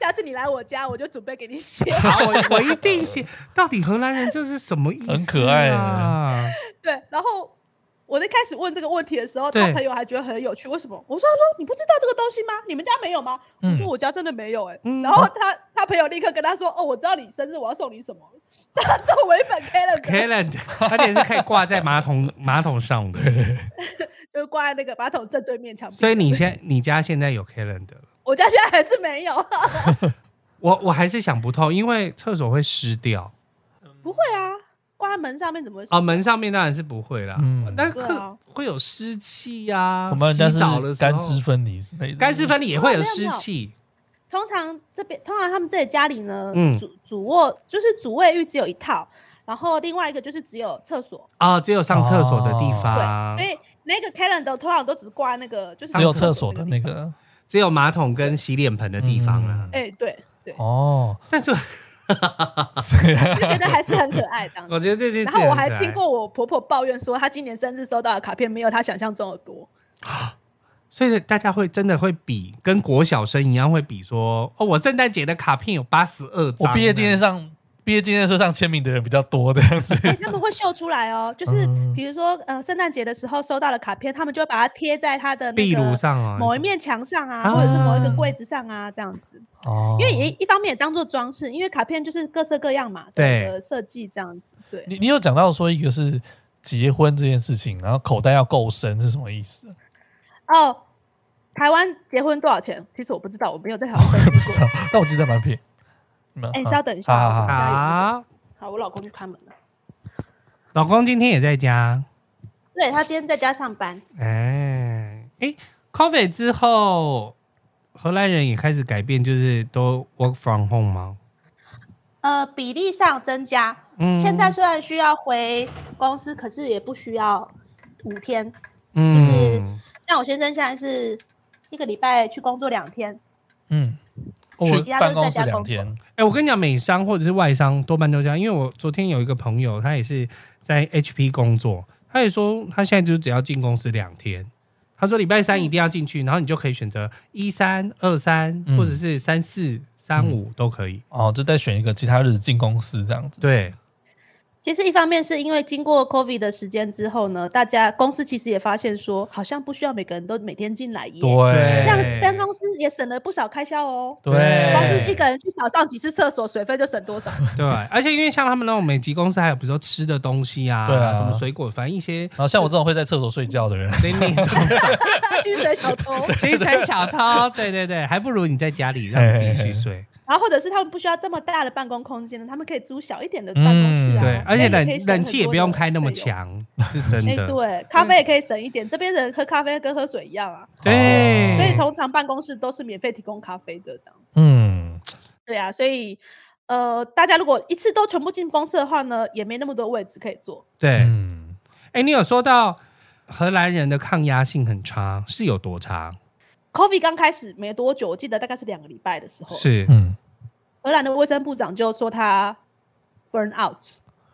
[SPEAKER 3] 下次你来我家，我就准备给你写。
[SPEAKER 1] 好，我我一定写。到底荷兰人这是什么意思、啊？
[SPEAKER 2] 很可爱
[SPEAKER 3] 对，然后我在开始问这个问题的时候，
[SPEAKER 1] 对
[SPEAKER 3] 他朋友还觉得很有趣，为什么？我说他说你不知道这个东西吗？你们家没有吗？
[SPEAKER 2] 嗯
[SPEAKER 3] 我说我家真的没有哎、
[SPEAKER 1] 嗯
[SPEAKER 3] 然后他他朋友立刻跟他说哦，我知道你生日，我要送你什么？ 他送我一本 calendar，
[SPEAKER 1] ，Kalen，而且是可以挂在马桶马桶上的。
[SPEAKER 3] 就是挂在那个马桶正对面墙壁。
[SPEAKER 1] 所以你现你家现在有 Kalen 的了，
[SPEAKER 3] 我家现在还是没有，
[SPEAKER 1] 我我还是想不透，因为厕所会湿掉
[SPEAKER 3] 不会啊，挂在门上面怎么会？
[SPEAKER 1] 哦，门上面当然是不会啦，
[SPEAKER 2] 嗯
[SPEAKER 1] 但
[SPEAKER 3] 对
[SPEAKER 1] 会、
[SPEAKER 3] 啊
[SPEAKER 1] 会有湿气呀。
[SPEAKER 2] 我们家
[SPEAKER 1] 洗
[SPEAKER 2] 是
[SPEAKER 1] 澡的时候
[SPEAKER 2] 干湿，分离之类的，
[SPEAKER 1] 干湿分离也会有
[SPEAKER 3] 没有没
[SPEAKER 1] 湿
[SPEAKER 3] 有
[SPEAKER 1] 气。
[SPEAKER 3] 通常这边通常他们这里家里呢，
[SPEAKER 1] 嗯
[SPEAKER 3] 主主卧就是主卫浴只有一套，然后另外一个就是只有厕所，
[SPEAKER 1] 啊、只有上厕所的地
[SPEAKER 2] 哦
[SPEAKER 1] 方，
[SPEAKER 3] 对，所以那个 calendar 通常都只挂那个就是
[SPEAKER 2] 只有厕所的
[SPEAKER 3] 那个
[SPEAKER 2] 那
[SPEAKER 3] 地方。
[SPEAKER 2] 个
[SPEAKER 1] 只有马桶跟洗脸盆的地方啊。
[SPEAKER 2] 嗯
[SPEAKER 3] 哎、对对，
[SPEAKER 2] 哦，
[SPEAKER 1] 但是
[SPEAKER 3] 就觉得还是很可爱这样 子。
[SPEAKER 1] 我觉得这件事，
[SPEAKER 3] 然后我还听，过我婆婆抱怨说，她今年生日收到的卡片没有她想象中的多。
[SPEAKER 1] 所以大家会真的会比跟国小生一样会比说，哦，我圣诞节的卡片有八十二张啊
[SPEAKER 2] 我
[SPEAKER 1] 呢，
[SPEAKER 2] 毕业纪念上毕业纪念册上签名的人比较多这 样子，
[SPEAKER 3] 哎、他们会秀出来哦，就是
[SPEAKER 2] 嗯
[SPEAKER 3] 比如说呃，圣诞节的时候收到的卡片，他们就会把它贴在她的那
[SPEAKER 1] 壁炉
[SPEAKER 3] 个
[SPEAKER 1] 上啊，
[SPEAKER 3] 某一面墙上啊，
[SPEAKER 1] 啊
[SPEAKER 3] 或者是某一个柜子上啊，这样子。
[SPEAKER 2] 哦
[SPEAKER 3] 因为也一方面也当做装饰，因为卡片就是各色各样嘛，
[SPEAKER 1] 对
[SPEAKER 3] 的设计这样子，对。
[SPEAKER 2] 你你有讲到说一个是结婚这件事情，然后口袋要够深是什么意思？
[SPEAKER 3] 哦，台湾结婚多少钱？其实我不知 道，我没有在台湾登
[SPEAKER 2] 不
[SPEAKER 3] 记
[SPEAKER 2] 知
[SPEAKER 3] 过。
[SPEAKER 2] 道， 但我记得蛮便宜。你们
[SPEAKER 3] 哎、
[SPEAKER 2] 好
[SPEAKER 3] 稍等一下，
[SPEAKER 2] 好好
[SPEAKER 3] 我
[SPEAKER 2] 好
[SPEAKER 3] 家有那个
[SPEAKER 1] 啊。
[SPEAKER 3] 好，我老公去开门了。
[SPEAKER 1] 老公今天也在家，
[SPEAKER 3] 对他今天在家上班，
[SPEAKER 1] 哎哎，COVID 之后，荷兰人也开始改变，就是都 work from home 吗？
[SPEAKER 3] 呃，比例上增加。
[SPEAKER 1] 嗯
[SPEAKER 3] 现在虽然需要回公司，可是也不需要五天。
[SPEAKER 1] 嗯，
[SPEAKER 3] 像我先生现在是一个礼拜去工作两天，
[SPEAKER 2] 嗯，
[SPEAKER 1] 我
[SPEAKER 2] 去办公室两天，
[SPEAKER 1] 哎、我跟你讲，美商或者是外商多半都这样，因为我昨天有一个朋友，他也是在 HP 工作，他也说他现在就只要进公司两天，他说礼拜
[SPEAKER 3] 嗯
[SPEAKER 1] 三一定要进去，然后你就可以选择一三、二三，
[SPEAKER 2] 嗯
[SPEAKER 1] 或者是三四、三五都可以。
[SPEAKER 2] 哦，就再选一个其他日子进公司这样子。
[SPEAKER 1] 对，
[SPEAKER 3] 其实一方面是因为经过 COVID 的时间之后呢，大家公司其实也发现说，好像不需要每个人都每天进来耶。这
[SPEAKER 1] 对
[SPEAKER 3] 样办公室也省了不少开销哦。
[SPEAKER 1] 对
[SPEAKER 3] 光是一个人去少上几次厕所，水费就省多少？
[SPEAKER 1] 对，而且因为像他们那种美籍公司，还有比如说吃的东西啊，
[SPEAKER 2] 对啊
[SPEAKER 1] 什么水果，反正一些
[SPEAKER 2] 然后像我这种会在厕所睡觉的 人，
[SPEAKER 1] 所以那种
[SPEAKER 3] 薪水小 偷，
[SPEAKER 1] 精神小 偷，对对对，还不如你在家里让你自己去睡。
[SPEAKER 3] 然后或者是他们不需要这么大的办公空间，他们可以租小一点的办公室
[SPEAKER 2] 嗯
[SPEAKER 3] 啊。
[SPEAKER 1] 对，而且
[SPEAKER 3] 所以
[SPEAKER 1] 冷
[SPEAKER 3] 可以省
[SPEAKER 1] 冷气也不用开那么
[SPEAKER 3] 很多的费用。
[SPEAKER 1] 强，是真
[SPEAKER 3] 哎、
[SPEAKER 1] 的。
[SPEAKER 3] 对，咖啡也可以省一点。这边人喝咖啡跟喝水一样啊，
[SPEAKER 1] 对，
[SPEAKER 2] 哦
[SPEAKER 3] 所以通常办公室都是免费提供咖啡的这样。
[SPEAKER 2] 嗯，
[SPEAKER 3] 对啊，所以呃，大家如果一次都全部进公司的话呢，也没那么多位置可以坐。
[SPEAKER 1] 对，哎、
[SPEAKER 2] 嗯，
[SPEAKER 1] 你有说到荷兰人的抗压性很差，是有多差？
[SPEAKER 3] COVID 刚开始没多久，我记得大概是两个礼拜的时候，
[SPEAKER 1] 是，
[SPEAKER 2] 嗯，
[SPEAKER 3] 荷兰的卫生部长就说他 burn out，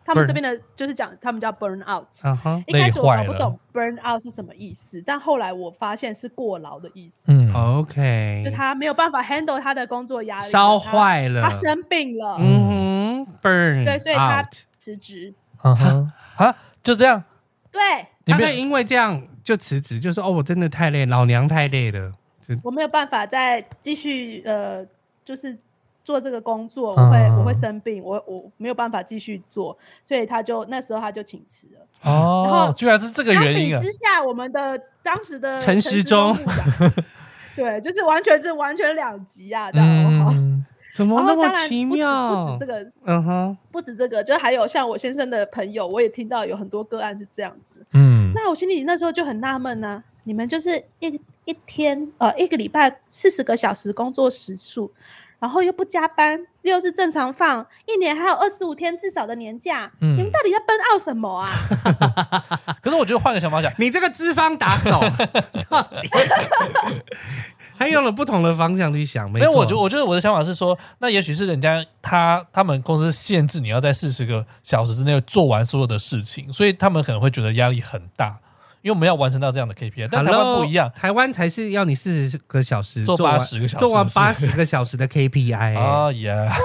[SPEAKER 3] 他们
[SPEAKER 1] Burn
[SPEAKER 3] 这边的就是讲他们叫 burn out。
[SPEAKER 1] 嗯哼，
[SPEAKER 3] 一开始我搞
[SPEAKER 2] 累坏
[SPEAKER 3] 不
[SPEAKER 2] 了
[SPEAKER 3] 懂 burn out 是什么意思，但后来我发现是过劳的意思，
[SPEAKER 2] 嗯，哦，
[SPEAKER 1] OK，
[SPEAKER 3] 就他没有办法 handle 他的工作压力，
[SPEAKER 1] 烧
[SPEAKER 3] 他，
[SPEAKER 1] 坏了
[SPEAKER 3] 他，生病了，
[SPEAKER 1] 嗯哼，burn，
[SPEAKER 3] 对，所以他
[SPEAKER 1] out
[SPEAKER 3] 辞职，
[SPEAKER 2] 嗯哼，啊，就这样，
[SPEAKER 3] 对
[SPEAKER 2] 你
[SPEAKER 1] 他
[SPEAKER 2] 没
[SPEAKER 1] 会
[SPEAKER 2] 有
[SPEAKER 1] 因为这样就辞职，就说哦，我真的太累，老娘太累了，就
[SPEAKER 3] 我没有办法再继续呃，就是做这个工作，我会我会
[SPEAKER 2] 嗯
[SPEAKER 3] 生病，我我没有办法继续做，所以他就那时候他就请辞了。然
[SPEAKER 2] 哦
[SPEAKER 3] 后，
[SPEAKER 2] 居然是这个
[SPEAKER 3] 相
[SPEAKER 2] 原
[SPEAKER 3] 比
[SPEAKER 2] 因啊！
[SPEAKER 3] 之下，我们的当时的
[SPEAKER 1] 陈时中
[SPEAKER 3] 部长，对，就是完全是完全两极啊，这样好不好？
[SPEAKER 2] 嗯，
[SPEAKER 1] 怎
[SPEAKER 3] 然
[SPEAKER 1] 么
[SPEAKER 3] 后
[SPEAKER 1] 那么
[SPEAKER 3] 当哦然
[SPEAKER 1] 奇
[SPEAKER 3] 不止不
[SPEAKER 1] 妙
[SPEAKER 3] 止这？个，
[SPEAKER 1] 嗯哼，
[SPEAKER 3] 不止这个，就还有像我先生的朋友，我也听到有很多个案是这样子。
[SPEAKER 2] 嗯，
[SPEAKER 3] 那我心里那时候就很纳闷呢，你们就是一一天呃一个礼拜四十个小时工作时数，然后又不加班，又是正常放，一年还有二十五天至少的年假，
[SPEAKER 2] 嗯
[SPEAKER 3] 你们到底在奔奥什么啊？
[SPEAKER 2] 可是我觉得换个想法想，
[SPEAKER 1] 你这个资方打 手，到底他用了不同的方向去想，没
[SPEAKER 2] 因为
[SPEAKER 1] 错，
[SPEAKER 2] 我觉得，我觉得我的想法是说，那也许是人家他他们公司限制你要在四十个小时之内做完所有的事情，所以他们可能会觉得压力很大，因为我们要完成到这样的 KPI。但台湾
[SPEAKER 1] Hello，
[SPEAKER 2] 不一样
[SPEAKER 1] 台湾才是要你四十个小时
[SPEAKER 2] 做
[SPEAKER 1] 完
[SPEAKER 2] 80个小时
[SPEAKER 1] 做完
[SPEAKER 2] 的事
[SPEAKER 1] 八十个小时的 KPI 欸、
[SPEAKER 2] 啊呀，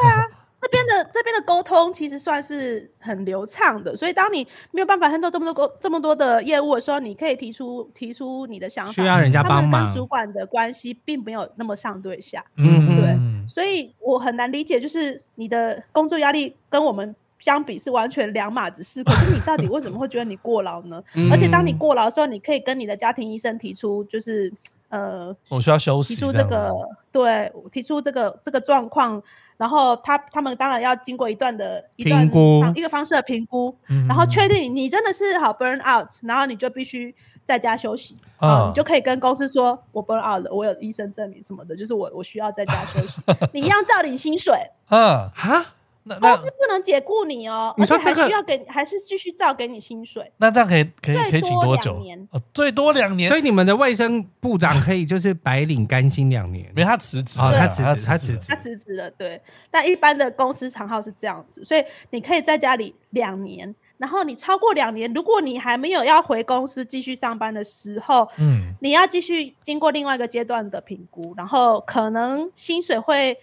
[SPEAKER 3] 这边的这边的沟通其实算是很流畅的，所以当你没有办法 handle 这么多沟这么多的业务的时候，你可以提出提出你的想
[SPEAKER 1] 需
[SPEAKER 3] 法。
[SPEAKER 1] 要人家
[SPEAKER 3] 他
[SPEAKER 1] 帮
[SPEAKER 3] 们
[SPEAKER 1] 忙
[SPEAKER 3] 跟。主管的关系并没有那么上对下，
[SPEAKER 2] 嗯，
[SPEAKER 3] 所以我很难理解，就是你的工作压力跟我们相比是完全两码子事。可是你到底为什么会觉得你过劳 呢？而且
[SPEAKER 1] 嗯
[SPEAKER 2] 嗯
[SPEAKER 3] 当你过劳的时候，你可以跟你的家庭医生提出，就是呃
[SPEAKER 2] 我需要休息
[SPEAKER 3] 提
[SPEAKER 2] 这
[SPEAKER 3] 出
[SPEAKER 2] 样
[SPEAKER 3] 这
[SPEAKER 2] 子。
[SPEAKER 3] 个，对，提出这个这个状况，然后他他们当然要经过一段的一段
[SPEAKER 1] 评估
[SPEAKER 3] 方一个方式的评估，
[SPEAKER 2] 嗯
[SPEAKER 3] 然后确定你真的是好 burn out，然后你就必须在家休息啊、
[SPEAKER 2] 啊
[SPEAKER 1] 嗯
[SPEAKER 3] 你就可以跟公司说我 burn out 了，我有医生证明什么的，就是我我需要在家 休息，你一样照领薪水，
[SPEAKER 2] 嗯，
[SPEAKER 1] 啊，
[SPEAKER 2] 那
[SPEAKER 3] 公
[SPEAKER 2] 那
[SPEAKER 3] 司不能解雇你哦，
[SPEAKER 1] 你说
[SPEAKER 3] 而且
[SPEAKER 1] 这
[SPEAKER 3] 还
[SPEAKER 1] 个
[SPEAKER 3] 需要给还是继续照给你薪水，
[SPEAKER 2] 那这样可以可以可
[SPEAKER 3] 最
[SPEAKER 2] 以请
[SPEAKER 3] 多
[SPEAKER 2] 久
[SPEAKER 3] 两？年。
[SPEAKER 2] 哦，最多两年
[SPEAKER 1] 所，以你们的卫生部长可以就是白领干薪两年
[SPEAKER 2] 没，有他辞职
[SPEAKER 1] 哦
[SPEAKER 2] 了，
[SPEAKER 1] 他辞职他
[SPEAKER 2] 职
[SPEAKER 1] 辞
[SPEAKER 2] 了，
[SPEAKER 1] 职
[SPEAKER 3] 他辞职了，对。但一般的公司长号是这样子，所以你可以在家里两年，然后你超过两年，如果你还没有要回公司继续上班的时候，
[SPEAKER 2] 嗯，
[SPEAKER 3] 你要继续经过另外一个阶段的评估，然后可能薪水会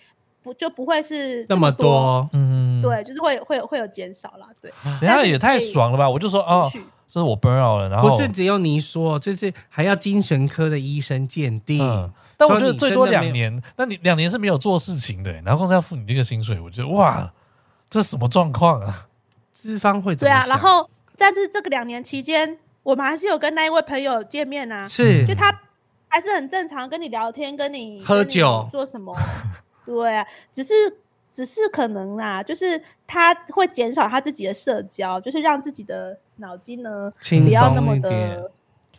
[SPEAKER 3] 不就不会是
[SPEAKER 1] 那
[SPEAKER 3] 么
[SPEAKER 1] 么，多，
[SPEAKER 2] 嗯，
[SPEAKER 3] 对，就是会会会有减少啦，对。
[SPEAKER 2] 等一下也太爽了吧！我就说哦，
[SPEAKER 3] 去
[SPEAKER 2] 这是我 burn out 了，然后
[SPEAKER 1] 不是只有你说，就是还要精神科的医生鉴定。
[SPEAKER 2] 嗯，但我觉
[SPEAKER 1] 说
[SPEAKER 2] 得
[SPEAKER 1] 你
[SPEAKER 2] 最多
[SPEAKER 1] 真的没
[SPEAKER 2] 两
[SPEAKER 1] 有
[SPEAKER 2] 年，那你两年是没有做事情的，欸然后公司要付你这个薪水，我觉得哇，这什么状况啊？
[SPEAKER 1] 资方会怎
[SPEAKER 3] 对
[SPEAKER 1] 么
[SPEAKER 3] 啊，
[SPEAKER 1] 想？
[SPEAKER 3] 然后但是这个两年期间，我们还是有跟那一位朋友见面啊，
[SPEAKER 1] 是
[SPEAKER 3] 就他还是很正常跟你聊天，跟你
[SPEAKER 1] 喝
[SPEAKER 3] 跟你
[SPEAKER 1] 酒
[SPEAKER 3] 做什么，对啊，只是只是可能啦，就是他会减少他自己的社交，就是让自己的脑筋呢
[SPEAKER 1] 轻
[SPEAKER 3] 不要那
[SPEAKER 1] 松
[SPEAKER 3] 么
[SPEAKER 1] 一点。
[SPEAKER 3] 的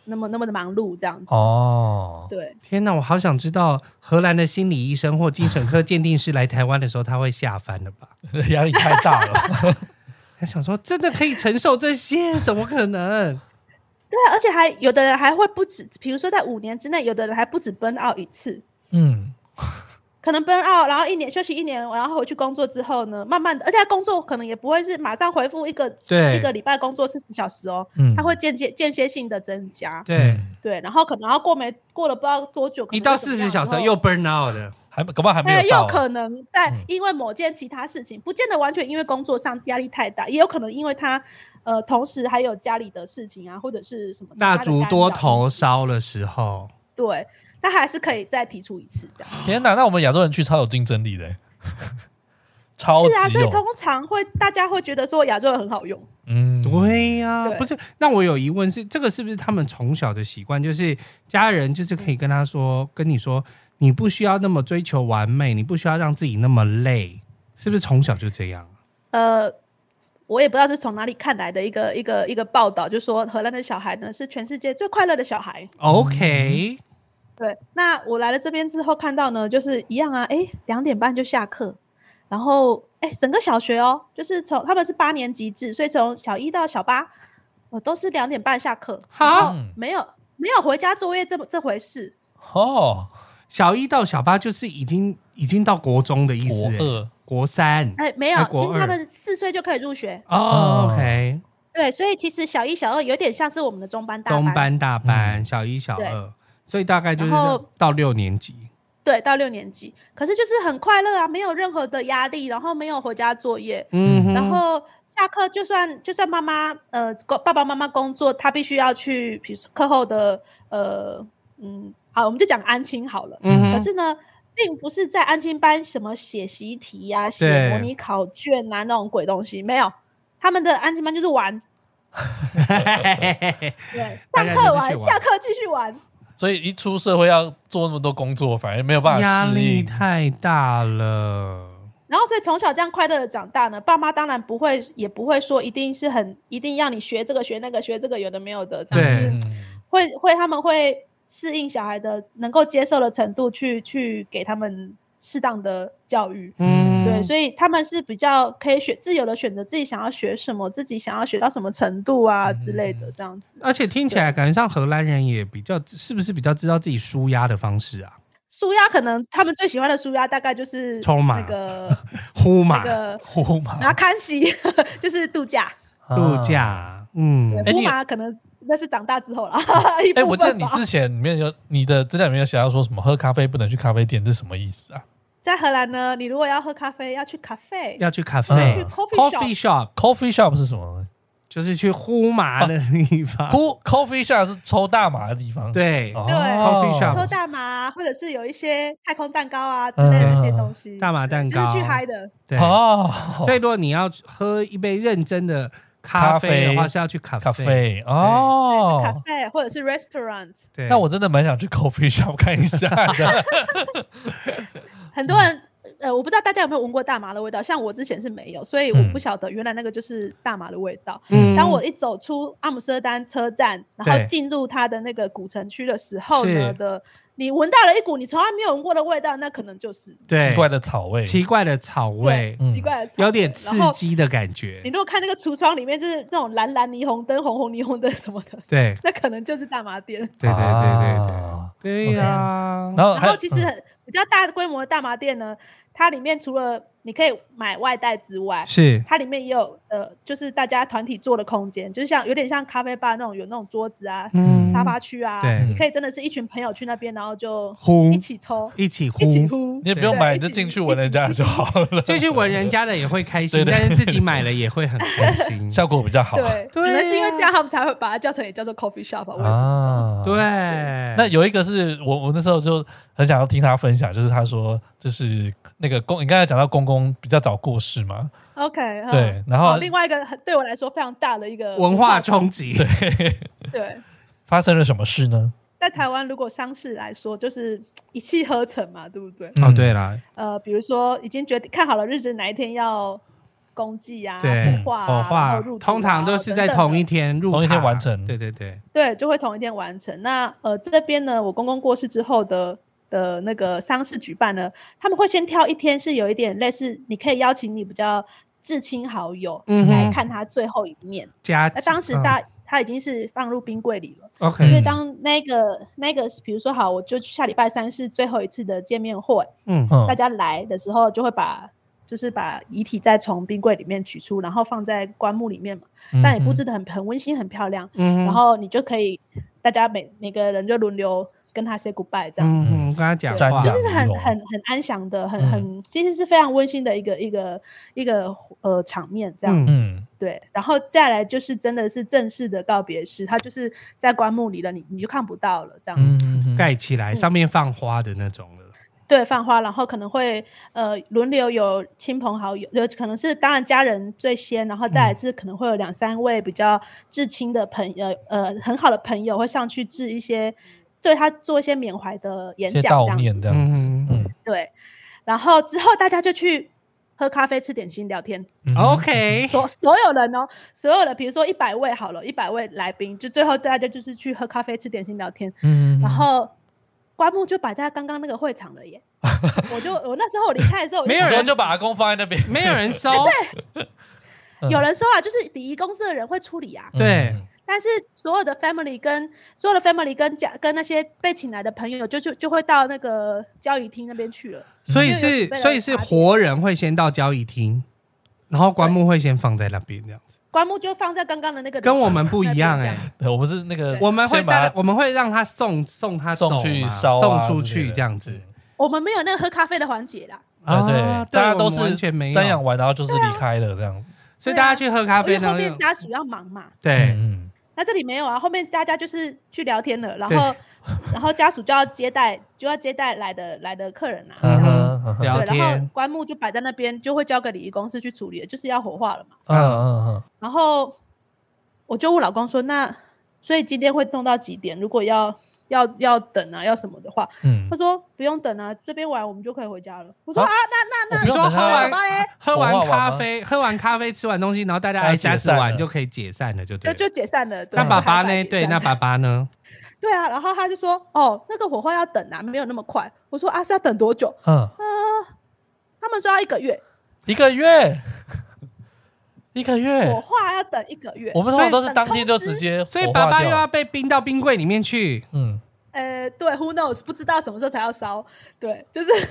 [SPEAKER 3] 那么那么的忙碌这样子，
[SPEAKER 2] 哦，
[SPEAKER 3] 对。
[SPEAKER 1] 天哪，我好想知道荷兰的心理医生或精神科鉴定师来台湾的时候，他会下翻了吧？
[SPEAKER 2] 压力太大 了。
[SPEAKER 1] 他想说，真的可以承受这些？ 怎么可能？
[SPEAKER 3] 对啊，而且还有的人还会不止，比如说在五年之内，有的人还不止 burn out 一次，
[SPEAKER 2] 嗯，
[SPEAKER 3] 可能 burn out，然后一年休息一年，然后回去工作之后呢，慢慢的，而且他工作可能也不会是马上回复一个
[SPEAKER 1] 对
[SPEAKER 3] 一个礼拜工作四十小时哦，
[SPEAKER 2] 嗯
[SPEAKER 3] 他会间接间歇性的增加，
[SPEAKER 1] 对，
[SPEAKER 2] 嗯
[SPEAKER 3] 对，然后可能然后过没过了不知道多久，可能
[SPEAKER 1] 一到
[SPEAKER 3] 又怎么
[SPEAKER 1] 四十
[SPEAKER 3] 样
[SPEAKER 1] 小时
[SPEAKER 3] 然后
[SPEAKER 1] 又 burn out 的，
[SPEAKER 2] 还搞不好还没
[SPEAKER 3] 哎，
[SPEAKER 2] 有到
[SPEAKER 3] 又
[SPEAKER 2] 啊。
[SPEAKER 3] 可能在
[SPEAKER 2] 嗯
[SPEAKER 3] 因为某件其他事情，不见得完全因为工作上压力太大，也有可能因为他呃，同时还有家里的事情啊，或者是什么其他
[SPEAKER 1] 蜡
[SPEAKER 3] 的
[SPEAKER 1] 烛
[SPEAKER 3] 干
[SPEAKER 1] 多
[SPEAKER 3] 扰
[SPEAKER 1] 头
[SPEAKER 3] 因素，
[SPEAKER 1] 烧的时候，
[SPEAKER 3] 对，那还是可以再提出一次的。
[SPEAKER 2] 天哪，那我们亚洲人去超有竞争力的，欸 超
[SPEAKER 3] 是啊，
[SPEAKER 2] 级
[SPEAKER 3] 所以通
[SPEAKER 2] 有。
[SPEAKER 3] 常会大家会觉得说亚洲人很好用，
[SPEAKER 2] 嗯，
[SPEAKER 1] 对呀、
[SPEAKER 3] 对
[SPEAKER 1] 不是？那我有疑问是，这个是不是他们从小的习惯？就是家人就是可以跟他说，跟你说，你不需要那么追求完美，你不需要让自己那么累，是不是从小就这样？
[SPEAKER 3] 呃。我也不知道是从哪里看来的一个一个一个报道，就说荷兰的小孩呢是全世界最快乐的小孩。
[SPEAKER 1] OK，、
[SPEAKER 3] 对，那我来了这边之后看到呢，就是一样啊，哎，两点半就下课，然后哎，诶整个小学哦，就是从他们是八年级制，所以从小一到小八，我都是两点半下课，然后
[SPEAKER 2] 嗯
[SPEAKER 3] 没有没有回家作业这这回事，
[SPEAKER 2] 哦，
[SPEAKER 1] 小一到小八就是已经已经到国中的意思、
[SPEAKER 2] 国
[SPEAKER 1] 欸
[SPEAKER 2] 二
[SPEAKER 1] 国三
[SPEAKER 3] 哎，没
[SPEAKER 1] 哎
[SPEAKER 3] 有，
[SPEAKER 1] 国
[SPEAKER 3] 其实他
[SPEAKER 1] 二
[SPEAKER 3] 们四岁就可以入学，
[SPEAKER 1] 哦
[SPEAKER 2] 哦
[SPEAKER 1] ，OK，
[SPEAKER 3] 对，所以其实小一、小二有点像是我们的中班大
[SPEAKER 1] 中
[SPEAKER 3] 班，
[SPEAKER 1] 班、大班、
[SPEAKER 2] 嗯
[SPEAKER 1] 小一、小
[SPEAKER 3] 对
[SPEAKER 1] 二，所以大概就是
[SPEAKER 3] 然后
[SPEAKER 1] 到六年级。
[SPEAKER 3] 对，到六年级，可是就是很快乐啊，没有任何的压力，然后没有回家作业，
[SPEAKER 1] 嗯哼，
[SPEAKER 3] 然后下课就算就算妈妈呃工爸爸妈妈工作，他必须要去，比如说课后的呃嗯，好，我们就讲安亲好了。
[SPEAKER 1] 嗯哼，
[SPEAKER 3] 可是呢，并不是在安亲班什么写习题呀、写模
[SPEAKER 1] 对
[SPEAKER 3] 拟考卷啊那种鬼东西，没有。他们的安亲班就是玩，对，
[SPEAKER 1] 大家就是
[SPEAKER 3] 上课
[SPEAKER 1] 去
[SPEAKER 3] 玩，
[SPEAKER 1] 玩
[SPEAKER 3] 下课继续玩。
[SPEAKER 2] 所以一出社会要做那么多工作，反而没有办
[SPEAKER 1] 压
[SPEAKER 2] 法适
[SPEAKER 1] 力
[SPEAKER 2] 应。嗯
[SPEAKER 1] 太大了。
[SPEAKER 3] 然后，所以从小这样快乐的长大呢，爸妈当然不会，也不会说一定是很一定要你学这个学那个学这个有的没有的，这样
[SPEAKER 1] 对
[SPEAKER 3] 就是
[SPEAKER 2] 嗯，
[SPEAKER 3] 会会他们会适应小孩的能够接受的程度去去给他们适当的教育。
[SPEAKER 1] 嗯，
[SPEAKER 3] 对，所以他们是比较可以选自由的选择自己想要学什么，自己想要学到什么程度啊之类的
[SPEAKER 2] 嗯
[SPEAKER 3] 这样子。
[SPEAKER 1] 而且听起来感觉上荷兰人也比较，是不是比较知道自己舒压的方式啊？
[SPEAKER 3] 舒压可能他们最喜欢的舒压大概就是
[SPEAKER 1] 抽马
[SPEAKER 3] 那个
[SPEAKER 1] 呼
[SPEAKER 3] 那
[SPEAKER 1] 嘛，
[SPEAKER 3] 个，
[SPEAKER 2] 呼嘛，
[SPEAKER 3] 然后看戏 就是度假，
[SPEAKER 1] 度
[SPEAKER 2] 啊。
[SPEAKER 1] 假，嗯
[SPEAKER 3] 对，
[SPEAKER 2] 哎
[SPEAKER 3] 呼
[SPEAKER 2] 你
[SPEAKER 3] 马可能那是长大之后啦。 一
[SPEAKER 2] 哎、
[SPEAKER 3] 部
[SPEAKER 2] 我记得
[SPEAKER 3] 分
[SPEAKER 2] 你
[SPEAKER 3] 吧
[SPEAKER 2] 之前里面有你的资料里面有写到说什么喝咖啡不能去咖啡店，这是什么意思啊
[SPEAKER 3] 在荷兰呢，你如果要喝咖啡，要去咖啡，
[SPEAKER 1] 要去咖
[SPEAKER 2] 嗯
[SPEAKER 1] 啡
[SPEAKER 3] 去 coffee
[SPEAKER 1] coffee shop，
[SPEAKER 2] ？Coffee shop 是什么？
[SPEAKER 1] 就是去呼麻的地方，
[SPEAKER 2] 不，coffee shop 是抽大麻的地方。
[SPEAKER 1] 啊对，
[SPEAKER 2] 哦
[SPEAKER 3] 对
[SPEAKER 1] coffee shop
[SPEAKER 3] 抽大麻啊或者是有一些太空蛋糕啊之类的一些东西，
[SPEAKER 1] 嗯大麻蛋
[SPEAKER 3] 就是
[SPEAKER 1] 糕
[SPEAKER 3] 去，嗨的。
[SPEAKER 1] 对，
[SPEAKER 2] 哦，
[SPEAKER 1] 所以如果你要喝一杯认真的咖啡的
[SPEAKER 2] 咖
[SPEAKER 1] 话，
[SPEAKER 2] 啡
[SPEAKER 1] 是要去咖
[SPEAKER 2] 咖
[SPEAKER 1] 啡，
[SPEAKER 2] 啡哦，
[SPEAKER 3] 咖啡或者是 restaurant，
[SPEAKER 1] 对，
[SPEAKER 2] 那我真的蛮想去 coffee shop 看一下 的。
[SPEAKER 3] 很
[SPEAKER 1] 嗯
[SPEAKER 3] 多人呃，我不知道大家有没有闻过大麻的味道，像我之前是没有，所以我
[SPEAKER 2] 嗯
[SPEAKER 3] 不晓得原来那个就是大麻的味道。
[SPEAKER 1] 嗯
[SPEAKER 3] 当我一走出阿姆斯特丹车站，然后
[SPEAKER 1] 对
[SPEAKER 3] 进入它的那个古城区的时候
[SPEAKER 1] 是
[SPEAKER 3] 呢的，你闻到了一股你从来没有闻过的味道，那可能就是
[SPEAKER 1] 对
[SPEAKER 2] 奇怪的草味，
[SPEAKER 1] 奇怪的草味，
[SPEAKER 2] 嗯
[SPEAKER 3] 奇怪的草味、
[SPEAKER 1] 有点刺
[SPEAKER 3] 然后
[SPEAKER 1] 激的感觉
[SPEAKER 3] 你，如果看那个橱窗里面，就是那种蓝蓝霓虹灯、红红霓虹灯什么的，
[SPEAKER 1] 对，
[SPEAKER 3] 那可能就是大麻店。
[SPEAKER 1] 对对对对对，
[SPEAKER 2] 啊
[SPEAKER 1] 对呀，
[SPEAKER 2] 然后
[SPEAKER 3] 然
[SPEAKER 2] 还有
[SPEAKER 3] 后其
[SPEAKER 1] 嗯
[SPEAKER 3] 实很比较大规模的大麻店呢，它里面除了你可以买外带之外，
[SPEAKER 1] 是
[SPEAKER 3] 它里面也有呃，就是大家团体坐的空间，就是像有点像咖啡吧那种，有那种桌子啊、
[SPEAKER 1] 嗯
[SPEAKER 3] 沙发区啊，
[SPEAKER 1] 对
[SPEAKER 3] 你可以真的是一群朋友去那边，然后就
[SPEAKER 1] 呼
[SPEAKER 3] 一起抽、
[SPEAKER 1] 一起呼
[SPEAKER 3] 一，起呼，
[SPEAKER 2] 你也不用
[SPEAKER 3] 对
[SPEAKER 2] 买，
[SPEAKER 3] 一
[SPEAKER 2] 你就
[SPEAKER 3] 起
[SPEAKER 2] 进去
[SPEAKER 3] 一
[SPEAKER 2] 闻人
[SPEAKER 3] 起
[SPEAKER 2] 家
[SPEAKER 3] 吸
[SPEAKER 2] 就好了，
[SPEAKER 1] 就去闻人家的也会开心
[SPEAKER 2] 对，对
[SPEAKER 1] 但是自己买了也会很开 心，
[SPEAKER 2] 效果比较好。
[SPEAKER 3] 对，可
[SPEAKER 1] 对
[SPEAKER 3] 能是因为
[SPEAKER 1] 啊
[SPEAKER 3] 这样他们才会把它叫成也叫做 coffee shop 吧，我也不知道。
[SPEAKER 2] 啊，
[SPEAKER 1] 对。。哎
[SPEAKER 2] 那有一个是我我那时候就很想要听他分享，就是他说就是那个公，你刚才讲到公公比较早过世嘛，
[SPEAKER 3] OK，嗯
[SPEAKER 2] 对然后
[SPEAKER 3] 好另外一个很对我来说非常大的一个
[SPEAKER 1] 文化冲击，
[SPEAKER 2] 对，
[SPEAKER 3] 对，
[SPEAKER 2] 发生了什么事呢？
[SPEAKER 3] 在台湾如果丧事来说，就是一气呵成嘛，对不对？
[SPEAKER 1] 哦，对
[SPEAKER 2] 嗯
[SPEAKER 1] 了，
[SPEAKER 3] 呃，比如说已经决定看好了日子，哪一天要公祭啊、
[SPEAKER 1] 对
[SPEAKER 3] 火化、
[SPEAKER 1] 火
[SPEAKER 3] 啊、然
[SPEAKER 1] 化
[SPEAKER 3] 后入土啊
[SPEAKER 1] 通常都是在
[SPEAKER 3] 等等的
[SPEAKER 1] 同一天入塔，
[SPEAKER 2] 同一天完成
[SPEAKER 1] 对对对，
[SPEAKER 3] 对，就会同一天完成。那呃这边呢，我公公过世之后的的那个丧事举办呢，他们会先挑一天是有一点类似，你可以邀请你比较至亲好友
[SPEAKER 1] 嗯哼
[SPEAKER 3] 来看他最后一面。
[SPEAKER 1] 加
[SPEAKER 3] 那当时
[SPEAKER 1] 嗯
[SPEAKER 3] 大、他已经是放入冰柜里了。
[SPEAKER 1] OK，
[SPEAKER 3] 所
[SPEAKER 2] 嗯
[SPEAKER 3] 以当那个那个，比如说好，我就下礼拜三是最后一次的见面会，
[SPEAKER 1] 嗯
[SPEAKER 2] 嗯
[SPEAKER 3] 大，家来的时候就会把就是把遗体再从冰柜里面取出，然后放在棺木里面嘛，
[SPEAKER 2] 嗯
[SPEAKER 3] 但也布置的很很温馨、很漂亮。
[SPEAKER 1] 嗯
[SPEAKER 3] 然后你就可以，大家每每个人就轮流跟他 say goodbye 这样。
[SPEAKER 1] 嗯嗯，跟他讲
[SPEAKER 2] 对
[SPEAKER 1] 话
[SPEAKER 2] 这，
[SPEAKER 3] 就是很
[SPEAKER 2] 嗯
[SPEAKER 3] 很很安详的，很
[SPEAKER 2] 嗯
[SPEAKER 3] 很其实是非常温馨的一个一个一个呃场面这样。
[SPEAKER 1] 嗯
[SPEAKER 2] 嗯
[SPEAKER 3] 对，然后再来就是真的是正式的告别式，它就是在棺木里了，你你就看不到了这样子。
[SPEAKER 2] 嗯嗯嗯
[SPEAKER 1] 盖起来，上面放花的那种了，
[SPEAKER 3] 对，放花，然后可能会呃轮流有亲朋好友，有可能是当然家人最先，然后再
[SPEAKER 2] 嗯
[SPEAKER 3] 来是可能会有两三位比较至亲的朋友，呃很好的朋友会上去致一些对他做一些缅怀的演
[SPEAKER 2] 些
[SPEAKER 3] 讲
[SPEAKER 2] 悼
[SPEAKER 3] 这样
[SPEAKER 2] 念
[SPEAKER 3] 子。
[SPEAKER 2] 这样子，
[SPEAKER 1] 嗯嗯
[SPEAKER 2] 嗯
[SPEAKER 3] 对，然后之后大家就去喝咖啡、吃点心、聊天。
[SPEAKER 1] 嗯，OK，
[SPEAKER 3] 所所有人哦，所有的，比如说一百位好了，一百位来宾，就最后大家就是去喝咖啡、吃点心、聊天，
[SPEAKER 2] 嗯，
[SPEAKER 3] 然后棺木就摆在刚刚那个会场了耶。 我就我那时候我离开的时候，我就
[SPEAKER 1] 没有
[SPEAKER 2] 有
[SPEAKER 1] 人
[SPEAKER 2] 人就把阿公放在那边，
[SPEAKER 1] 没有人收，
[SPEAKER 3] 哎
[SPEAKER 2] 嗯
[SPEAKER 3] 有人说啊，就是礼仪公司的人会处理啊，
[SPEAKER 1] 对
[SPEAKER 3] 但是所有的 family 跟所有的 family 跟家跟那些被请来的朋友就去就会到那个交易厅那边去了。
[SPEAKER 1] 所以
[SPEAKER 3] 因为有
[SPEAKER 1] 是
[SPEAKER 3] 准备了
[SPEAKER 1] 所以是
[SPEAKER 3] 茶点
[SPEAKER 1] 活人会先到交易厅，然后棺木会先放在那边这样子，
[SPEAKER 3] 棺木就放在刚刚的那个
[SPEAKER 1] 跟我们不一样
[SPEAKER 3] 那
[SPEAKER 1] 哎
[SPEAKER 3] 边这。
[SPEAKER 2] 对我们是那个
[SPEAKER 1] 我们会
[SPEAKER 2] 先把
[SPEAKER 1] 带
[SPEAKER 2] 它，
[SPEAKER 1] 我们会让他送送他走
[SPEAKER 2] 送
[SPEAKER 1] 嘛
[SPEAKER 2] 去烧
[SPEAKER 1] 送
[SPEAKER 2] 啊
[SPEAKER 1] 出
[SPEAKER 2] 之类
[SPEAKER 1] 去
[SPEAKER 2] 的
[SPEAKER 1] 这样子。
[SPEAKER 3] 我们没有那个喝咖啡的环节啦。
[SPEAKER 2] 啊，对
[SPEAKER 1] 啊，
[SPEAKER 2] 大家
[SPEAKER 1] 我
[SPEAKER 2] 都
[SPEAKER 1] 们
[SPEAKER 2] 是
[SPEAKER 1] 完全没有
[SPEAKER 2] 瞻仰完，然后就是离开了这样子。
[SPEAKER 1] 所以大家去喝咖
[SPEAKER 3] 啊因
[SPEAKER 1] 啡
[SPEAKER 3] 为后
[SPEAKER 1] 呢，
[SPEAKER 3] 面家属要忙嘛，
[SPEAKER 1] 对，
[SPEAKER 2] 嗯，
[SPEAKER 3] 那这里没有啊，后面大家就是去聊天了，然
[SPEAKER 1] 对
[SPEAKER 3] 后然后家属就要接待，就要接待来的来的客人啊。
[SPEAKER 1] 嗯
[SPEAKER 2] 嗯嗯
[SPEAKER 1] 聊
[SPEAKER 3] 对，然后
[SPEAKER 1] 天，
[SPEAKER 3] 棺木就摆在那边，就会交给礼仪公司去处理了，就是要火化了嘛。
[SPEAKER 2] 嗯
[SPEAKER 3] 然后我就问老公说：“那所以今天会弄到几点？如果要要要等啊，要什么的话？”
[SPEAKER 2] 嗯
[SPEAKER 3] 他，说：“不用等啊，这边玩我们就可以回家了。”我说：“
[SPEAKER 2] 啊
[SPEAKER 3] 啊，那
[SPEAKER 2] 我不
[SPEAKER 3] 那
[SPEAKER 1] 你
[SPEAKER 2] 用
[SPEAKER 1] 说
[SPEAKER 2] 啊
[SPEAKER 1] 喝
[SPEAKER 2] 等他
[SPEAKER 3] 那
[SPEAKER 1] 完
[SPEAKER 3] 妈耶，
[SPEAKER 1] 喝
[SPEAKER 2] 火
[SPEAKER 1] 完
[SPEAKER 2] 化完
[SPEAKER 1] 咖
[SPEAKER 2] 吗
[SPEAKER 1] 啡，喝完咖啡，吃完东西，然后大家
[SPEAKER 2] 大家
[SPEAKER 1] 挨
[SPEAKER 2] 解
[SPEAKER 1] 家子
[SPEAKER 2] 散
[SPEAKER 1] 玩
[SPEAKER 2] 了
[SPEAKER 1] 就可以解散了，就对
[SPEAKER 3] 就
[SPEAKER 1] 了。
[SPEAKER 3] 就解散了。对”
[SPEAKER 1] 那爸 爸
[SPEAKER 3] 就
[SPEAKER 1] 呢？
[SPEAKER 3] 还
[SPEAKER 1] 对，
[SPEAKER 3] 解散
[SPEAKER 1] 那爸爸呢？
[SPEAKER 3] 对啊。然后他就说：“哦，那个火化要等啊，没有那么快。”我说：“啊，是要等多久
[SPEAKER 2] 嗯？”，
[SPEAKER 3] 啊、他们说要一个月，
[SPEAKER 2] 一个月， 一个月
[SPEAKER 3] 火，化要等一个月。
[SPEAKER 2] 我们通
[SPEAKER 1] 所以
[SPEAKER 2] 常都是
[SPEAKER 3] 等
[SPEAKER 2] 当天
[SPEAKER 3] 通
[SPEAKER 2] 就
[SPEAKER 3] 知
[SPEAKER 2] 直接
[SPEAKER 1] 所以
[SPEAKER 2] 火化
[SPEAKER 1] 爸爸又
[SPEAKER 2] 掉
[SPEAKER 1] 要被冰到冰柜里面去。
[SPEAKER 2] 嗯
[SPEAKER 3] 呃，对，Who knows？不知道什么时候才要烧，对，就是 烧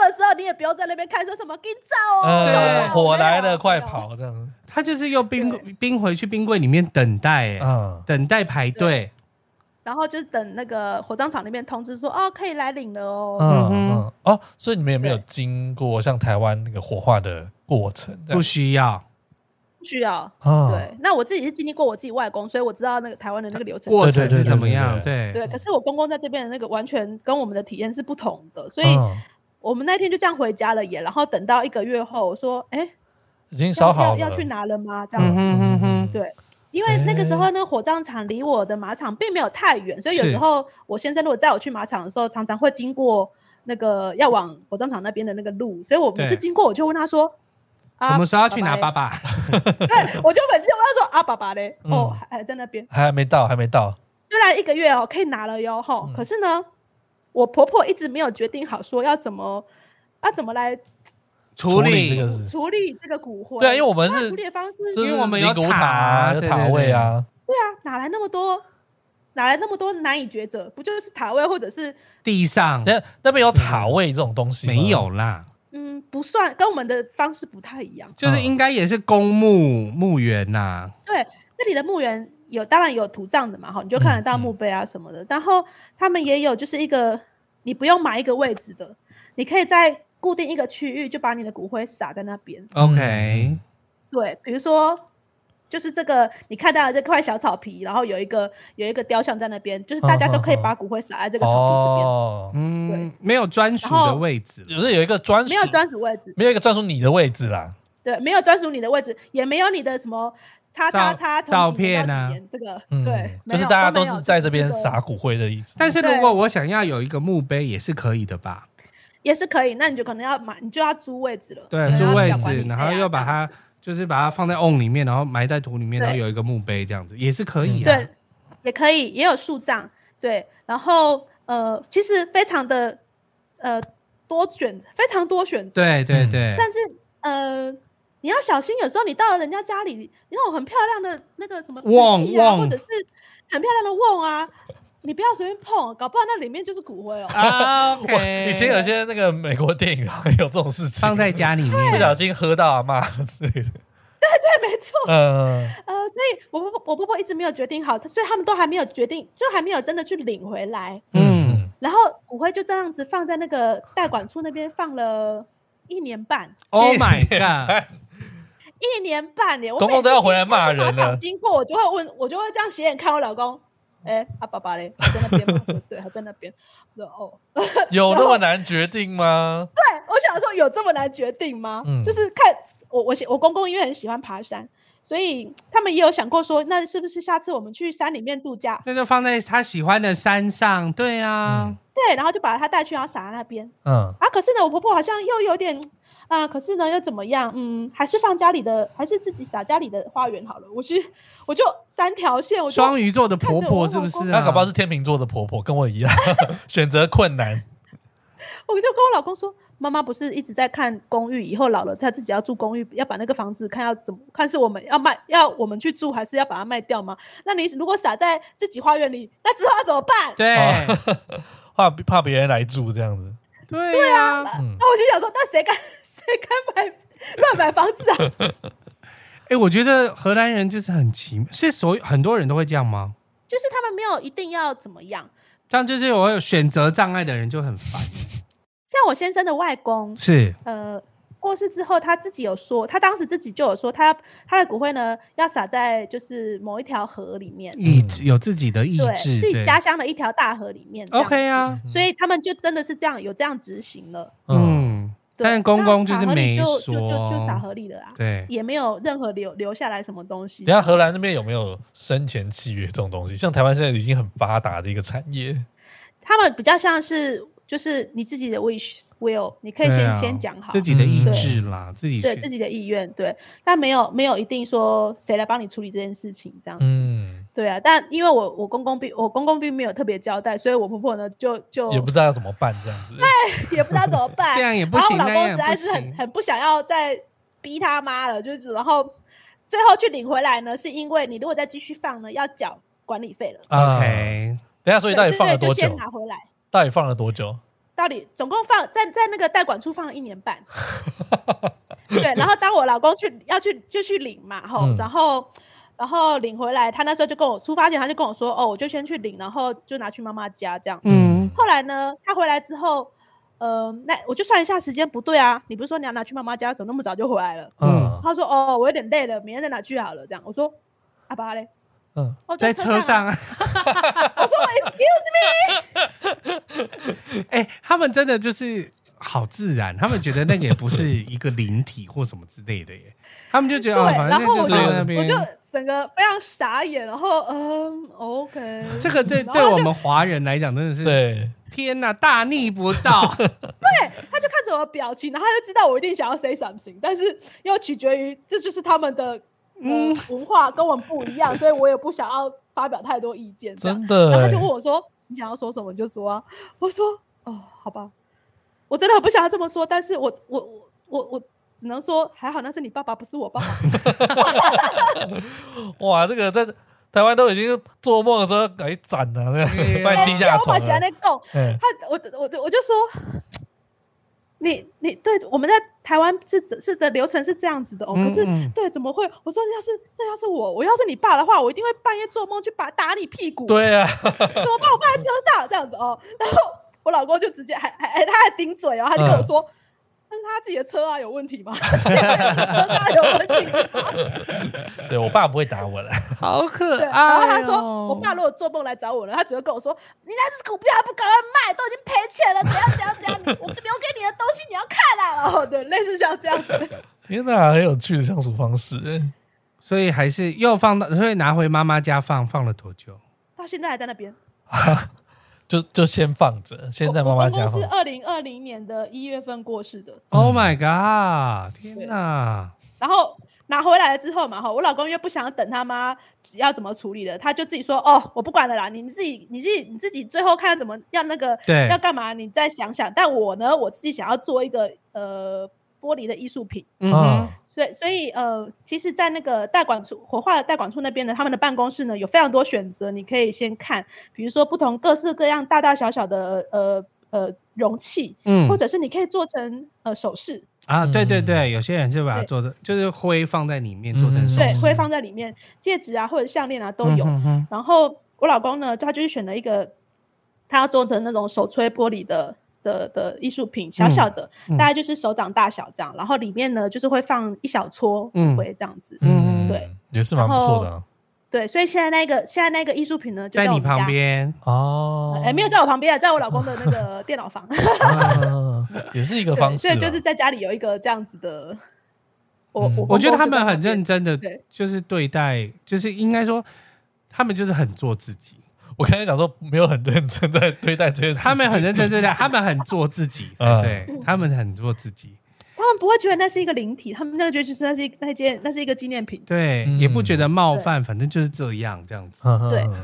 [SPEAKER 3] 的时候你也不用在那边看说什么给造哦，
[SPEAKER 1] 对
[SPEAKER 2] 呃
[SPEAKER 3] 对，
[SPEAKER 2] 火来了快，跑这样，
[SPEAKER 1] 他就是又
[SPEAKER 3] 对
[SPEAKER 1] 冰冰回去冰柜里面等待、哎、
[SPEAKER 2] 嗯
[SPEAKER 1] 等待排队。
[SPEAKER 3] 然后就是等那个火葬场那边通知说哦可以来领了
[SPEAKER 2] 嗯
[SPEAKER 3] 哦，
[SPEAKER 1] 嗯哼
[SPEAKER 2] 嗯哦，所以你们有没有
[SPEAKER 3] 对
[SPEAKER 2] 经过像台湾那个火化的过程这样？
[SPEAKER 1] 不需要
[SPEAKER 3] 不需要。
[SPEAKER 2] 啊，
[SPEAKER 3] 对，那我自己是经历过我自己外公，所以我知道那个台湾的那个流程
[SPEAKER 1] 过
[SPEAKER 3] 是
[SPEAKER 1] 程
[SPEAKER 3] 怎么
[SPEAKER 1] 是
[SPEAKER 3] 样
[SPEAKER 1] 怎么样？
[SPEAKER 2] 对
[SPEAKER 1] 对
[SPEAKER 3] 对，可是我公公在这边的那个完全跟我们的体验是不同的，所以
[SPEAKER 2] 嗯
[SPEAKER 3] 我们那天就这样回家了也，然后等到一个月后说，哎，
[SPEAKER 2] 已经烧
[SPEAKER 3] 要
[SPEAKER 2] 好
[SPEAKER 3] 要
[SPEAKER 2] 了，
[SPEAKER 3] 要去拿了吗？这
[SPEAKER 1] 嗯
[SPEAKER 3] 样子。
[SPEAKER 1] 哼哼哼，
[SPEAKER 3] 对因为那个
[SPEAKER 2] 哎
[SPEAKER 3] 时候呢，火葬场离我的马场并没有太远，所以有
[SPEAKER 1] 是
[SPEAKER 3] 时候我先生如果载我去马场的时候，常常会经过那个要往火葬场那边的那个路，所以我每次
[SPEAKER 1] 对
[SPEAKER 3] 经过我就问他说：“啊，
[SPEAKER 1] 什么时候要去拿
[SPEAKER 3] 爸
[SPEAKER 1] 爸爸？
[SPEAKER 3] 爸嘞？”对，我就每次就问他说：“啊，爸爸嘞？”
[SPEAKER 2] 嗯
[SPEAKER 3] 哦，还还在那边。
[SPEAKER 2] 还没到，还没到，
[SPEAKER 3] 虽然一个月哦可以拿了哟，吼，
[SPEAKER 2] 嗯
[SPEAKER 3] 可是呢，我婆婆一直没有决定好说要怎么要怎么来
[SPEAKER 1] 处
[SPEAKER 2] 理这
[SPEAKER 1] 理
[SPEAKER 2] 个是，
[SPEAKER 3] 处理这个骨灰。
[SPEAKER 2] 对啊，因为我们
[SPEAKER 3] 那
[SPEAKER 2] 是
[SPEAKER 3] 处，理的方式，
[SPEAKER 2] 这
[SPEAKER 1] 因
[SPEAKER 2] 是
[SPEAKER 1] 为我们
[SPEAKER 2] 灵
[SPEAKER 1] 有
[SPEAKER 2] 骨
[SPEAKER 1] 塔
[SPEAKER 2] 啊有
[SPEAKER 1] 对
[SPEAKER 2] 塔
[SPEAKER 1] 对
[SPEAKER 2] 位
[SPEAKER 1] 对
[SPEAKER 2] 啊，
[SPEAKER 3] 哪来那么多？哪来那么多难以抉择？不就是塔位或者是
[SPEAKER 1] 地上
[SPEAKER 2] 那那边有塔位这种东西吗
[SPEAKER 1] 没？有啦，
[SPEAKER 3] 嗯，不算，跟我们的方式不太一样。
[SPEAKER 2] 嗯
[SPEAKER 1] 就是应该也是公墓墓园呐、
[SPEAKER 3] 这里的墓园有，当然有土葬的嘛，哈，你就看得到
[SPEAKER 2] 嗯嗯
[SPEAKER 3] 墓碑啊什么的。然后他们也有，就是一个你不用买一个位置的，你可以在固定一个区域就把你的骨灰撒在那边。
[SPEAKER 2] 啊
[SPEAKER 1] 嗯
[SPEAKER 2] 嗯
[SPEAKER 1] OK，、
[SPEAKER 3] 对，比如说。就是这个，你看到的这块小草皮，然后有一个有一个雕像在那边，就是大家都可以把骨灰撒在这个草皮这
[SPEAKER 2] 嗯
[SPEAKER 3] 边，
[SPEAKER 2] 哦，
[SPEAKER 1] 嗯
[SPEAKER 3] 对，
[SPEAKER 1] 没有专属
[SPEAKER 3] 然
[SPEAKER 1] 的
[SPEAKER 3] 后
[SPEAKER 1] 位置了，
[SPEAKER 2] 有的有一个专属
[SPEAKER 3] 没，有专属位置，
[SPEAKER 2] 没有一个专属你的位置啦，
[SPEAKER 3] 对，没有专属你的位置，也没有你的什么叉叉叉
[SPEAKER 1] 照照
[SPEAKER 3] 从几年
[SPEAKER 1] 片
[SPEAKER 3] 到
[SPEAKER 1] 啊
[SPEAKER 3] 几年这个，
[SPEAKER 2] 嗯
[SPEAKER 3] 对，，没
[SPEAKER 2] 就是
[SPEAKER 3] 有
[SPEAKER 2] 大家
[SPEAKER 3] 都
[SPEAKER 2] 都
[SPEAKER 3] 没有
[SPEAKER 2] 是在这边
[SPEAKER 3] 只是一个
[SPEAKER 2] 撒骨灰的意思。
[SPEAKER 1] 但是如
[SPEAKER 3] 对
[SPEAKER 1] 果我想要有一个墓碑，也是可以的吧？
[SPEAKER 3] 也是可以，那你就可能要买，你就要租位置了。
[SPEAKER 1] 对，
[SPEAKER 2] 嗯
[SPEAKER 1] 租
[SPEAKER 3] 要
[SPEAKER 1] 位
[SPEAKER 3] 缴管理
[SPEAKER 1] 置，然
[SPEAKER 3] 费
[SPEAKER 1] 后
[SPEAKER 3] 啊
[SPEAKER 1] 又把
[SPEAKER 3] 这
[SPEAKER 1] 它
[SPEAKER 3] 样子
[SPEAKER 1] 就是把它放在瓮里面，然后埋在土里面，
[SPEAKER 3] 对
[SPEAKER 1] 然后有一个墓碑这样子，也是可以啊。
[SPEAKER 2] 嗯
[SPEAKER 3] 对，也可以，也有树葬，对，然后呃，其实非常的呃多选，非常多选择，
[SPEAKER 1] 对对
[SPEAKER 2] 嗯
[SPEAKER 1] 对，
[SPEAKER 3] 甚至呃你要小心，有时候你到了人家家里，那种很漂亮的那个什么
[SPEAKER 1] 瓮
[SPEAKER 3] 瓷器啊，或
[SPEAKER 1] 瓮
[SPEAKER 3] 者是很漂亮的瓮啊，你不要随便碰，搞不好那里面就是骨灰哦。
[SPEAKER 1] 啊
[SPEAKER 2] 哇
[SPEAKER 1] ，OK，
[SPEAKER 2] 以前有些那个美国电影啊有这种事情，
[SPEAKER 1] 放在家里
[SPEAKER 2] 不
[SPEAKER 1] 面
[SPEAKER 2] 小，心喝到阿妈之类的，
[SPEAKER 3] 对，没错。
[SPEAKER 2] 嗯，
[SPEAKER 3] 呃，所以我婆婆我婆婆一直没有决定好，所以他们都还没有决定，就还没有真的去领回来。
[SPEAKER 1] 嗯，
[SPEAKER 3] 然后骨灰就这样子放在那个代管处那边放了一年半，
[SPEAKER 1] ，Oh my
[SPEAKER 2] 一年
[SPEAKER 1] god，
[SPEAKER 3] 一年半耶！我
[SPEAKER 2] 公公
[SPEAKER 3] 每次
[SPEAKER 2] 都要
[SPEAKER 3] 经
[SPEAKER 2] 回来骂人了
[SPEAKER 3] 每次马场经过我就会问，我就会这样斜眼看我老公，哎，他爸爸嘞，还在那边吗？ 我说对，还在那边。我说哦，
[SPEAKER 2] 有那么难决定吗？
[SPEAKER 3] 对，我想说有这么难决定吗？
[SPEAKER 2] 嗯
[SPEAKER 3] 就是看我我喜我公公因为很喜欢爬山，所以他们也有想过说，那是不是下次我们去山里面度假？
[SPEAKER 1] 那就放在他喜欢的山上，对啊
[SPEAKER 2] 嗯，
[SPEAKER 3] 对，然后就把他带去，然后撒在那边。
[SPEAKER 2] 嗯，
[SPEAKER 3] 啊，可是呢，我婆婆好像又有点啊、可是呢又怎么样？嗯，还是放家里的，还是自己撒家里的花园好了。我去，我就三条线，我就
[SPEAKER 1] 双鱼座的婆
[SPEAKER 3] 看嗯着我
[SPEAKER 1] 婆是不是啊？
[SPEAKER 2] 那搞不好是天秤座的婆婆跟我一样， 选择困难。
[SPEAKER 3] 我就跟我老公说，妈妈不是一直在看公寓，以后老了她自己要住公寓，要把那个房子看要怎么看是我们要卖，要我们去住，还是要把它卖掉吗？那你如果撒在自己花园里，那之后要怎么办？
[SPEAKER 1] 对
[SPEAKER 2] 哦怕怕别人来住这样子，
[SPEAKER 1] 对啊，
[SPEAKER 2] 嗯，
[SPEAKER 3] 那我就想说，那谁敢 谁敢买乱买房 子啊？
[SPEAKER 1] 哎，我觉得荷兰人就是很奇妙，是所有很多人都会这样吗？
[SPEAKER 3] 就是他们没有一定要怎么样。
[SPEAKER 1] 这样就是我有选择障碍的人就很烦，
[SPEAKER 3] 像我先生的外公，
[SPEAKER 1] 是
[SPEAKER 3] 呃，过世之后，他自己有说，他当时自己就有说，他他的骨灰呢要撒在就是某一条河里面，
[SPEAKER 1] 意
[SPEAKER 2] 嗯
[SPEAKER 1] 志有自己的意
[SPEAKER 3] 对
[SPEAKER 1] 志，
[SPEAKER 3] 自己
[SPEAKER 1] 对
[SPEAKER 3] 家乡的一条大河里面。这样
[SPEAKER 1] OK
[SPEAKER 3] 子，
[SPEAKER 1] 啊，
[SPEAKER 3] 所以他们就真的是这样有这样执行了。
[SPEAKER 2] 嗯，
[SPEAKER 1] 嗯，
[SPEAKER 3] 对
[SPEAKER 1] 但公
[SPEAKER 3] 那
[SPEAKER 1] 公就
[SPEAKER 3] 撒
[SPEAKER 1] 是
[SPEAKER 3] 河里
[SPEAKER 1] 没
[SPEAKER 3] 就就就就撒
[SPEAKER 1] 说
[SPEAKER 3] 河里了啊，
[SPEAKER 1] 对，
[SPEAKER 3] 也没有任何留留下来什么东西
[SPEAKER 4] 人。家荷兰那边有没有生前契约这种东西？像台湾现在已经很发达的一个产业，
[SPEAKER 3] 他们比较像是就是你自己的 wish will，你可以
[SPEAKER 1] 对
[SPEAKER 3] 先、
[SPEAKER 1] 啊
[SPEAKER 3] 先讲好
[SPEAKER 1] 自己的意
[SPEAKER 3] 嗯
[SPEAKER 1] 志啦，自己
[SPEAKER 3] 对
[SPEAKER 1] 去
[SPEAKER 3] 自己的意愿，对，但没有没有一定说谁来帮你处理这件事情这样子。
[SPEAKER 4] 嗯，
[SPEAKER 3] 对啊，但因为我我公公并我公公并没有特别交代，所以我婆婆呢就就
[SPEAKER 4] 嗯也不知道要怎么办这样
[SPEAKER 3] 哦
[SPEAKER 4] 子。
[SPEAKER 3] 也不知道 怎么办。
[SPEAKER 1] 这样也不行，
[SPEAKER 3] 然后
[SPEAKER 1] 那
[SPEAKER 3] 我
[SPEAKER 4] 啊
[SPEAKER 3] 老公
[SPEAKER 1] 样也
[SPEAKER 3] 实
[SPEAKER 1] 不
[SPEAKER 3] 在是很
[SPEAKER 1] 行。
[SPEAKER 3] 很不想要再逼他妈了，就是然后最后去领回来呢，是因为你如果再继续放呢，要缴管理费了。
[SPEAKER 4] 啊
[SPEAKER 1] OK，
[SPEAKER 4] 等一下，所以到底
[SPEAKER 3] 对
[SPEAKER 4] 放了
[SPEAKER 3] 对
[SPEAKER 4] 多
[SPEAKER 3] 就先
[SPEAKER 4] 久？
[SPEAKER 3] 拿回来，
[SPEAKER 4] 到底放了多久？
[SPEAKER 3] 到底总共放在在那个代管处放了一年 半。对，然后当我老公去要去就去领嘛，吼，
[SPEAKER 4] 嗯
[SPEAKER 3] 然后然后领回来，他那时候就跟我出发前他就跟我说，哦，我就先去领，然后就拿去妈妈家这样。
[SPEAKER 1] 嗯，
[SPEAKER 3] 后来呢，他回来之后，呃，那我就算一下时间，不对啊，你不是说你要拿去妈妈家，怎么那么早就回来了？
[SPEAKER 4] 嗯
[SPEAKER 3] 他说哦，我有点累了，明天再拿去好了。这样，我说阿爸嘞，
[SPEAKER 4] 嗯，
[SPEAKER 3] 哦，
[SPEAKER 1] 在
[SPEAKER 3] 车
[SPEAKER 1] 车上
[SPEAKER 3] 啊，
[SPEAKER 1] 啊，
[SPEAKER 3] 我说 excuse
[SPEAKER 1] 哎，他们真的就是好自然，他们觉得那个也不是一个灵体或什么之类的耶，他们就觉得哦，
[SPEAKER 3] 啊对
[SPEAKER 1] 反
[SPEAKER 3] 然
[SPEAKER 1] 正
[SPEAKER 3] 后
[SPEAKER 1] 就
[SPEAKER 3] 我
[SPEAKER 1] 是在
[SPEAKER 4] 就
[SPEAKER 1] 那
[SPEAKER 3] me，我
[SPEAKER 1] 边
[SPEAKER 3] 就。整个非常傻眼，然后嗯，OK，
[SPEAKER 1] 这个对
[SPEAKER 3] 然
[SPEAKER 1] 对
[SPEAKER 3] 后
[SPEAKER 1] 我们华人来讲真的是
[SPEAKER 4] 对，
[SPEAKER 1] 天哪，大逆不道。
[SPEAKER 3] 他就看着我的表情，然后他就知道我一定想要 say something，但是又取决于这就是他们的嗯、呃文化跟我们不一样，所以我也不想要发表太多意见，这样。
[SPEAKER 4] 真
[SPEAKER 3] 然
[SPEAKER 4] 的
[SPEAKER 3] 后他
[SPEAKER 4] 欸
[SPEAKER 3] 就问我说：“你想要说什么你就说啊。”我说：“哦，好吧，我真的很不想要这么说，但是我我我我我只能说还好那是你爸爸，不是我爸爸。
[SPEAKER 4] 哇，这个在台湾都已经做梦的时候给斩了，那
[SPEAKER 1] 对
[SPEAKER 4] 个半地下
[SPEAKER 3] 哎我
[SPEAKER 4] 床
[SPEAKER 3] 把喜
[SPEAKER 4] 了。
[SPEAKER 3] 欢在供
[SPEAKER 4] 嗯
[SPEAKER 3] 他，我我我就说。”你你对我们在台湾是是的流程是这样子 的哦，可是
[SPEAKER 1] 嗯嗯
[SPEAKER 3] 对怎么会？我说要是这要是我，我要是你爸的话，我一定会半夜做梦去把打你屁股。
[SPEAKER 4] 对啊，
[SPEAKER 3] 怎么把我放在车上这样子哦？然后我老公就直接还还还他还顶嘴哦，他就跟我
[SPEAKER 4] 嗯
[SPEAKER 3] 说。但是他自己的车啊有问题吗？ 他自己的车啊上有问题吗？
[SPEAKER 4] 对我爸不会打我的，
[SPEAKER 1] 好可
[SPEAKER 3] 对，
[SPEAKER 1] 爱、哦。
[SPEAKER 3] 然后
[SPEAKER 4] 哎
[SPEAKER 3] 他说，我爸如果做梦来找我呢，他只会跟我说，你那只股票还不赶快卖，都已经赔钱了，怎样怎样怎样，你我留给你的东西你要看啊，哦，对，类似像这样子，
[SPEAKER 4] 天哪，很有趣的相处方式欸。
[SPEAKER 1] 所以还是又放到，所以拿回妈妈家放，放了多久？
[SPEAKER 3] 到现在还在那边。
[SPEAKER 4] 就就先放着，先在妈
[SPEAKER 3] 我
[SPEAKER 4] 妈
[SPEAKER 3] 我
[SPEAKER 4] 家
[SPEAKER 3] 公
[SPEAKER 4] 放
[SPEAKER 3] 公是。二零二零年的一月份过世的，
[SPEAKER 4] 嗯
[SPEAKER 1] Oh my god！天哪！
[SPEAKER 3] 然后拿回来了之后嘛，哈，我老公又不想等他妈要怎么处理了，他就自己说，哦，我不管了啦，你自己你自己你自己最后看怎么要那个
[SPEAKER 1] 对
[SPEAKER 3] 要干嘛，你再想想。但我呢，我自己想要做一个呃玻璃的艺术品。
[SPEAKER 1] 嗯
[SPEAKER 4] 嗯
[SPEAKER 1] 哼，
[SPEAKER 3] 所以，所以，呃，其实，在那个代管处火化的代管处那边呢，他们的办公室呢有非常多选择，你可以先看，比如说不同各式各样、大大小小的呃呃容器，
[SPEAKER 1] 嗯
[SPEAKER 3] 或者是你可以做成呃首饰，
[SPEAKER 1] 啊，对对
[SPEAKER 4] 嗯
[SPEAKER 1] 对，有些人是把它
[SPEAKER 3] 对
[SPEAKER 1] 做成，就是灰放在里面做成
[SPEAKER 4] 嗯
[SPEAKER 1] 首
[SPEAKER 3] 对，
[SPEAKER 1] 饰，
[SPEAKER 3] 会放在里面，戒指啊或者项链啊都有。
[SPEAKER 1] 嗯哼
[SPEAKER 3] 然后我老公呢，他就是选了一个，他要做成那种手吹玻璃的的的艺术品，小小的，
[SPEAKER 1] 嗯
[SPEAKER 3] 大概就是手掌大小这样。然后里面呢，就是会放一小撮
[SPEAKER 1] 嗯
[SPEAKER 3] 骨灰这样子。
[SPEAKER 1] 嗯
[SPEAKER 3] 对，
[SPEAKER 4] 也是蛮不错的啊
[SPEAKER 3] 对，所以现在那个现在那个艺术品呢，就
[SPEAKER 1] 在
[SPEAKER 3] 我
[SPEAKER 1] 你
[SPEAKER 3] 们家
[SPEAKER 1] 旁。边，
[SPEAKER 4] 哦。
[SPEAKER 3] 哎，没有在我旁边啊，在我老公的那 个电脑房。
[SPEAKER 4] 啊，也是一个方
[SPEAKER 3] 对，
[SPEAKER 4] 式
[SPEAKER 3] 所
[SPEAKER 4] 啊。
[SPEAKER 3] 以就是在家里有一个这样子的。我
[SPEAKER 4] 嗯
[SPEAKER 3] 我
[SPEAKER 1] 嗯我觉得他
[SPEAKER 3] 公公就
[SPEAKER 1] 们
[SPEAKER 3] 在
[SPEAKER 1] 很
[SPEAKER 3] 旁边
[SPEAKER 1] 认真的
[SPEAKER 3] 对，
[SPEAKER 1] 就是对待，就是应该说，他们就是很做自己，
[SPEAKER 4] 我刚才讲说没有很认真在对待这件事情，
[SPEAKER 1] 他们很认真对待，他们很做自己，
[SPEAKER 4] 嗯
[SPEAKER 1] 对，他们很做自己，
[SPEAKER 3] 他们不会觉得那是一个灵体，他们那个觉得就是那是一那件那是一个纪念品。
[SPEAKER 1] 对，
[SPEAKER 4] 嗯
[SPEAKER 1] 也不觉得冒犯，反正就是这样这样子。
[SPEAKER 4] 嗯
[SPEAKER 3] 对
[SPEAKER 4] 嗯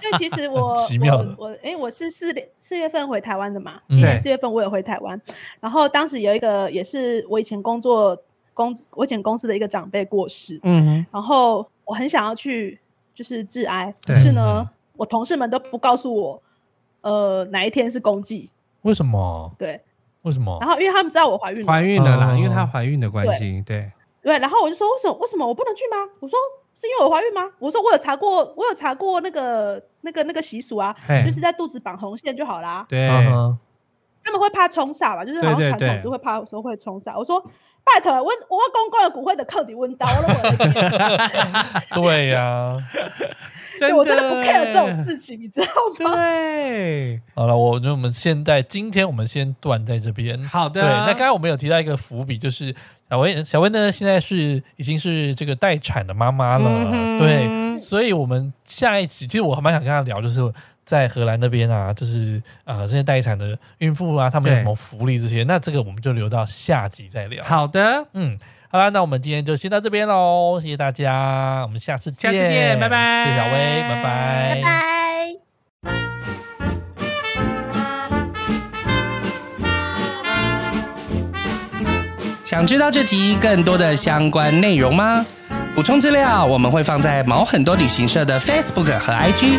[SPEAKER 3] 所以其实我
[SPEAKER 4] 奇妙的
[SPEAKER 3] 我我哎、我是四月四月份回台湾的嘛，
[SPEAKER 4] 嗯
[SPEAKER 3] 今年
[SPEAKER 1] 对
[SPEAKER 3] 四月份我也回台湾，然后当时有一个也是我以前工作工我以前公司的一个长辈过世，
[SPEAKER 1] 嗯
[SPEAKER 3] 然后我很想要去就是致哀，
[SPEAKER 1] 对
[SPEAKER 3] 可是
[SPEAKER 4] 嗯
[SPEAKER 3] 呢，我同事们都不告诉我，呃，哪一天是公祭，
[SPEAKER 4] 为什么？
[SPEAKER 3] 对，
[SPEAKER 4] 为什么
[SPEAKER 3] 然？后因为他们知道我怀孕
[SPEAKER 1] 哼，
[SPEAKER 3] 了，
[SPEAKER 1] 怀孕了啦，
[SPEAKER 4] 哦
[SPEAKER 1] 因为她怀孕的关系，对，
[SPEAKER 3] 对，然后我就说为什么为什么我不能去吗？我说是因为我怀孕吗？我说我有查过，我有查过那个那个那个习俗啊，
[SPEAKER 1] 嘿
[SPEAKER 3] 就是在肚子绑红线就好啦。
[SPEAKER 1] 对，
[SPEAKER 4] 嗯哼
[SPEAKER 3] 他们会怕冲煞吧？就是好像
[SPEAKER 1] 对对
[SPEAKER 3] 传统
[SPEAKER 1] 对
[SPEAKER 3] 是会怕说会冲煞。我说拜托，阮我公公的骨灰的扣伫阮兜了，我的天！
[SPEAKER 2] 对呀，
[SPEAKER 1] 真
[SPEAKER 3] 对
[SPEAKER 1] 的，
[SPEAKER 3] 我真的不 care 这种事情，你知道吗？
[SPEAKER 1] 对，
[SPEAKER 2] 好了，我觉得我们现在今天我们先断在这边。
[SPEAKER 1] 好的。
[SPEAKER 2] 对，那刚才我们有提到一个伏笔，就是小薇，小薇呢现在是已经是这个待产的妈妈了，
[SPEAKER 1] 嗯哼
[SPEAKER 2] 对，所以我们下一集，其实我还蛮想跟她聊，就是在荷兰那边啊，就是呃这些待产的孕妇啊，她们有
[SPEAKER 1] 对
[SPEAKER 2] 什么福利这些，那这个我们就留到下集再聊。，
[SPEAKER 1] 好的，
[SPEAKER 2] 嗯，好啦，那我们今天就先到这边喽，谢谢大家，我们下次
[SPEAKER 1] 下
[SPEAKER 2] 见，
[SPEAKER 1] 次见拜拜
[SPEAKER 2] 谢谢小薇，拜
[SPEAKER 3] 拜拜。
[SPEAKER 5] 想知道这集更多的相关内容吗？补充资料我们会放在毛很多旅行社的 Facebook 和 IG，